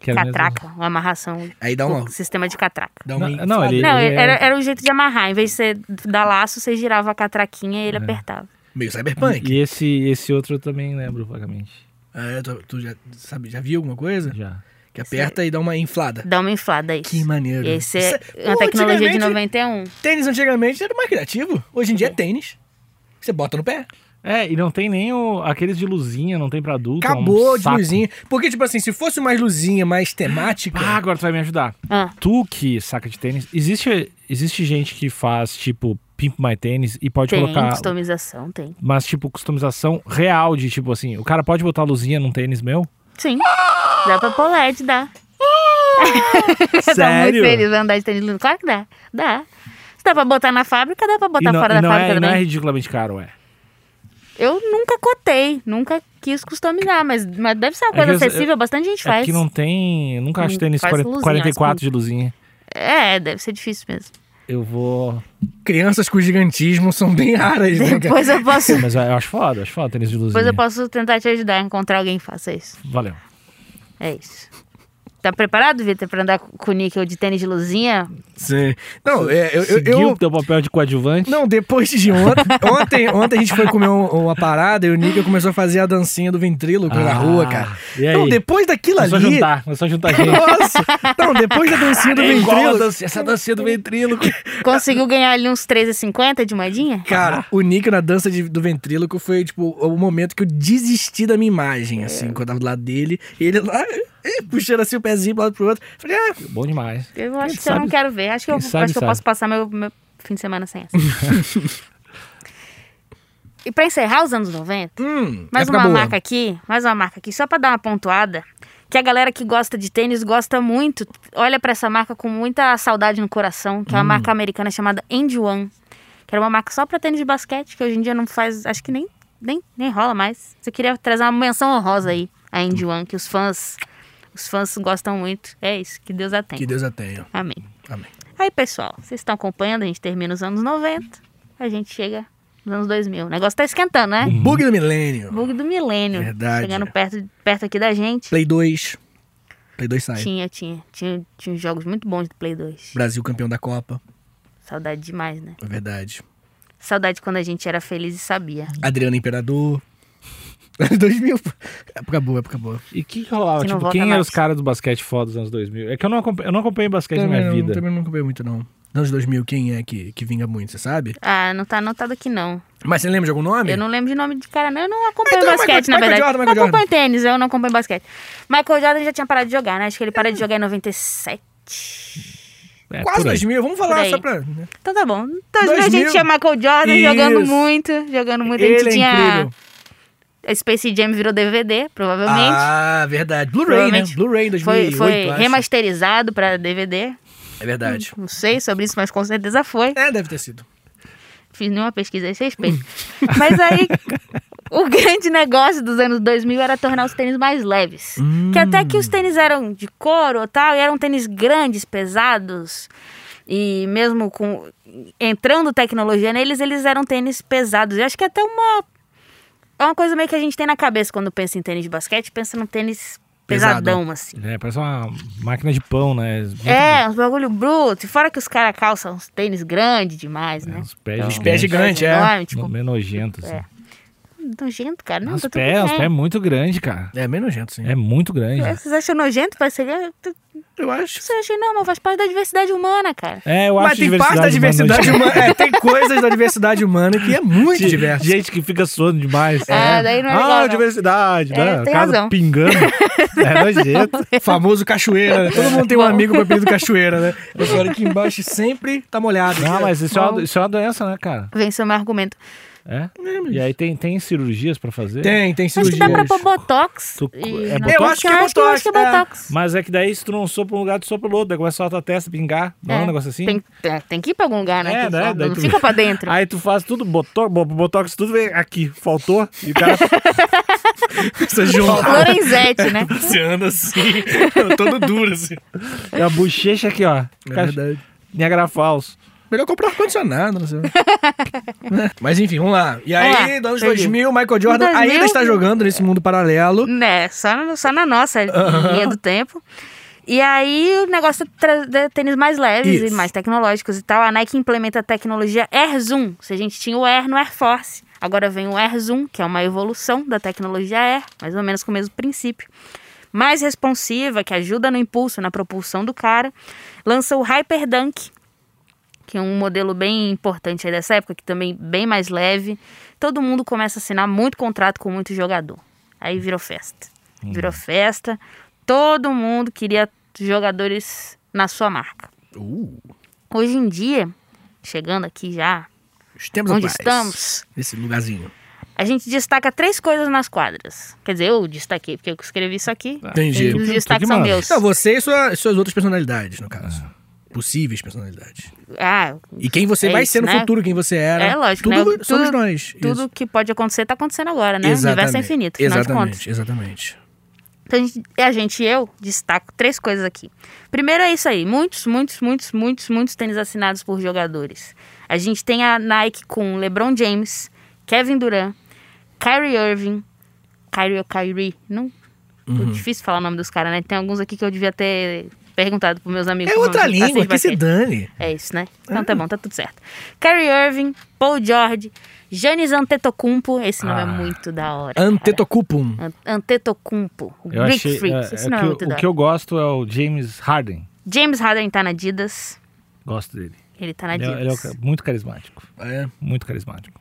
[SPEAKER 2] Que era mesmo-
[SPEAKER 3] catraca, uma amarração.
[SPEAKER 4] Aí dá É uma-
[SPEAKER 3] um sistema de catraca.
[SPEAKER 4] Dá uma
[SPEAKER 2] Não, não, ele-
[SPEAKER 3] Não,
[SPEAKER 2] é-
[SPEAKER 3] era, era um jeito de amarrar. Em vez de você dar laço, você girava a catraquinha
[SPEAKER 2] É.
[SPEAKER 3] e ele apertava.
[SPEAKER 4] Meio cyberpunk.
[SPEAKER 2] E esse, esse outro eu também lembro vagamente.
[SPEAKER 4] É, tu, tu já, sabe, já viu alguma coisa?
[SPEAKER 2] Já.
[SPEAKER 4] Que aperta e dá uma inflada.
[SPEAKER 3] Dá uma inflada aí.
[SPEAKER 4] Que maneiro.
[SPEAKER 3] Esse
[SPEAKER 4] Isso
[SPEAKER 3] é
[SPEAKER 4] é-
[SPEAKER 3] uma
[SPEAKER 4] Pô,
[SPEAKER 3] tecnologia de
[SPEAKER 4] antigamente-
[SPEAKER 3] 91.
[SPEAKER 4] Tênis antigamente era mais criativo. Hoje em dia é tênis. Você bota no pé.
[SPEAKER 2] É, e não tem nem o- aqueles de luzinha, não tem pra adulto. é um
[SPEAKER 4] Acabou de
[SPEAKER 2] saco.
[SPEAKER 4] luzinha. Porque, tipo assim, se fosse mais luzinha, mais temática.
[SPEAKER 2] Ah, agora tu vai me ajudar.
[SPEAKER 3] Ah,
[SPEAKER 2] Tu que saca de tênis, existe, existe gente que faz, tipo, Pimp My Tênis e pode
[SPEAKER 3] tem
[SPEAKER 2] colocar.
[SPEAKER 3] customização, tem.
[SPEAKER 2] Mas, tipo, customização real de tipo assim, o cara pode botar luzinha num tênis meu?
[SPEAKER 3] Sim. Dá pra pôr LED, dá. Tá muito
[SPEAKER 2] Sério?
[SPEAKER 3] feliz vai andar de tênis lindo. Claro que dá. Dá. Se dá pra botar na fábrica, dá pra
[SPEAKER 2] E
[SPEAKER 3] botar
[SPEAKER 2] não,
[SPEAKER 3] fora
[SPEAKER 2] e
[SPEAKER 3] da
[SPEAKER 2] não, é,
[SPEAKER 3] fábrica
[SPEAKER 2] e não
[SPEAKER 3] também.
[SPEAKER 2] é ridiculamente caro, é.
[SPEAKER 3] Eu nunca cotei, nunca quis customizar, mas, mas deve ser uma
[SPEAKER 2] É
[SPEAKER 3] coisa
[SPEAKER 2] que eu-
[SPEAKER 3] acessível, bastante gente
[SPEAKER 2] É
[SPEAKER 3] faz.
[SPEAKER 2] que não tem. Nunca acho
[SPEAKER 3] Hum,
[SPEAKER 2] tênis
[SPEAKER 3] faz
[SPEAKER 2] 40,
[SPEAKER 3] luzinha,
[SPEAKER 2] 44 de luzinha.
[SPEAKER 3] É, deve ser difícil mesmo.
[SPEAKER 2] Eu vou.
[SPEAKER 4] Crianças com gigantismo são bem raras, né, cara?
[SPEAKER 3] Depois eu posso,
[SPEAKER 2] Mas eu acho foda, eu acho foda tênis de luzinha.
[SPEAKER 3] depois eu posso tentar te ajudar a encontrar alguém que faça isso.
[SPEAKER 2] Valeu.
[SPEAKER 3] É isso. Tá preparado, Vitor, pra andar com o níquel de tênis de luzinha?
[SPEAKER 4] Sim. Não, é, eu, eu,
[SPEAKER 2] Seguiu
[SPEAKER 4] eu-
[SPEAKER 2] o teu papel de coadjuvante?
[SPEAKER 4] Não, depois de ontem. Ontem, ontem a gente foi comer um- uma parada e o Nico começou a fazer a dancinha do ventríloco na
[SPEAKER 2] Ah,
[SPEAKER 4] rua, cara.
[SPEAKER 2] e aí?
[SPEAKER 4] Não, depois daquilo
[SPEAKER 2] É só
[SPEAKER 4] ali.
[SPEAKER 2] juntar, é só juntar gente.
[SPEAKER 4] Nossa! Não, depois da dancinha do
[SPEAKER 2] É igual a
[SPEAKER 4] ventríloco.
[SPEAKER 2] dança- essa dancinha do ventríloco.
[SPEAKER 3] Conseguiu ganhar ali uns 3,50 de moedinha?
[SPEAKER 4] Cara, o Nico na dança de- do ventríloco foi, tipo, o momento que eu desisti da minha imagem,
[SPEAKER 3] É.
[SPEAKER 4] assim, quando eu tava do lado dele. E ele lá, eh, puxando assim o pezinho pro lado pro outro. Falei, ah,
[SPEAKER 2] Bom demais.
[SPEAKER 3] Eu
[SPEAKER 2] Quem
[SPEAKER 3] acho que eu
[SPEAKER 2] sabe-
[SPEAKER 3] não quero ver. Acho que, eu,
[SPEAKER 2] quem sabe,
[SPEAKER 3] acho que eu
[SPEAKER 2] sabe.
[SPEAKER 3] posso passar meu, meu fim de semana sem essa. e pra encerrar os anos 90,
[SPEAKER 4] hum,
[SPEAKER 3] Mais
[SPEAKER 4] época
[SPEAKER 3] uma
[SPEAKER 4] boa.
[SPEAKER 3] marca aqui, mais uma marca aqui, só pra dar uma pontuada, que a galera que gosta de tênis gosta muito, olha pra essa marca com muita saudade no coração, que é uma
[SPEAKER 2] Hum.
[SPEAKER 3] marca americana chamada End One, que era uma marca só pra tênis de basquete, que hoje em dia não faz, acho que nem, nem, nem rola mais. Você queria trazer uma menção honrosa aí, a End One, que os fãs, os fãs gostam muito. É isso, que Deus a tenha.
[SPEAKER 4] Que Deus a tenha.
[SPEAKER 3] Amém.
[SPEAKER 4] Amém.
[SPEAKER 3] Aí, pessoal, vocês estão acompanhando, a gente termina os anos 90, a gente chega nos anos 2000. O negócio tá esquentando, né?
[SPEAKER 4] Bug do milênio.
[SPEAKER 3] Bug do milênio.
[SPEAKER 4] Verdade.
[SPEAKER 3] Chegando perto, perto aqui da gente.
[SPEAKER 4] Play 2. Play 2 sai.
[SPEAKER 3] Tinha, tinha, tinha. Tinha uns jogos muito bons do Play 2.
[SPEAKER 4] Brasil campeão da Copa.
[SPEAKER 3] Saudade demais, né?
[SPEAKER 4] É verdade.
[SPEAKER 3] Saudade quando a gente era feliz e sabia.
[SPEAKER 4] Adriano Imperador. 2000. pô. Época boa, época boa.
[SPEAKER 2] E o que, que rolava?
[SPEAKER 3] Que não
[SPEAKER 2] tipo,
[SPEAKER 3] volta
[SPEAKER 2] quem eram
[SPEAKER 3] mais.
[SPEAKER 2] os caras do basquete foda dos anos 2000? É que eu não acompanhei, eu não acompanhei basquete na minha
[SPEAKER 4] não,
[SPEAKER 2] vida.
[SPEAKER 4] também não comprei muito, não. Nos anos 2000, quem é que, que vinga muito, você sabe?
[SPEAKER 3] Ah, não tá anotado aqui, não.
[SPEAKER 4] Mas você lembra de algum nome?
[SPEAKER 3] Eu não lembro de nome de cara, não. Eu não acompanho
[SPEAKER 4] Então,
[SPEAKER 3] basquete,
[SPEAKER 4] Michael-
[SPEAKER 3] na
[SPEAKER 4] Michael
[SPEAKER 3] verdade.
[SPEAKER 4] Jordan,
[SPEAKER 3] não
[SPEAKER 4] Michael
[SPEAKER 3] acompanho tênis, eu não acompanho basquete. Michael Jordan já tinha parado de jogar, né? Acho que ele
[SPEAKER 4] É.
[SPEAKER 3] parou de jogar em 97.
[SPEAKER 2] É,
[SPEAKER 4] Quase
[SPEAKER 2] por aí.
[SPEAKER 4] 2000, vamos
[SPEAKER 3] Por
[SPEAKER 4] falar
[SPEAKER 3] aí.
[SPEAKER 4] só pra...
[SPEAKER 3] Então tá bom. Em 2000 a gente
[SPEAKER 4] 2000.
[SPEAKER 3] tinha Michael Jordan
[SPEAKER 4] Isso.
[SPEAKER 3] jogando muito, jogando muito. a gente
[SPEAKER 4] Ele é
[SPEAKER 3] tinha.
[SPEAKER 4] incrível.
[SPEAKER 3] A Space Jam virou DVD, provavelmente.
[SPEAKER 4] Ah, verdade. Blu-ray, né?
[SPEAKER 3] Provavelmente.
[SPEAKER 4] Blu-ray em
[SPEAKER 3] Foi,
[SPEAKER 4] 2008,
[SPEAKER 3] foi
[SPEAKER 4] acho.
[SPEAKER 3] remasterizado pra DVD.
[SPEAKER 4] É verdade.
[SPEAKER 3] Não sei sobre isso, mas com certeza foi.
[SPEAKER 4] É, deve ter sido.
[SPEAKER 3] Fiz nenhuma pesquisa a esse respeito. mas aí, o grande negócio dos anos 2000 era tornar os tênis mais leves.
[SPEAKER 4] Hum.
[SPEAKER 3] Que até que os tênis eram de couro e tal, e eram tênis grandes, pesados. E mesmo com entrando tecnologia neles, eles eram tênis pesados. Eu acho que é até uma é uma coisa meio que a gente tem na cabeça quando pensa em tênis de basquete, pensa num tênis
[SPEAKER 4] Pesado.
[SPEAKER 3] pesadão assim.
[SPEAKER 2] É, parece uma máquina de pão, né? Muito-
[SPEAKER 3] É, uns bagulho bruto. E fora que os caras calçam uns tênis grandes demais, né?
[SPEAKER 2] Os pés
[SPEAKER 3] Então,
[SPEAKER 2] gigantes.
[SPEAKER 4] pés gigantes, é.
[SPEAKER 3] enorme,
[SPEAKER 2] No-
[SPEAKER 3] Tipo,
[SPEAKER 2] Meio nojento, assim.
[SPEAKER 3] É. nojento, cara. Não,
[SPEAKER 2] Os
[SPEAKER 3] tá tudo
[SPEAKER 2] pés, os
[SPEAKER 3] bem.
[SPEAKER 2] pés é muito grande, cara.
[SPEAKER 4] É, meio nojento, sim.
[SPEAKER 2] É muito grande.
[SPEAKER 3] É, Vocês acham nojento, parceria?
[SPEAKER 4] Eu acho.
[SPEAKER 3] Você acha normal, faz parte da diversidade humana, cara.
[SPEAKER 2] É, eu acho
[SPEAKER 4] Mas tem parte da diversidade humana. É, tem coisas da diversidade humana que é muito
[SPEAKER 2] Gente,
[SPEAKER 4] diversa.
[SPEAKER 2] gente que fica suando demais.
[SPEAKER 3] Ah, daí não é
[SPEAKER 2] Ah,
[SPEAKER 3] legal, não.
[SPEAKER 2] diversidade,
[SPEAKER 3] É,
[SPEAKER 2] né?
[SPEAKER 3] tem
[SPEAKER 2] Casa
[SPEAKER 3] razão.
[SPEAKER 2] pingando. é nojento.
[SPEAKER 4] Famoso cachoeira, né? Todo mundo tem um amigo com apelido cachoeira, né? Eu falo aqui embaixo sempre tá molhado.
[SPEAKER 2] Não, mas isso é,
[SPEAKER 3] Bom.
[SPEAKER 2] uma, isso é uma doença, né, cara?
[SPEAKER 3] Venceu meu argumento.
[SPEAKER 2] É. E aí tem, tem cirurgias pra fazer?
[SPEAKER 4] Tem, tem
[SPEAKER 3] Acho que
[SPEAKER 4] cirurgia.
[SPEAKER 3] dá pra pôr botox.
[SPEAKER 2] Tu-
[SPEAKER 3] e-
[SPEAKER 2] é botox?
[SPEAKER 3] na boca.
[SPEAKER 4] Eu acho que é
[SPEAKER 3] Eu acho que é
[SPEAKER 4] botox, é.
[SPEAKER 3] botox.
[SPEAKER 2] Mas é que daí se tu não sopra pra um lugar, tu sopra pro outro. Daí começa a soltar a testa, pingar. Não é um
[SPEAKER 3] É,
[SPEAKER 2] negócio assim?
[SPEAKER 3] Tem, é, tem que ir pra algum lugar, né?
[SPEAKER 2] É,
[SPEAKER 3] Tem
[SPEAKER 2] né?
[SPEAKER 3] foda,
[SPEAKER 2] Daí
[SPEAKER 3] Não
[SPEAKER 2] tu-
[SPEAKER 3] fica pra dentro.
[SPEAKER 2] Aí tu faz tudo, botox, bo- botox tudo vem aqui, faltou. E o cara
[SPEAKER 4] Precisa de um-
[SPEAKER 3] Lorenzetti, né?
[SPEAKER 4] Você anda assim, todo duro, assim.
[SPEAKER 2] E a é bochecha aqui, ó.
[SPEAKER 4] É verdade.
[SPEAKER 2] Niagara Falls.
[SPEAKER 4] Melhor comprar ar-condicionado, não sei. Né? Mas enfim, vamos lá. E
[SPEAKER 3] Vamos lá,
[SPEAKER 4] aí, nos anos
[SPEAKER 3] entendi.
[SPEAKER 4] 2000, Michael Jordan
[SPEAKER 3] 2000?
[SPEAKER 4] ainda está jogando nesse mundo paralelo.
[SPEAKER 3] Né, só, na- só na nossa linha do tempo. E aí o negócio é trazer tênis mais leves
[SPEAKER 4] Isso.
[SPEAKER 3] e mais tecnológicos e tal. A Nike implementa a tecnologia Air Zoom. Se a gente tinha o Air no Air Force, agora vem o Air Zoom, que é uma evolução da tecnologia Air, mais ou menos com o mesmo princípio. Mais responsiva, que ajuda no impulso, na propulsão do cara. Lança o Hyper Dunk, que é um modelo bem importante aí dessa época, que também bem mais leve. Todo mundo começa a assinar muito contrato com muito jogador. Aí virou festa.
[SPEAKER 4] Uhum.
[SPEAKER 3] Virou festa. Todo mundo queria jogadores na sua marca.
[SPEAKER 4] Uh,
[SPEAKER 3] Hoje em dia, chegando aqui já,
[SPEAKER 4] os tempos
[SPEAKER 3] Onde
[SPEAKER 4] atuais.
[SPEAKER 3] estamos?
[SPEAKER 4] Nesse lugarzinho.
[SPEAKER 3] a gente destaca três coisas nas quadras. Quer dizer, eu destaquei, porque eu escrevi isso aqui.
[SPEAKER 4] Entendi.
[SPEAKER 3] Os
[SPEAKER 2] que
[SPEAKER 3] destaques são
[SPEAKER 2] manda.
[SPEAKER 3] meus.
[SPEAKER 4] Não, você e sua- suas outras personalidades, no caso. Possíveis personalidades.
[SPEAKER 3] Ah,
[SPEAKER 4] E quem você
[SPEAKER 3] É
[SPEAKER 4] vai
[SPEAKER 3] isso,
[SPEAKER 4] ser no
[SPEAKER 3] né?
[SPEAKER 4] futuro, quem você era.
[SPEAKER 3] É, lógico,
[SPEAKER 4] tudo
[SPEAKER 3] né?
[SPEAKER 4] Somos
[SPEAKER 3] Tudo-
[SPEAKER 4] nós.
[SPEAKER 3] tudo
[SPEAKER 4] Isso.
[SPEAKER 3] que pode acontecer, tá acontecendo agora, né? O
[SPEAKER 4] Exatamente.
[SPEAKER 3] universo é infinito, afinal de contas.
[SPEAKER 4] Exatamente, exatamente.
[SPEAKER 3] Então, a gente, a gente e eu destaco três coisas aqui. Primeiro é isso aí. Muitos, muitos, muitos, muitos, muitos tênis assinados por jogadores. A gente tem a Nike com LeBron James, Kevin Durant, Kyrie Irving, Kyrie ou Kyrie, não...
[SPEAKER 4] Uhum.
[SPEAKER 3] É difícil falar o nome dos caras, né? Tem alguns aqui que eu devia ter perguntado pros meus amigos.
[SPEAKER 4] É outra
[SPEAKER 3] Não, não
[SPEAKER 4] língua,
[SPEAKER 3] assiste
[SPEAKER 4] que se
[SPEAKER 3] basquete.
[SPEAKER 4] dane.
[SPEAKER 3] É isso, né? Então tá bom, tá tudo certo. Kyrie Irving, Paul George, Giannis Antetokounmpo. Esse nome é
[SPEAKER 2] Ah.
[SPEAKER 3] muito da hora. cara.
[SPEAKER 4] Antetocupum.
[SPEAKER 3] An- É, Antetokounmpo, o
[SPEAKER 2] Eu
[SPEAKER 3] Greek
[SPEAKER 2] achei, é,
[SPEAKER 3] Freaks.
[SPEAKER 2] é
[SPEAKER 3] Esse não é
[SPEAKER 2] que
[SPEAKER 3] muito
[SPEAKER 2] o- o
[SPEAKER 3] da
[SPEAKER 2] que eu gosto é o James Harden.
[SPEAKER 3] James Harden tá na Adidas.
[SPEAKER 2] Gosto dele.
[SPEAKER 3] Ele tá na
[SPEAKER 2] Ele é,
[SPEAKER 3] Adidas.
[SPEAKER 2] ele é o ca- muito carismático.
[SPEAKER 4] É.
[SPEAKER 2] Muito carismático.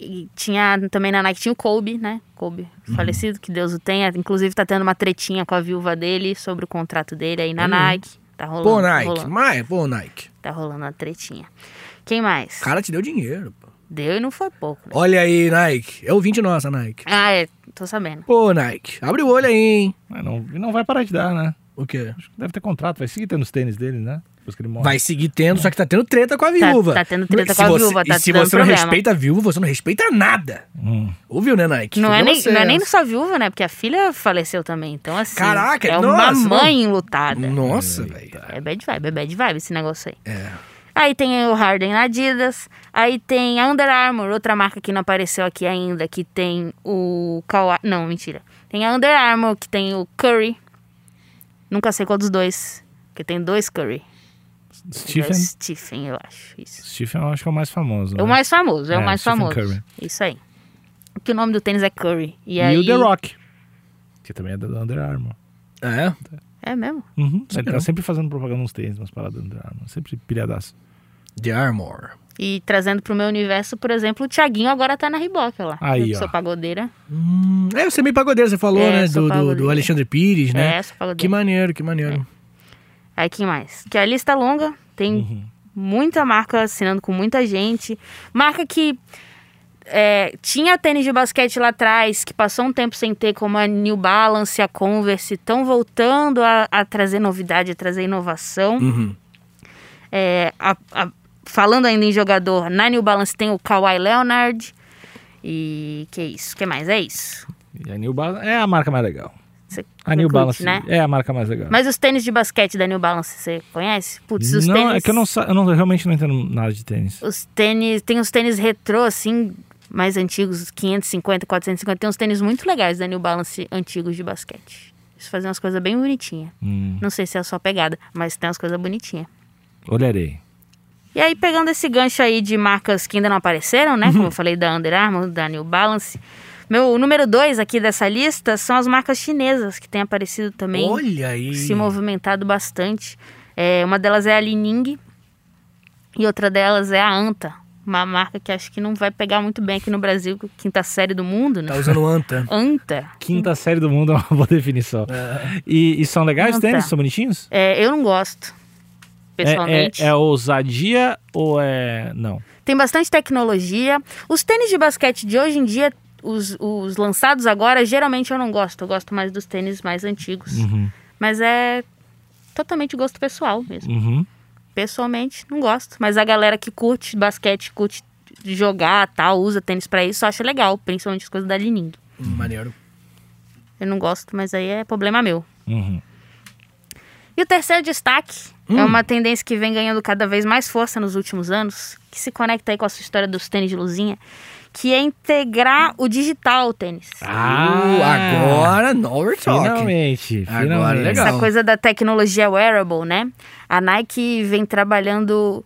[SPEAKER 3] E tinha também na Nike tinha o Kobe, né? Kobe
[SPEAKER 2] Uhum.
[SPEAKER 3] falecido, que Deus o tenha. Inclusive tá tendo uma tretinha com a viúva dele sobre o contrato dele aí na Nike. Tá rolando.
[SPEAKER 4] Pô,
[SPEAKER 3] tá
[SPEAKER 4] Nike.
[SPEAKER 3] rolando.
[SPEAKER 4] Mas, pô, Nike.
[SPEAKER 3] Tá rolando uma tretinha. Quem mais?
[SPEAKER 4] O cara te deu dinheiro. pô.
[SPEAKER 3] Deu e não foi pouco, né?
[SPEAKER 4] Olha aí, Nike. É ouvinte nossa, Nike.
[SPEAKER 3] Ah, é, tô sabendo.
[SPEAKER 4] Pô, Nike. Abre o olho aí, hein.
[SPEAKER 2] Mas não, e não vai parar de dar, né?
[SPEAKER 4] O quê?
[SPEAKER 2] Acho que deve ter contrato. Vai seguir tendo os tênis dele, né? Depois que ele morre.
[SPEAKER 4] Vai seguir tendo, só que tá tendo treta com a viúva.
[SPEAKER 3] tá tendo treta
[SPEAKER 4] Se
[SPEAKER 3] com a
[SPEAKER 4] você-
[SPEAKER 3] viúva, tá
[SPEAKER 4] E se
[SPEAKER 3] dando
[SPEAKER 4] você não
[SPEAKER 3] problema.
[SPEAKER 4] respeita a viúva, você não respeita nada.
[SPEAKER 2] Hum.
[SPEAKER 4] Ouviu, né, Nike?
[SPEAKER 3] Não é,
[SPEAKER 4] Problema
[SPEAKER 3] nem, não é nem
[SPEAKER 4] seu.
[SPEAKER 3] só viúva, né? Porque a filha faleceu também. Então, assim.
[SPEAKER 4] Caraca,
[SPEAKER 3] é
[SPEAKER 4] nossa,
[SPEAKER 3] uma
[SPEAKER 4] não.
[SPEAKER 3] mãe lutada.
[SPEAKER 4] Nossa, velho.
[SPEAKER 3] É bad vibe, é bad vibe esse negócio aí.
[SPEAKER 4] É.
[SPEAKER 3] Aí tem o Harden na Adidas. Aí tem a Under Armour, outra marca que não apareceu aqui ainda, que tem o Kawhi. Não, mentira. Tem a Under Armour, que tem o Curry. Nunca sei qual dos dois. Porque tem dois Curry.
[SPEAKER 2] Stephen.
[SPEAKER 3] Dois Stephen, eu acho. Isso.
[SPEAKER 2] Stephen eu acho que é o mais famoso.
[SPEAKER 3] É o
[SPEAKER 2] né?
[SPEAKER 3] mais famoso, é,
[SPEAKER 2] É,
[SPEAKER 3] o mais
[SPEAKER 2] Stephen
[SPEAKER 3] famoso.
[SPEAKER 2] Curry.
[SPEAKER 3] Isso aí. Que o nome do tênis é Curry. E,
[SPEAKER 2] E,
[SPEAKER 3] aí...
[SPEAKER 2] o The Rock. Que também é da Under Armour.
[SPEAKER 4] É?
[SPEAKER 3] É mesmo?
[SPEAKER 2] Uhum. Ele
[SPEAKER 4] não.
[SPEAKER 2] tá sempre fazendo propaganda nos tênis, umas paradas da Under Armour. Sempre pilhadaço.
[SPEAKER 4] The Armor.
[SPEAKER 3] E trazendo pro meu universo, por exemplo, o Thiaguinho agora tá na Riboca lá.
[SPEAKER 2] Aí,
[SPEAKER 3] eu que
[SPEAKER 2] ó.
[SPEAKER 3] sou pagodeira.
[SPEAKER 4] Hum, é, você é meio pagodeiro, você falou,
[SPEAKER 3] É,
[SPEAKER 4] né?
[SPEAKER 3] sou
[SPEAKER 4] Do, do, do
[SPEAKER 3] pagodeiro.
[SPEAKER 4] Alexandre Pires, né?
[SPEAKER 3] É, sou pagodeira.
[SPEAKER 4] Que maneiro, que maneiro.
[SPEAKER 3] Aí quem mais? Que a lista é longa, tem
[SPEAKER 2] Uhum.
[SPEAKER 3] muita marca assinando com muita gente. Marca que é, tinha tênis de basquete lá atrás, que passou um tempo sem ter, como a New Balance, a Converse, estão voltando a, a trazer novidade, a trazer inovação.
[SPEAKER 4] Uhum.
[SPEAKER 3] É, a- a- falando ainda em jogador, na New Balance tem o Kawhi Leonard. E que isso? que mais? É isso.
[SPEAKER 2] E a New Balance é a marca mais legal.
[SPEAKER 3] Você
[SPEAKER 2] A New
[SPEAKER 3] curte,
[SPEAKER 2] Balance
[SPEAKER 3] né?
[SPEAKER 2] é a marca mais legal.
[SPEAKER 3] Mas os tênis de basquete da New Balance, você conhece? Putz, os
[SPEAKER 2] não,
[SPEAKER 3] tênis.
[SPEAKER 2] é que eu não, sa- eu não- eu realmente não entendo nada de tênis.
[SPEAKER 3] Os tênis. Tem uns tênis retrô, assim, mais antigos, os 550, 450. Tem uns tênis muito legais da New Balance antigos de basquete. Eles fazem umas coisas bem bonitinhas.
[SPEAKER 2] Hum,
[SPEAKER 3] Não sei se é a sua pegada, mas tem umas coisas bonitinhas.
[SPEAKER 2] olharei.
[SPEAKER 3] E aí, pegando esse gancho aí de marcas que ainda não apareceram, né? Como eu falei da Under Armour, da New Balance. Meu o número dois aqui dessa lista são as marcas chinesas que têm aparecido também.
[SPEAKER 4] Olha aí.
[SPEAKER 3] se movimentado bastante. É, uma delas é a Lining e outra delas é a Anta, uma marca que acho que não vai pegar muito bem aqui no Brasil, é quinta série do mundo, né?
[SPEAKER 4] Tá usando anta.
[SPEAKER 3] Anta.
[SPEAKER 2] Quinta série do mundo é uma boa definição.
[SPEAKER 4] É.
[SPEAKER 2] E, e são legais os
[SPEAKER 3] Não tá.
[SPEAKER 2] tênis? São bonitinhos?
[SPEAKER 3] É, eu não gosto, pessoalmente.
[SPEAKER 2] É, é, é ousadia ou é. Não.
[SPEAKER 3] Tem bastante tecnologia. Os tênis de basquete de hoje em dia, os, os lançados agora, geralmente eu não gosto. Eu gosto mais dos tênis mais antigos.
[SPEAKER 2] Uhum.
[SPEAKER 3] Mas é totalmente gosto pessoal mesmo.
[SPEAKER 2] Uhum.
[SPEAKER 3] Pessoalmente, não gosto. Mas a galera que curte basquete, curte jogar, tal, usa tênis pra isso, acha legal. Principalmente as coisas da Lining.
[SPEAKER 4] Maneiro.
[SPEAKER 3] Eu não gosto, mas aí é problema meu.
[SPEAKER 2] Uhum.
[SPEAKER 3] E o terceiro destaque é uma tendência que vem ganhando cada vez mais força nos últimos anos, que se conecta aí com a sua história dos tênis de luzinha, que é integrar o digital ao tênis.
[SPEAKER 4] Uh, agora, no we're talking.
[SPEAKER 2] Ah! Finalmente,
[SPEAKER 4] Agora, é
[SPEAKER 2] finalmente.
[SPEAKER 4] legal.
[SPEAKER 3] Essa coisa da tecnologia wearable, né? A Nike vem trabalhando.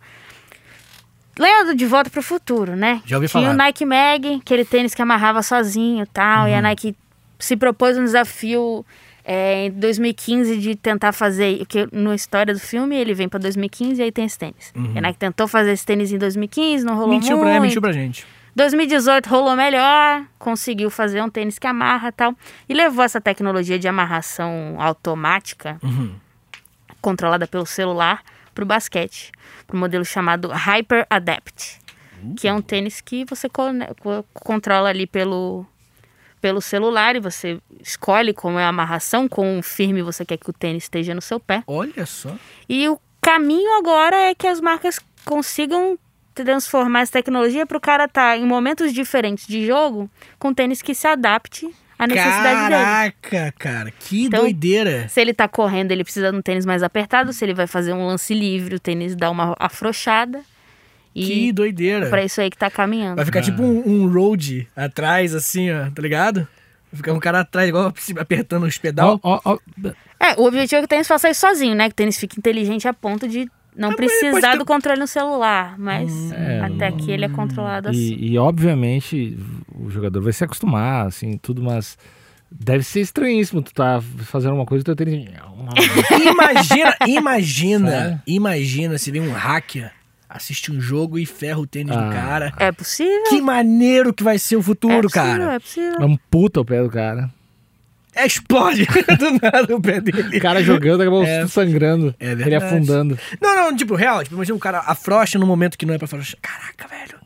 [SPEAKER 3] Lembra do De Volta para o Futuro, né?
[SPEAKER 4] Já ouvi
[SPEAKER 3] Tinha
[SPEAKER 4] falar.
[SPEAKER 3] o Nike Mag, aquele tênis que amarrava sozinho e tal.
[SPEAKER 4] Uhum.
[SPEAKER 3] E a Nike se propôs um desafio é, em 2015 de tentar fazer. Porque na história do filme ele vem para 2015 e aí tem esse tênis. E a Nike tentou fazer esse tênis em 2015, não rolou
[SPEAKER 4] Uhum. Mentiu
[SPEAKER 3] muito.
[SPEAKER 4] pra, é, mentiu pra gente.
[SPEAKER 3] 2018 rolou melhor, conseguiu fazer um tênis que amarra e tal. E levou essa tecnologia de amarração automática, controlada pelo celular, pro basquete. Pro modelo chamado Hyper Adapt. Que é um tênis que você cone- co- controla ali pelo, pelo celular e você escolhe como é a amarração, quão firme você quer que o tênis esteja no seu pé.
[SPEAKER 4] Olha só.
[SPEAKER 3] E o caminho agora é que as marcas consigam transformar essa tecnologia para o cara estar em momentos diferentes de jogo com tênis que se adapte à necessidade dele.
[SPEAKER 4] Caraca, cara, que
[SPEAKER 3] Então-
[SPEAKER 4] doideira.
[SPEAKER 3] Se ele tá correndo, ele precisa de um tênis mais apertado. Se ele vai fazer um lance livre, o tênis dá uma afrouxada.
[SPEAKER 4] Que
[SPEAKER 3] E
[SPEAKER 4] doideira.
[SPEAKER 3] para isso aí que tá
[SPEAKER 4] Vai
[SPEAKER 3] caminhando.
[SPEAKER 4] ficar tipo um, um road atrás, assim, ó, tá ligado? Vai ficar um cara atrás, igual se apertando os pedal.
[SPEAKER 2] Ó, ó, ó.
[SPEAKER 3] É, o objetivo é que o tênis faça isso sozinho, né? Que o tênis fique inteligente a ponto de
[SPEAKER 4] Ah,
[SPEAKER 3] não precisar
[SPEAKER 4] ter-
[SPEAKER 3] do controle no celular. Mas
[SPEAKER 4] Hum.
[SPEAKER 3] até aqui ele é controlado assim.
[SPEAKER 2] E, e, obviamente o jogador vai se acostumar, assim, tudo, mas deve ser estranhíssimo tu tá fazendo uma coisa e teu tênis.
[SPEAKER 4] Imagina, imagina,
[SPEAKER 2] Sério?
[SPEAKER 4] imagina se vem um hacker, assiste um jogo e ferra o tênis do
[SPEAKER 2] Ah.
[SPEAKER 4] cara.
[SPEAKER 3] É possível?
[SPEAKER 4] Que maneiro que vai ser o
[SPEAKER 3] é
[SPEAKER 4] futuro,
[SPEAKER 3] possível,
[SPEAKER 4] cara.
[SPEAKER 3] É possível.
[SPEAKER 2] Amputa o um pé do cara.
[SPEAKER 4] É, explode do nada o pé dele.
[SPEAKER 2] O cara jogando, acabou
[SPEAKER 4] É.
[SPEAKER 2] tudo sangrando.
[SPEAKER 4] É
[SPEAKER 2] ele
[SPEAKER 4] verdade.
[SPEAKER 2] afundando.
[SPEAKER 4] Não, não, tipo, real, tipo, imagina o cara afrocha no momento que não é pra afrouxar. Caraca, velho.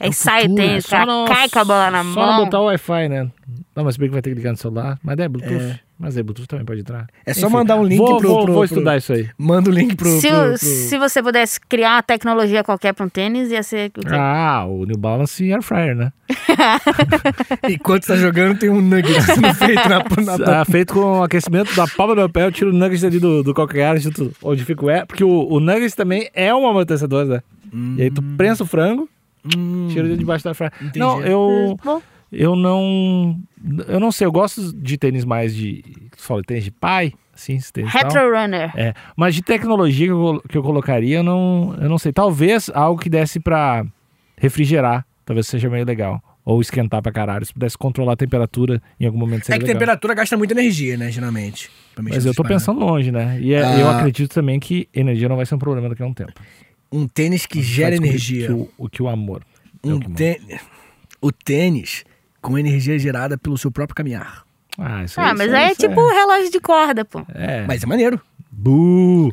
[SPEAKER 3] É Aí sai o
[SPEAKER 2] Pura,
[SPEAKER 4] É,
[SPEAKER 3] tênis, o
[SPEAKER 2] né? É, só
[SPEAKER 3] cara
[SPEAKER 2] não-
[SPEAKER 3] cai com a bola na
[SPEAKER 2] só
[SPEAKER 3] mão.
[SPEAKER 2] não botar o Wi-Fi, né? Não, mas bem que vai ter que ligar no celular. Mas é Bluetooth. Mas é Bluetooth também pode entrar.
[SPEAKER 4] É só mandar um link
[SPEAKER 2] vou,
[SPEAKER 4] pro-
[SPEAKER 2] vou,
[SPEAKER 4] pro-
[SPEAKER 2] vou
[SPEAKER 4] pro-
[SPEAKER 2] estudar isso aí.
[SPEAKER 4] Manda o link pro.
[SPEAKER 3] se,
[SPEAKER 4] pro-
[SPEAKER 3] o-
[SPEAKER 4] pro-
[SPEAKER 3] se você pudesse criar uma tecnologia qualquer pra um tênis, ia ser. o quê?
[SPEAKER 4] Tá.
[SPEAKER 2] Ah, o New Balance e Air Fryer, né?
[SPEAKER 4] Enquanto tá jogando, tem um nugget sendo feito tá na, na
[SPEAKER 2] Ah, feito com o aquecimento da palma do meu pé, eu tiro o Nuggets ali do, do calcanhar, chuto onde fica o é. Porque o, o Nuggets também é um amortecedor, né? E aí tu prensa o frango, tira ele debaixo da franja.
[SPEAKER 4] Hum. Entendi.
[SPEAKER 2] Não, eu.
[SPEAKER 3] Hum, Bom,
[SPEAKER 2] Eu não. Eu não sei, eu gosto de tênis mais de. Tu fala, tênis de pai? Assim, esse tênis. e tal.
[SPEAKER 3] Retro Runner.
[SPEAKER 2] É, mas de tecnologia que eu, colo- que eu colocaria, eu não, eu não sei. Talvez algo que desse pra refrigerar, talvez seja meio legal. Ou esquentar pra caralho. Se pudesse controlar a temperatura em algum momento
[SPEAKER 4] É
[SPEAKER 2] seria
[SPEAKER 4] que
[SPEAKER 2] legal.
[SPEAKER 4] temperatura gasta muita energia, né, geralmente. pra mexer
[SPEAKER 2] Mas eu
[SPEAKER 4] nessas
[SPEAKER 2] tô
[SPEAKER 4] paradas.
[SPEAKER 2] pensando longe, né? E é-
[SPEAKER 4] Ah.
[SPEAKER 2] eu acredito também que energia não vai ser um problema daqui a um tempo.
[SPEAKER 4] Um tênis que gera
[SPEAKER 2] Vai descobrir
[SPEAKER 4] energia.
[SPEAKER 2] Que o, o que o amor. é o
[SPEAKER 4] um
[SPEAKER 2] que manda.
[SPEAKER 4] tênis, o tênis com energia gerada pelo seu próprio caminhar.
[SPEAKER 2] Ah, isso
[SPEAKER 3] Ah,
[SPEAKER 2] isso
[SPEAKER 3] mas aí é
[SPEAKER 2] isso
[SPEAKER 3] tipo um relógio de corda, pô.
[SPEAKER 2] É.
[SPEAKER 4] Mas é maneiro.
[SPEAKER 2] Bu!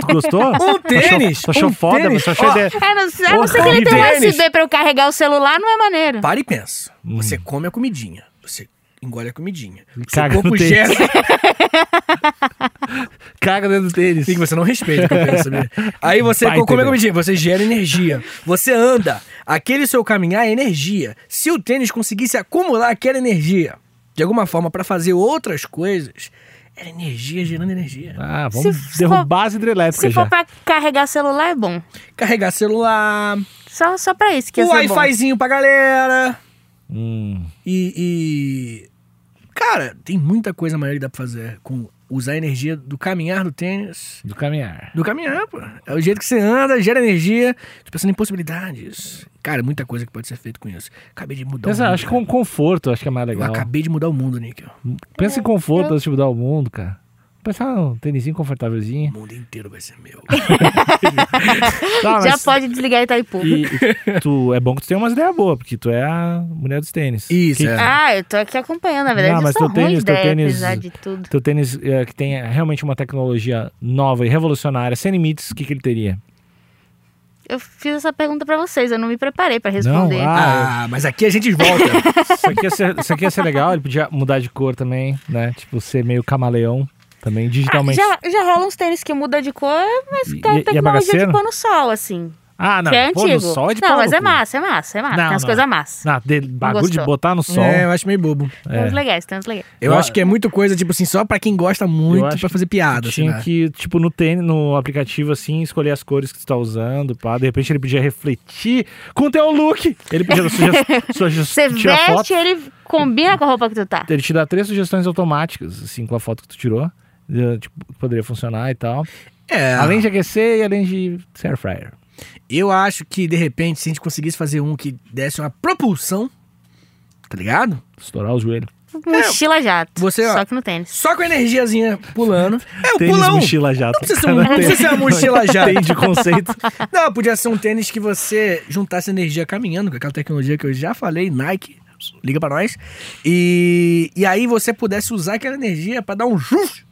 [SPEAKER 2] Tu gostou?
[SPEAKER 4] Um tênis!
[SPEAKER 2] Tu achou
[SPEAKER 4] um
[SPEAKER 2] foda,
[SPEAKER 4] tênis.
[SPEAKER 2] mas tu achou
[SPEAKER 4] Ó,
[SPEAKER 2] ideia.
[SPEAKER 3] É, não, sei- a não
[SPEAKER 2] Porra,
[SPEAKER 3] ser que ele
[SPEAKER 2] de
[SPEAKER 3] tem um
[SPEAKER 4] tênis.
[SPEAKER 3] USB pra eu carregar o celular, não é maneiro.
[SPEAKER 4] Para e pensa.
[SPEAKER 2] Hum.
[SPEAKER 4] Você come a comidinha. Você engole a comidinha. O seu
[SPEAKER 2] caga no
[SPEAKER 4] corpo
[SPEAKER 2] tênis.
[SPEAKER 4] gera...
[SPEAKER 2] Caga dentro do tênis.
[SPEAKER 4] Sim, que você não respeita o que eu penso, sabia? Aí você é
[SPEAKER 2] Vai
[SPEAKER 4] come a
[SPEAKER 2] entender.
[SPEAKER 4] comidinha, você gera energia. Você anda. Aquele seu caminhar é energia. Se o tênis conseguisse acumular aquela energia de alguma forma pra fazer outras coisas, era energia gerando energia.
[SPEAKER 2] Ah, vamos
[SPEAKER 3] Se for-
[SPEAKER 2] derrubar as hidrelétricas
[SPEAKER 3] Se
[SPEAKER 2] já.
[SPEAKER 3] for pra carregar celular, é bom.
[SPEAKER 4] Carregar celular,
[SPEAKER 3] Só, só pra isso que ia
[SPEAKER 4] o
[SPEAKER 3] ser bom.
[SPEAKER 4] Wi-Fizinho pra galera.
[SPEAKER 2] Hum.
[SPEAKER 4] E, e- Cara, tem muita coisa maior que dá pra fazer com usar a energia do caminhar do tênis.
[SPEAKER 2] Do caminhar.
[SPEAKER 4] Do caminhar, pô. É o jeito que você anda, gera energia. Tô pensando em possibilidades. Cara, muita coisa que pode ser feita com isso. Acabei de mudar o
[SPEAKER 2] Pensa,
[SPEAKER 4] mundo. né?
[SPEAKER 2] acho que com conforto, acho que é mais
[SPEAKER 4] Eu
[SPEAKER 2] legal.
[SPEAKER 4] acabei de mudar o mundo, Níquel.
[SPEAKER 2] Pensa em conforto antes de mudar o mundo, cara. Pensar num tênisinho confortávelzinho.
[SPEAKER 4] O mundo inteiro vai ser meu.
[SPEAKER 2] Ah, Tá,
[SPEAKER 3] Já
[SPEAKER 2] mas-
[SPEAKER 3] pode desligar Itaipu.
[SPEAKER 2] E, e tu, é bom que tu tenha umas ideias boas, porque tu é a mulher dos tênis.
[SPEAKER 4] Isso,
[SPEAKER 2] que,
[SPEAKER 4] é.
[SPEAKER 3] Ah, eu tô aqui acompanhando, na verdade.
[SPEAKER 2] Não, mas
[SPEAKER 3] eu sou
[SPEAKER 2] teu
[SPEAKER 3] ruim
[SPEAKER 2] tênis-
[SPEAKER 3] de
[SPEAKER 2] teu
[SPEAKER 3] ideia,
[SPEAKER 2] tênis-
[SPEAKER 3] apesar de tudo.
[SPEAKER 2] Teu tênis é, que tenha realmente uma tecnologia nova e revolucionária, sem limites, o que, que ele teria?
[SPEAKER 3] Eu fiz essa pergunta pra vocês, eu não me preparei pra responder.
[SPEAKER 2] ah,
[SPEAKER 4] Ah, mas aqui a gente volta.
[SPEAKER 2] Isso aqui, ia ser, isso aqui ia ser legal, ele podia mudar de cor também, né? Tipo, ser meio camaleão
[SPEAKER 3] Ah,
[SPEAKER 2] também, digitalmente.
[SPEAKER 3] já, já rola uns tênis que muda de cor, mas
[SPEAKER 2] E-
[SPEAKER 3] que é
[SPEAKER 2] e é
[SPEAKER 3] tecnologia
[SPEAKER 2] bagaceiro?
[SPEAKER 3] de pano sol, assim.
[SPEAKER 2] Ah, não.
[SPEAKER 3] que é
[SPEAKER 2] pô,
[SPEAKER 3] antigo.
[SPEAKER 2] no sol é de
[SPEAKER 3] não,
[SPEAKER 2] pau
[SPEAKER 3] mas
[SPEAKER 2] no
[SPEAKER 3] é
[SPEAKER 2] cu.
[SPEAKER 3] massa, é massa, é massa.
[SPEAKER 2] Não,
[SPEAKER 3] tem umas
[SPEAKER 2] não.
[SPEAKER 3] coisas massa.
[SPEAKER 2] Ah, de- bagulho de
[SPEAKER 3] gostou.
[SPEAKER 2] botar no sol.
[SPEAKER 4] É, eu acho meio bobo.
[SPEAKER 3] Tem uns legais, tem uns legais.
[SPEAKER 4] Eu
[SPEAKER 2] Eu
[SPEAKER 4] acho que é muito coisa, tipo assim, só pra quem gosta muito
[SPEAKER 2] acho
[SPEAKER 4] pra fazer piada, assim,
[SPEAKER 2] Tinha
[SPEAKER 4] né?
[SPEAKER 2] que, tipo, no tênis, no aplicativo, assim, escolher as cores que tu tá usando, pá. De repente ele podia refletir com o teu look. Ele podia
[SPEAKER 3] Você
[SPEAKER 2] sugerir, tirar foto.
[SPEAKER 3] veste, ele combina com a roupa que tu tá.
[SPEAKER 2] Ele te dá três sugestões automáticas, assim, com a foto que tu tirou. eh, Tipo, que poderia funcionar e tal.
[SPEAKER 4] É,
[SPEAKER 2] Além de aquecer e além de ser air fryer.
[SPEAKER 4] eu acho que, de repente, se a gente conseguisse fazer um que desse uma propulsão, tá ligado?
[SPEAKER 2] Estourar os joelhos.
[SPEAKER 3] Mochila jato.
[SPEAKER 4] Você, ó,
[SPEAKER 3] só que no tênis.
[SPEAKER 4] Só com a energiazinha pulando. É, o
[SPEAKER 2] Tênis,
[SPEAKER 4] pulão.
[SPEAKER 2] mochila jato.
[SPEAKER 4] Não precisa ser, um, não precisa ser uma mochila já.
[SPEAKER 2] Tem de conceito. É
[SPEAKER 4] Não, podia ser um tênis que você juntasse energia caminhando, com aquela tecnologia que eu já falei, Nike, liga pra nós. E, e aí você pudesse usar aquela energia pra dar um juf.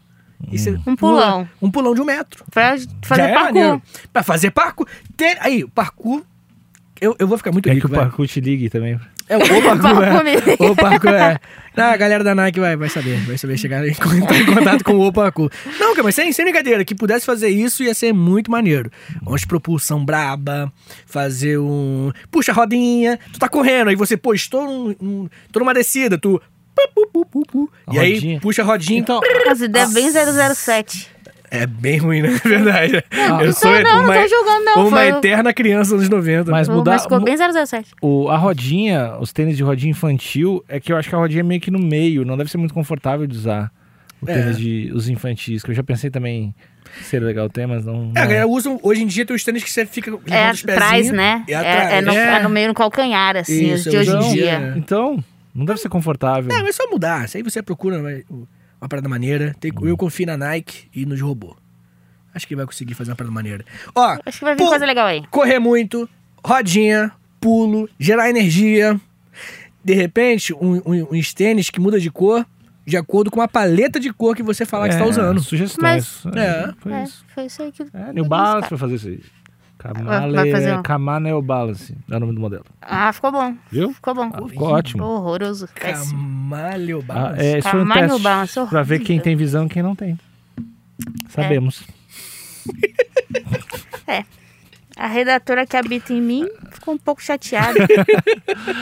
[SPEAKER 4] e você
[SPEAKER 3] Um
[SPEAKER 4] pula-
[SPEAKER 3] pulão.
[SPEAKER 4] Um pulão de um metro.
[SPEAKER 3] Pra
[SPEAKER 4] Já
[SPEAKER 3] fazer
[SPEAKER 4] é
[SPEAKER 3] parkour.
[SPEAKER 4] maneiro. Pra fazer parkour. Ter, aí, o parkour. Eu, eu vou ficar muito
[SPEAKER 2] É que
[SPEAKER 4] rico,
[SPEAKER 2] o
[SPEAKER 4] velho.
[SPEAKER 2] parkour te ligue também.
[SPEAKER 4] É o parkour,
[SPEAKER 3] Parkour
[SPEAKER 4] é.
[SPEAKER 3] mesmo.
[SPEAKER 4] O parkour é. Não, a galera da Nike vai, vai saber, vai saber chegar em contato, em contato com o parkour. Não, cara, mas sem, sem brincadeira, que pudesse fazer isso ia ser muito maneiro. Umas propulsão braba, fazer um. Puxa a rodinha, tu tá correndo, aí você, pô, estou num, num- tô numa descida, tu. pu, pu, pu, pu, pu,
[SPEAKER 2] A
[SPEAKER 4] e aí
[SPEAKER 2] rodinha.
[SPEAKER 4] puxa a rodinha. Então,
[SPEAKER 3] As ideias bem 007.
[SPEAKER 4] é bem ruim, né? É verdade.
[SPEAKER 3] não tô, não, não tô julgando, não.
[SPEAKER 4] uma
[SPEAKER 3] Foi-
[SPEAKER 4] eterna criança dos 90.
[SPEAKER 2] Mas
[SPEAKER 3] Mas,
[SPEAKER 2] mudar.
[SPEAKER 3] ficou bem 007.
[SPEAKER 2] O, a rodinha, os tênis de rodinha infantil, é que eu acho que a rodinha é meio que no meio, não deve ser muito confortável de usar. O
[SPEAKER 4] É.
[SPEAKER 2] tênis de os infantis, que eu já pensei também ser legal o tema, mas não.
[SPEAKER 4] É, a
[SPEAKER 2] não
[SPEAKER 4] galera usa, hoje em dia tem os tênis que você fica levando
[SPEAKER 3] É
[SPEAKER 4] os pezinhos.
[SPEAKER 3] atrás, né? É,
[SPEAKER 4] atrás.
[SPEAKER 3] é no, é no meio no calcanhar, assim,
[SPEAKER 4] Isso,
[SPEAKER 3] os de hoje
[SPEAKER 4] então,
[SPEAKER 3] em dia.
[SPEAKER 4] é.
[SPEAKER 2] Então, não deve ser confortável.
[SPEAKER 4] É, mas só mudar. Isso aí você procura vai, uma parada maneira. Tem-
[SPEAKER 2] Uhum.
[SPEAKER 4] eu confio na Nike e nos robô. Acho que vai conseguir fazer uma parada maneira. Ó,
[SPEAKER 3] Acho que vai vir
[SPEAKER 4] pô,
[SPEAKER 3] coisa legal aí.
[SPEAKER 4] correr muito, rodinha, pulo, gerar energia. De repente, um, um- uns tênis que muda de cor de acordo com a paleta de cor que você falar que
[SPEAKER 2] É,
[SPEAKER 4] está usando.
[SPEAKER 2] Sugestões.
[SPEAKER 4] É.
[SPEAKER 2] Foi
[SPEAKER 3] É,
[SPEAKER 2] isso.
[SPEAKER 3] foi isso aí que.
[SPEAKER 2] É,
[SPEAKER 3] que eu
[SPEAKER 2] New
[SPEAKER 3] quis,
[SPEAKER 2] Balance
[SPEAKER 3] cara.
[SPEAKER 2] vai fazer isso aí.
[SPEAKER 3] Vai- vai fazer
[SPEAKER 2] Kamale,
[SPEAKER 3] um-
[SPEAKER 2] Kama Neo Balance é o nome do modelo.
[SPEAKER 3] Ah, ficou bom.
[SPEAKER 2] Viu?
[SPEAKER 3] Ficou bom.
[SPEAKER 2] Ah, ficou ótimo.
[SPEAKER 3] Horroroso. péssimo.
[SPEAKER 4] Camalho
[SPEAKER 2] Ah,
[SPEAKER 4] Balance.
[SPEAKER 2] é, isso foi um
[SPEAKER 3] Kama Neo
[SPEAKER 2] teste
[SPEAKER 3] Balance,
[SPEAKER 2] pra ver quem
[SPEAKER 3] horrível.
[SPEAKER 2] tem visão e quem não tem. Sabemos.
[SPEAKER 3] A redatora que habita em mim ficou um pouco chateada.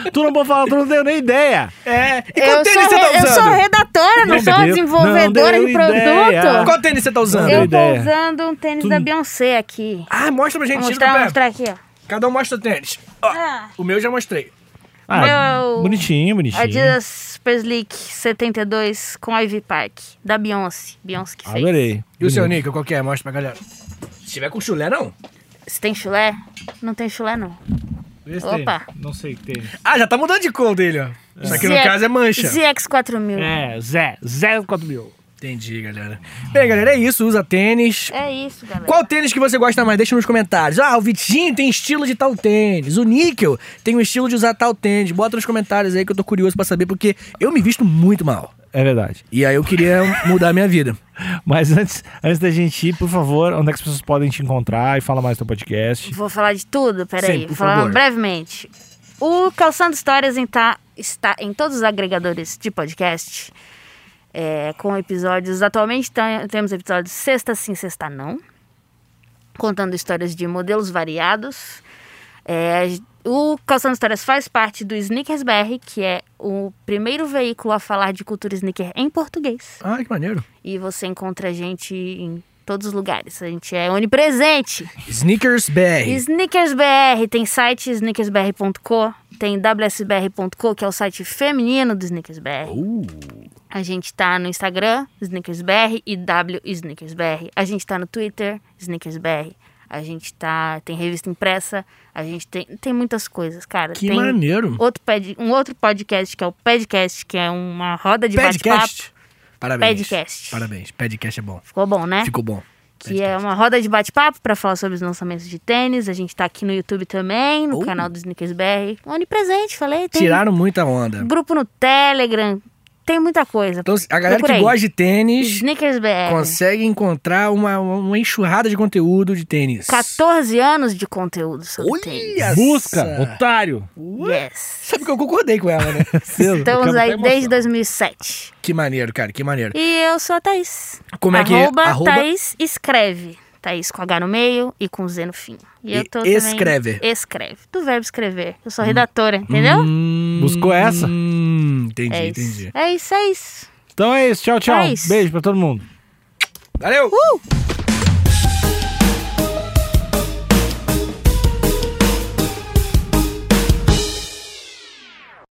[SPEAKER 3] É.
[SPEAKER 2] Tu não pode falar, tu não deu nem ideia.
[SPEAKER 4] É, E qual
[SPEAKER 3] eu,
[SPEAKER 4] tênis
[SPEAKER 3] sou
[SPEAKER 4] você
[SPEAKER 3] re-
[SPEAKER 4] tá
[SPEAKER 3] eu sou
[SPEAKER 4] usando?
[SPEAKER 3] redatora, não,
[SPEAKER 2] Não
[SPEAKER 3] sou
[SPEAKER 2] deu-
[SPEAKER 3] desenvolvedora
[SPEAKER 2] não
[SPEAKER 3] de
[SPEAKER 2] deu ideia.
[SPEAKER 3] produto.
[SPEAKER 4] Qual tênis você tá usando?
[SPEAKER 2] deu
[SPEAKER 3] Eu tô
[SPEAKER 2] ideia.
[SPEAKER 3] usando um tênis
[SPEAKER 2] Tu-
[SPEAKER 3] da Beyoncé aqui.
[SPEAKER 4] Ah, mostra pra gente.
[SPEAKER 3] Vou mostrar,
[SPEAKER 4] tira do pé.
[SPEAKER 3] mostrar aqui, ó.
[SPEAKER 4] Cada um mostra o tênis. Ó,
[SPEAKER 3] Ah.
[SPEAKER 4] O meu já mostrei.
[SPEAKER 2] Ah,
[SPEAKER 3] Meu-
[SPEAKER 2] bonitinho, bonitinho.
[SPEAKER 3] Adidas Super Slick 72 com Ivy Park, da Beyoncé. Beyoncé
[SPEAKER 2] Ah,
[SPEAKER 3] que fez.
[SPEAKER 2] Adorei.
[SPEAKER 4] E o seu Nico, qual que é? Mostra pra galera. Se tiver com chulé, não.
[SPEAKER 3] Se tem chulé? Não tem chulé, não.
[SPEAKER 2] Esse
[SPEAKER 3] Opa.
[SPEAKER 2] tênis, Não sei que tênis.
[SPEAKER 4] Ah, já tá mudando de cor dele, ó. Isso aqui no
[SPEAKER 3] ZX
[SPEAKER 4] caso é mancha.
[SPEAKER 3] ZX4000.
[SPEAKER 2] É, Zé, Zé 4 mil.
[SPEAKER 4] Entendi, galera. Bem, galera, é isso. Usa tênis.
[SPEAKER 3] É isso, galera.
[SPEAKER 4] Qual tênis que você gosta mais? Deixa nos comentários. Ah, o Vitinho tem estilo de tal tênis. O Níquel tem o estilo de usar tal tênis. Bota nos comentários aí que eu tô curioso pra saber, porque eu me visto muito mal.
[SPEAKER 2] É verdade.
[SPEAKER 4] E aí eu queria mudar a minha vida.
[SPEAKER 2] Mas antes, antes da gente ir, por favor, onde é que as pessoas podem te encontrar e fala mais do teu podcast?
[SPEAKER 3] Vou falar de tudo, peraí.
[SPEAKER 4] Sim, por
[SPEAKER 3] Vou falar
[SPEAKER 4] favor.
[SPEAKER 3] brevemente. O Calçando Histórias em tá- está em todos os agregadores de podcast. é, com episódios. Atualmente tem- temos episódios Sexta Sim, Sexta Não. Contando histórias de modelos variados. É, o Calçando Histórias faz parte do Sneakers BR, que é o primeiro veículo a falar de cultura sneaker em português.
[SPEAKER 4] Ah, que maneiro.
[SPEAKER 3] E você encontra a gente em todos os lugares. A gente é onipresente.
[SPEAKER 4] Sneakers BR.
[SPEAKER 3] Sneakers BR, tem site sneakersbr.co, tem wsbr.co, que é o site feminino do Sneakers BR.
[SPEAKER 4] Uh,
[SPEAKER 3] A gente tá no Instagram, SneakersBR e W SneakersBR. A gente tá no Twitter, SneakersBR. A gente tá, tem revista impressa, a gente tem, tem muitas coisas, cara.
[SPEAKER 4] que
[SPEAKER 3] tem
[SPEAKER 4] maneiro.
[SPEAKER 3] outro pad, um outro podcast, que é o Podcast, que é uma roda de bate-papo.
[SPEAKER 4] Podcast? Parabéns.
[SPEAKER 3] Padcast.
[SPEAKER 4] Parabéns. Podcast é bom.
[SPEAKER 3] Ficou bom, né?
[SPEAKER 4] Ficou bom.
[SPEAKER 3] Que é uma roda de bate-papo para falar sobre os lançamentos de tênis. A gente tá aqui no YouTube também, no
[SPEAKER 4] Oh.
[SPEAKER 3] canal do Sneakers BR. Onipresente, falei. Tem
[SPEAKER 4] Tiraram muita onda.
[SPEAKER 3] grupo no Telegram. Tem muita coisa.
[SPEAKER 4] Então, a galera
[SPEAKER 3] Procura
[SPEAKER 4] que
[SPEAKER 3] aí.
[SPEAKER 4] gosta de tênis
[SPEAKER 3] Sneakers BR.
[SPEAKER 4] consegue encontrar uma, uma enxurrada de conteúdo de tênis.
[SPEAKER 3] 14 anos de conteúdo sobre tênis.
[SPEAKER 4] Olha
[SPEAKER 2] Busca,
[SPEAKER 4] essa.
[SPEAKER 2] otário.
[SPEAKER 3] Yes.
[SPEAKER 4] Sabe que eu concordei com ela, né?
[SPEAKER 3] Estamos aí desde 2007.
[SPEAKER 4] que maneiro, cara, que maneiro.
[SPEAKER 3] E eu sou a Thaís.
[SPEAKER 4] Como é que é?
[SPEAKER 3] Arroba
[SPEAKER 4] Arroba-
[SPEAKER 3] Thaís Escreve. Thaís com H no meio e com Z no fim. E, eu
[SPEAKER 4] E
[SPEAKER 3] tô também-
[SPEAKER 4] escreve.
[SPEAKER 3] Escreve. Do verbo escrever. Eu sou redatora, entendeu?
[SPEAKER 2] Buscou essa?
[SPEAKER 4] Hum, entendi,
[SPEAKER 3] é, isso.
[SPEAKER 4] entendi.
[SPEAKER 3] é isso, é isso.
[SPEAKER 2] Então é isso. Tchau, tchau.
[SPEAKER 3] É isso.
[SPEAKER 2] Beijo pra todo mundo.
[SPEAKER 3] Uh!
[SPEAKER 4] Valeu!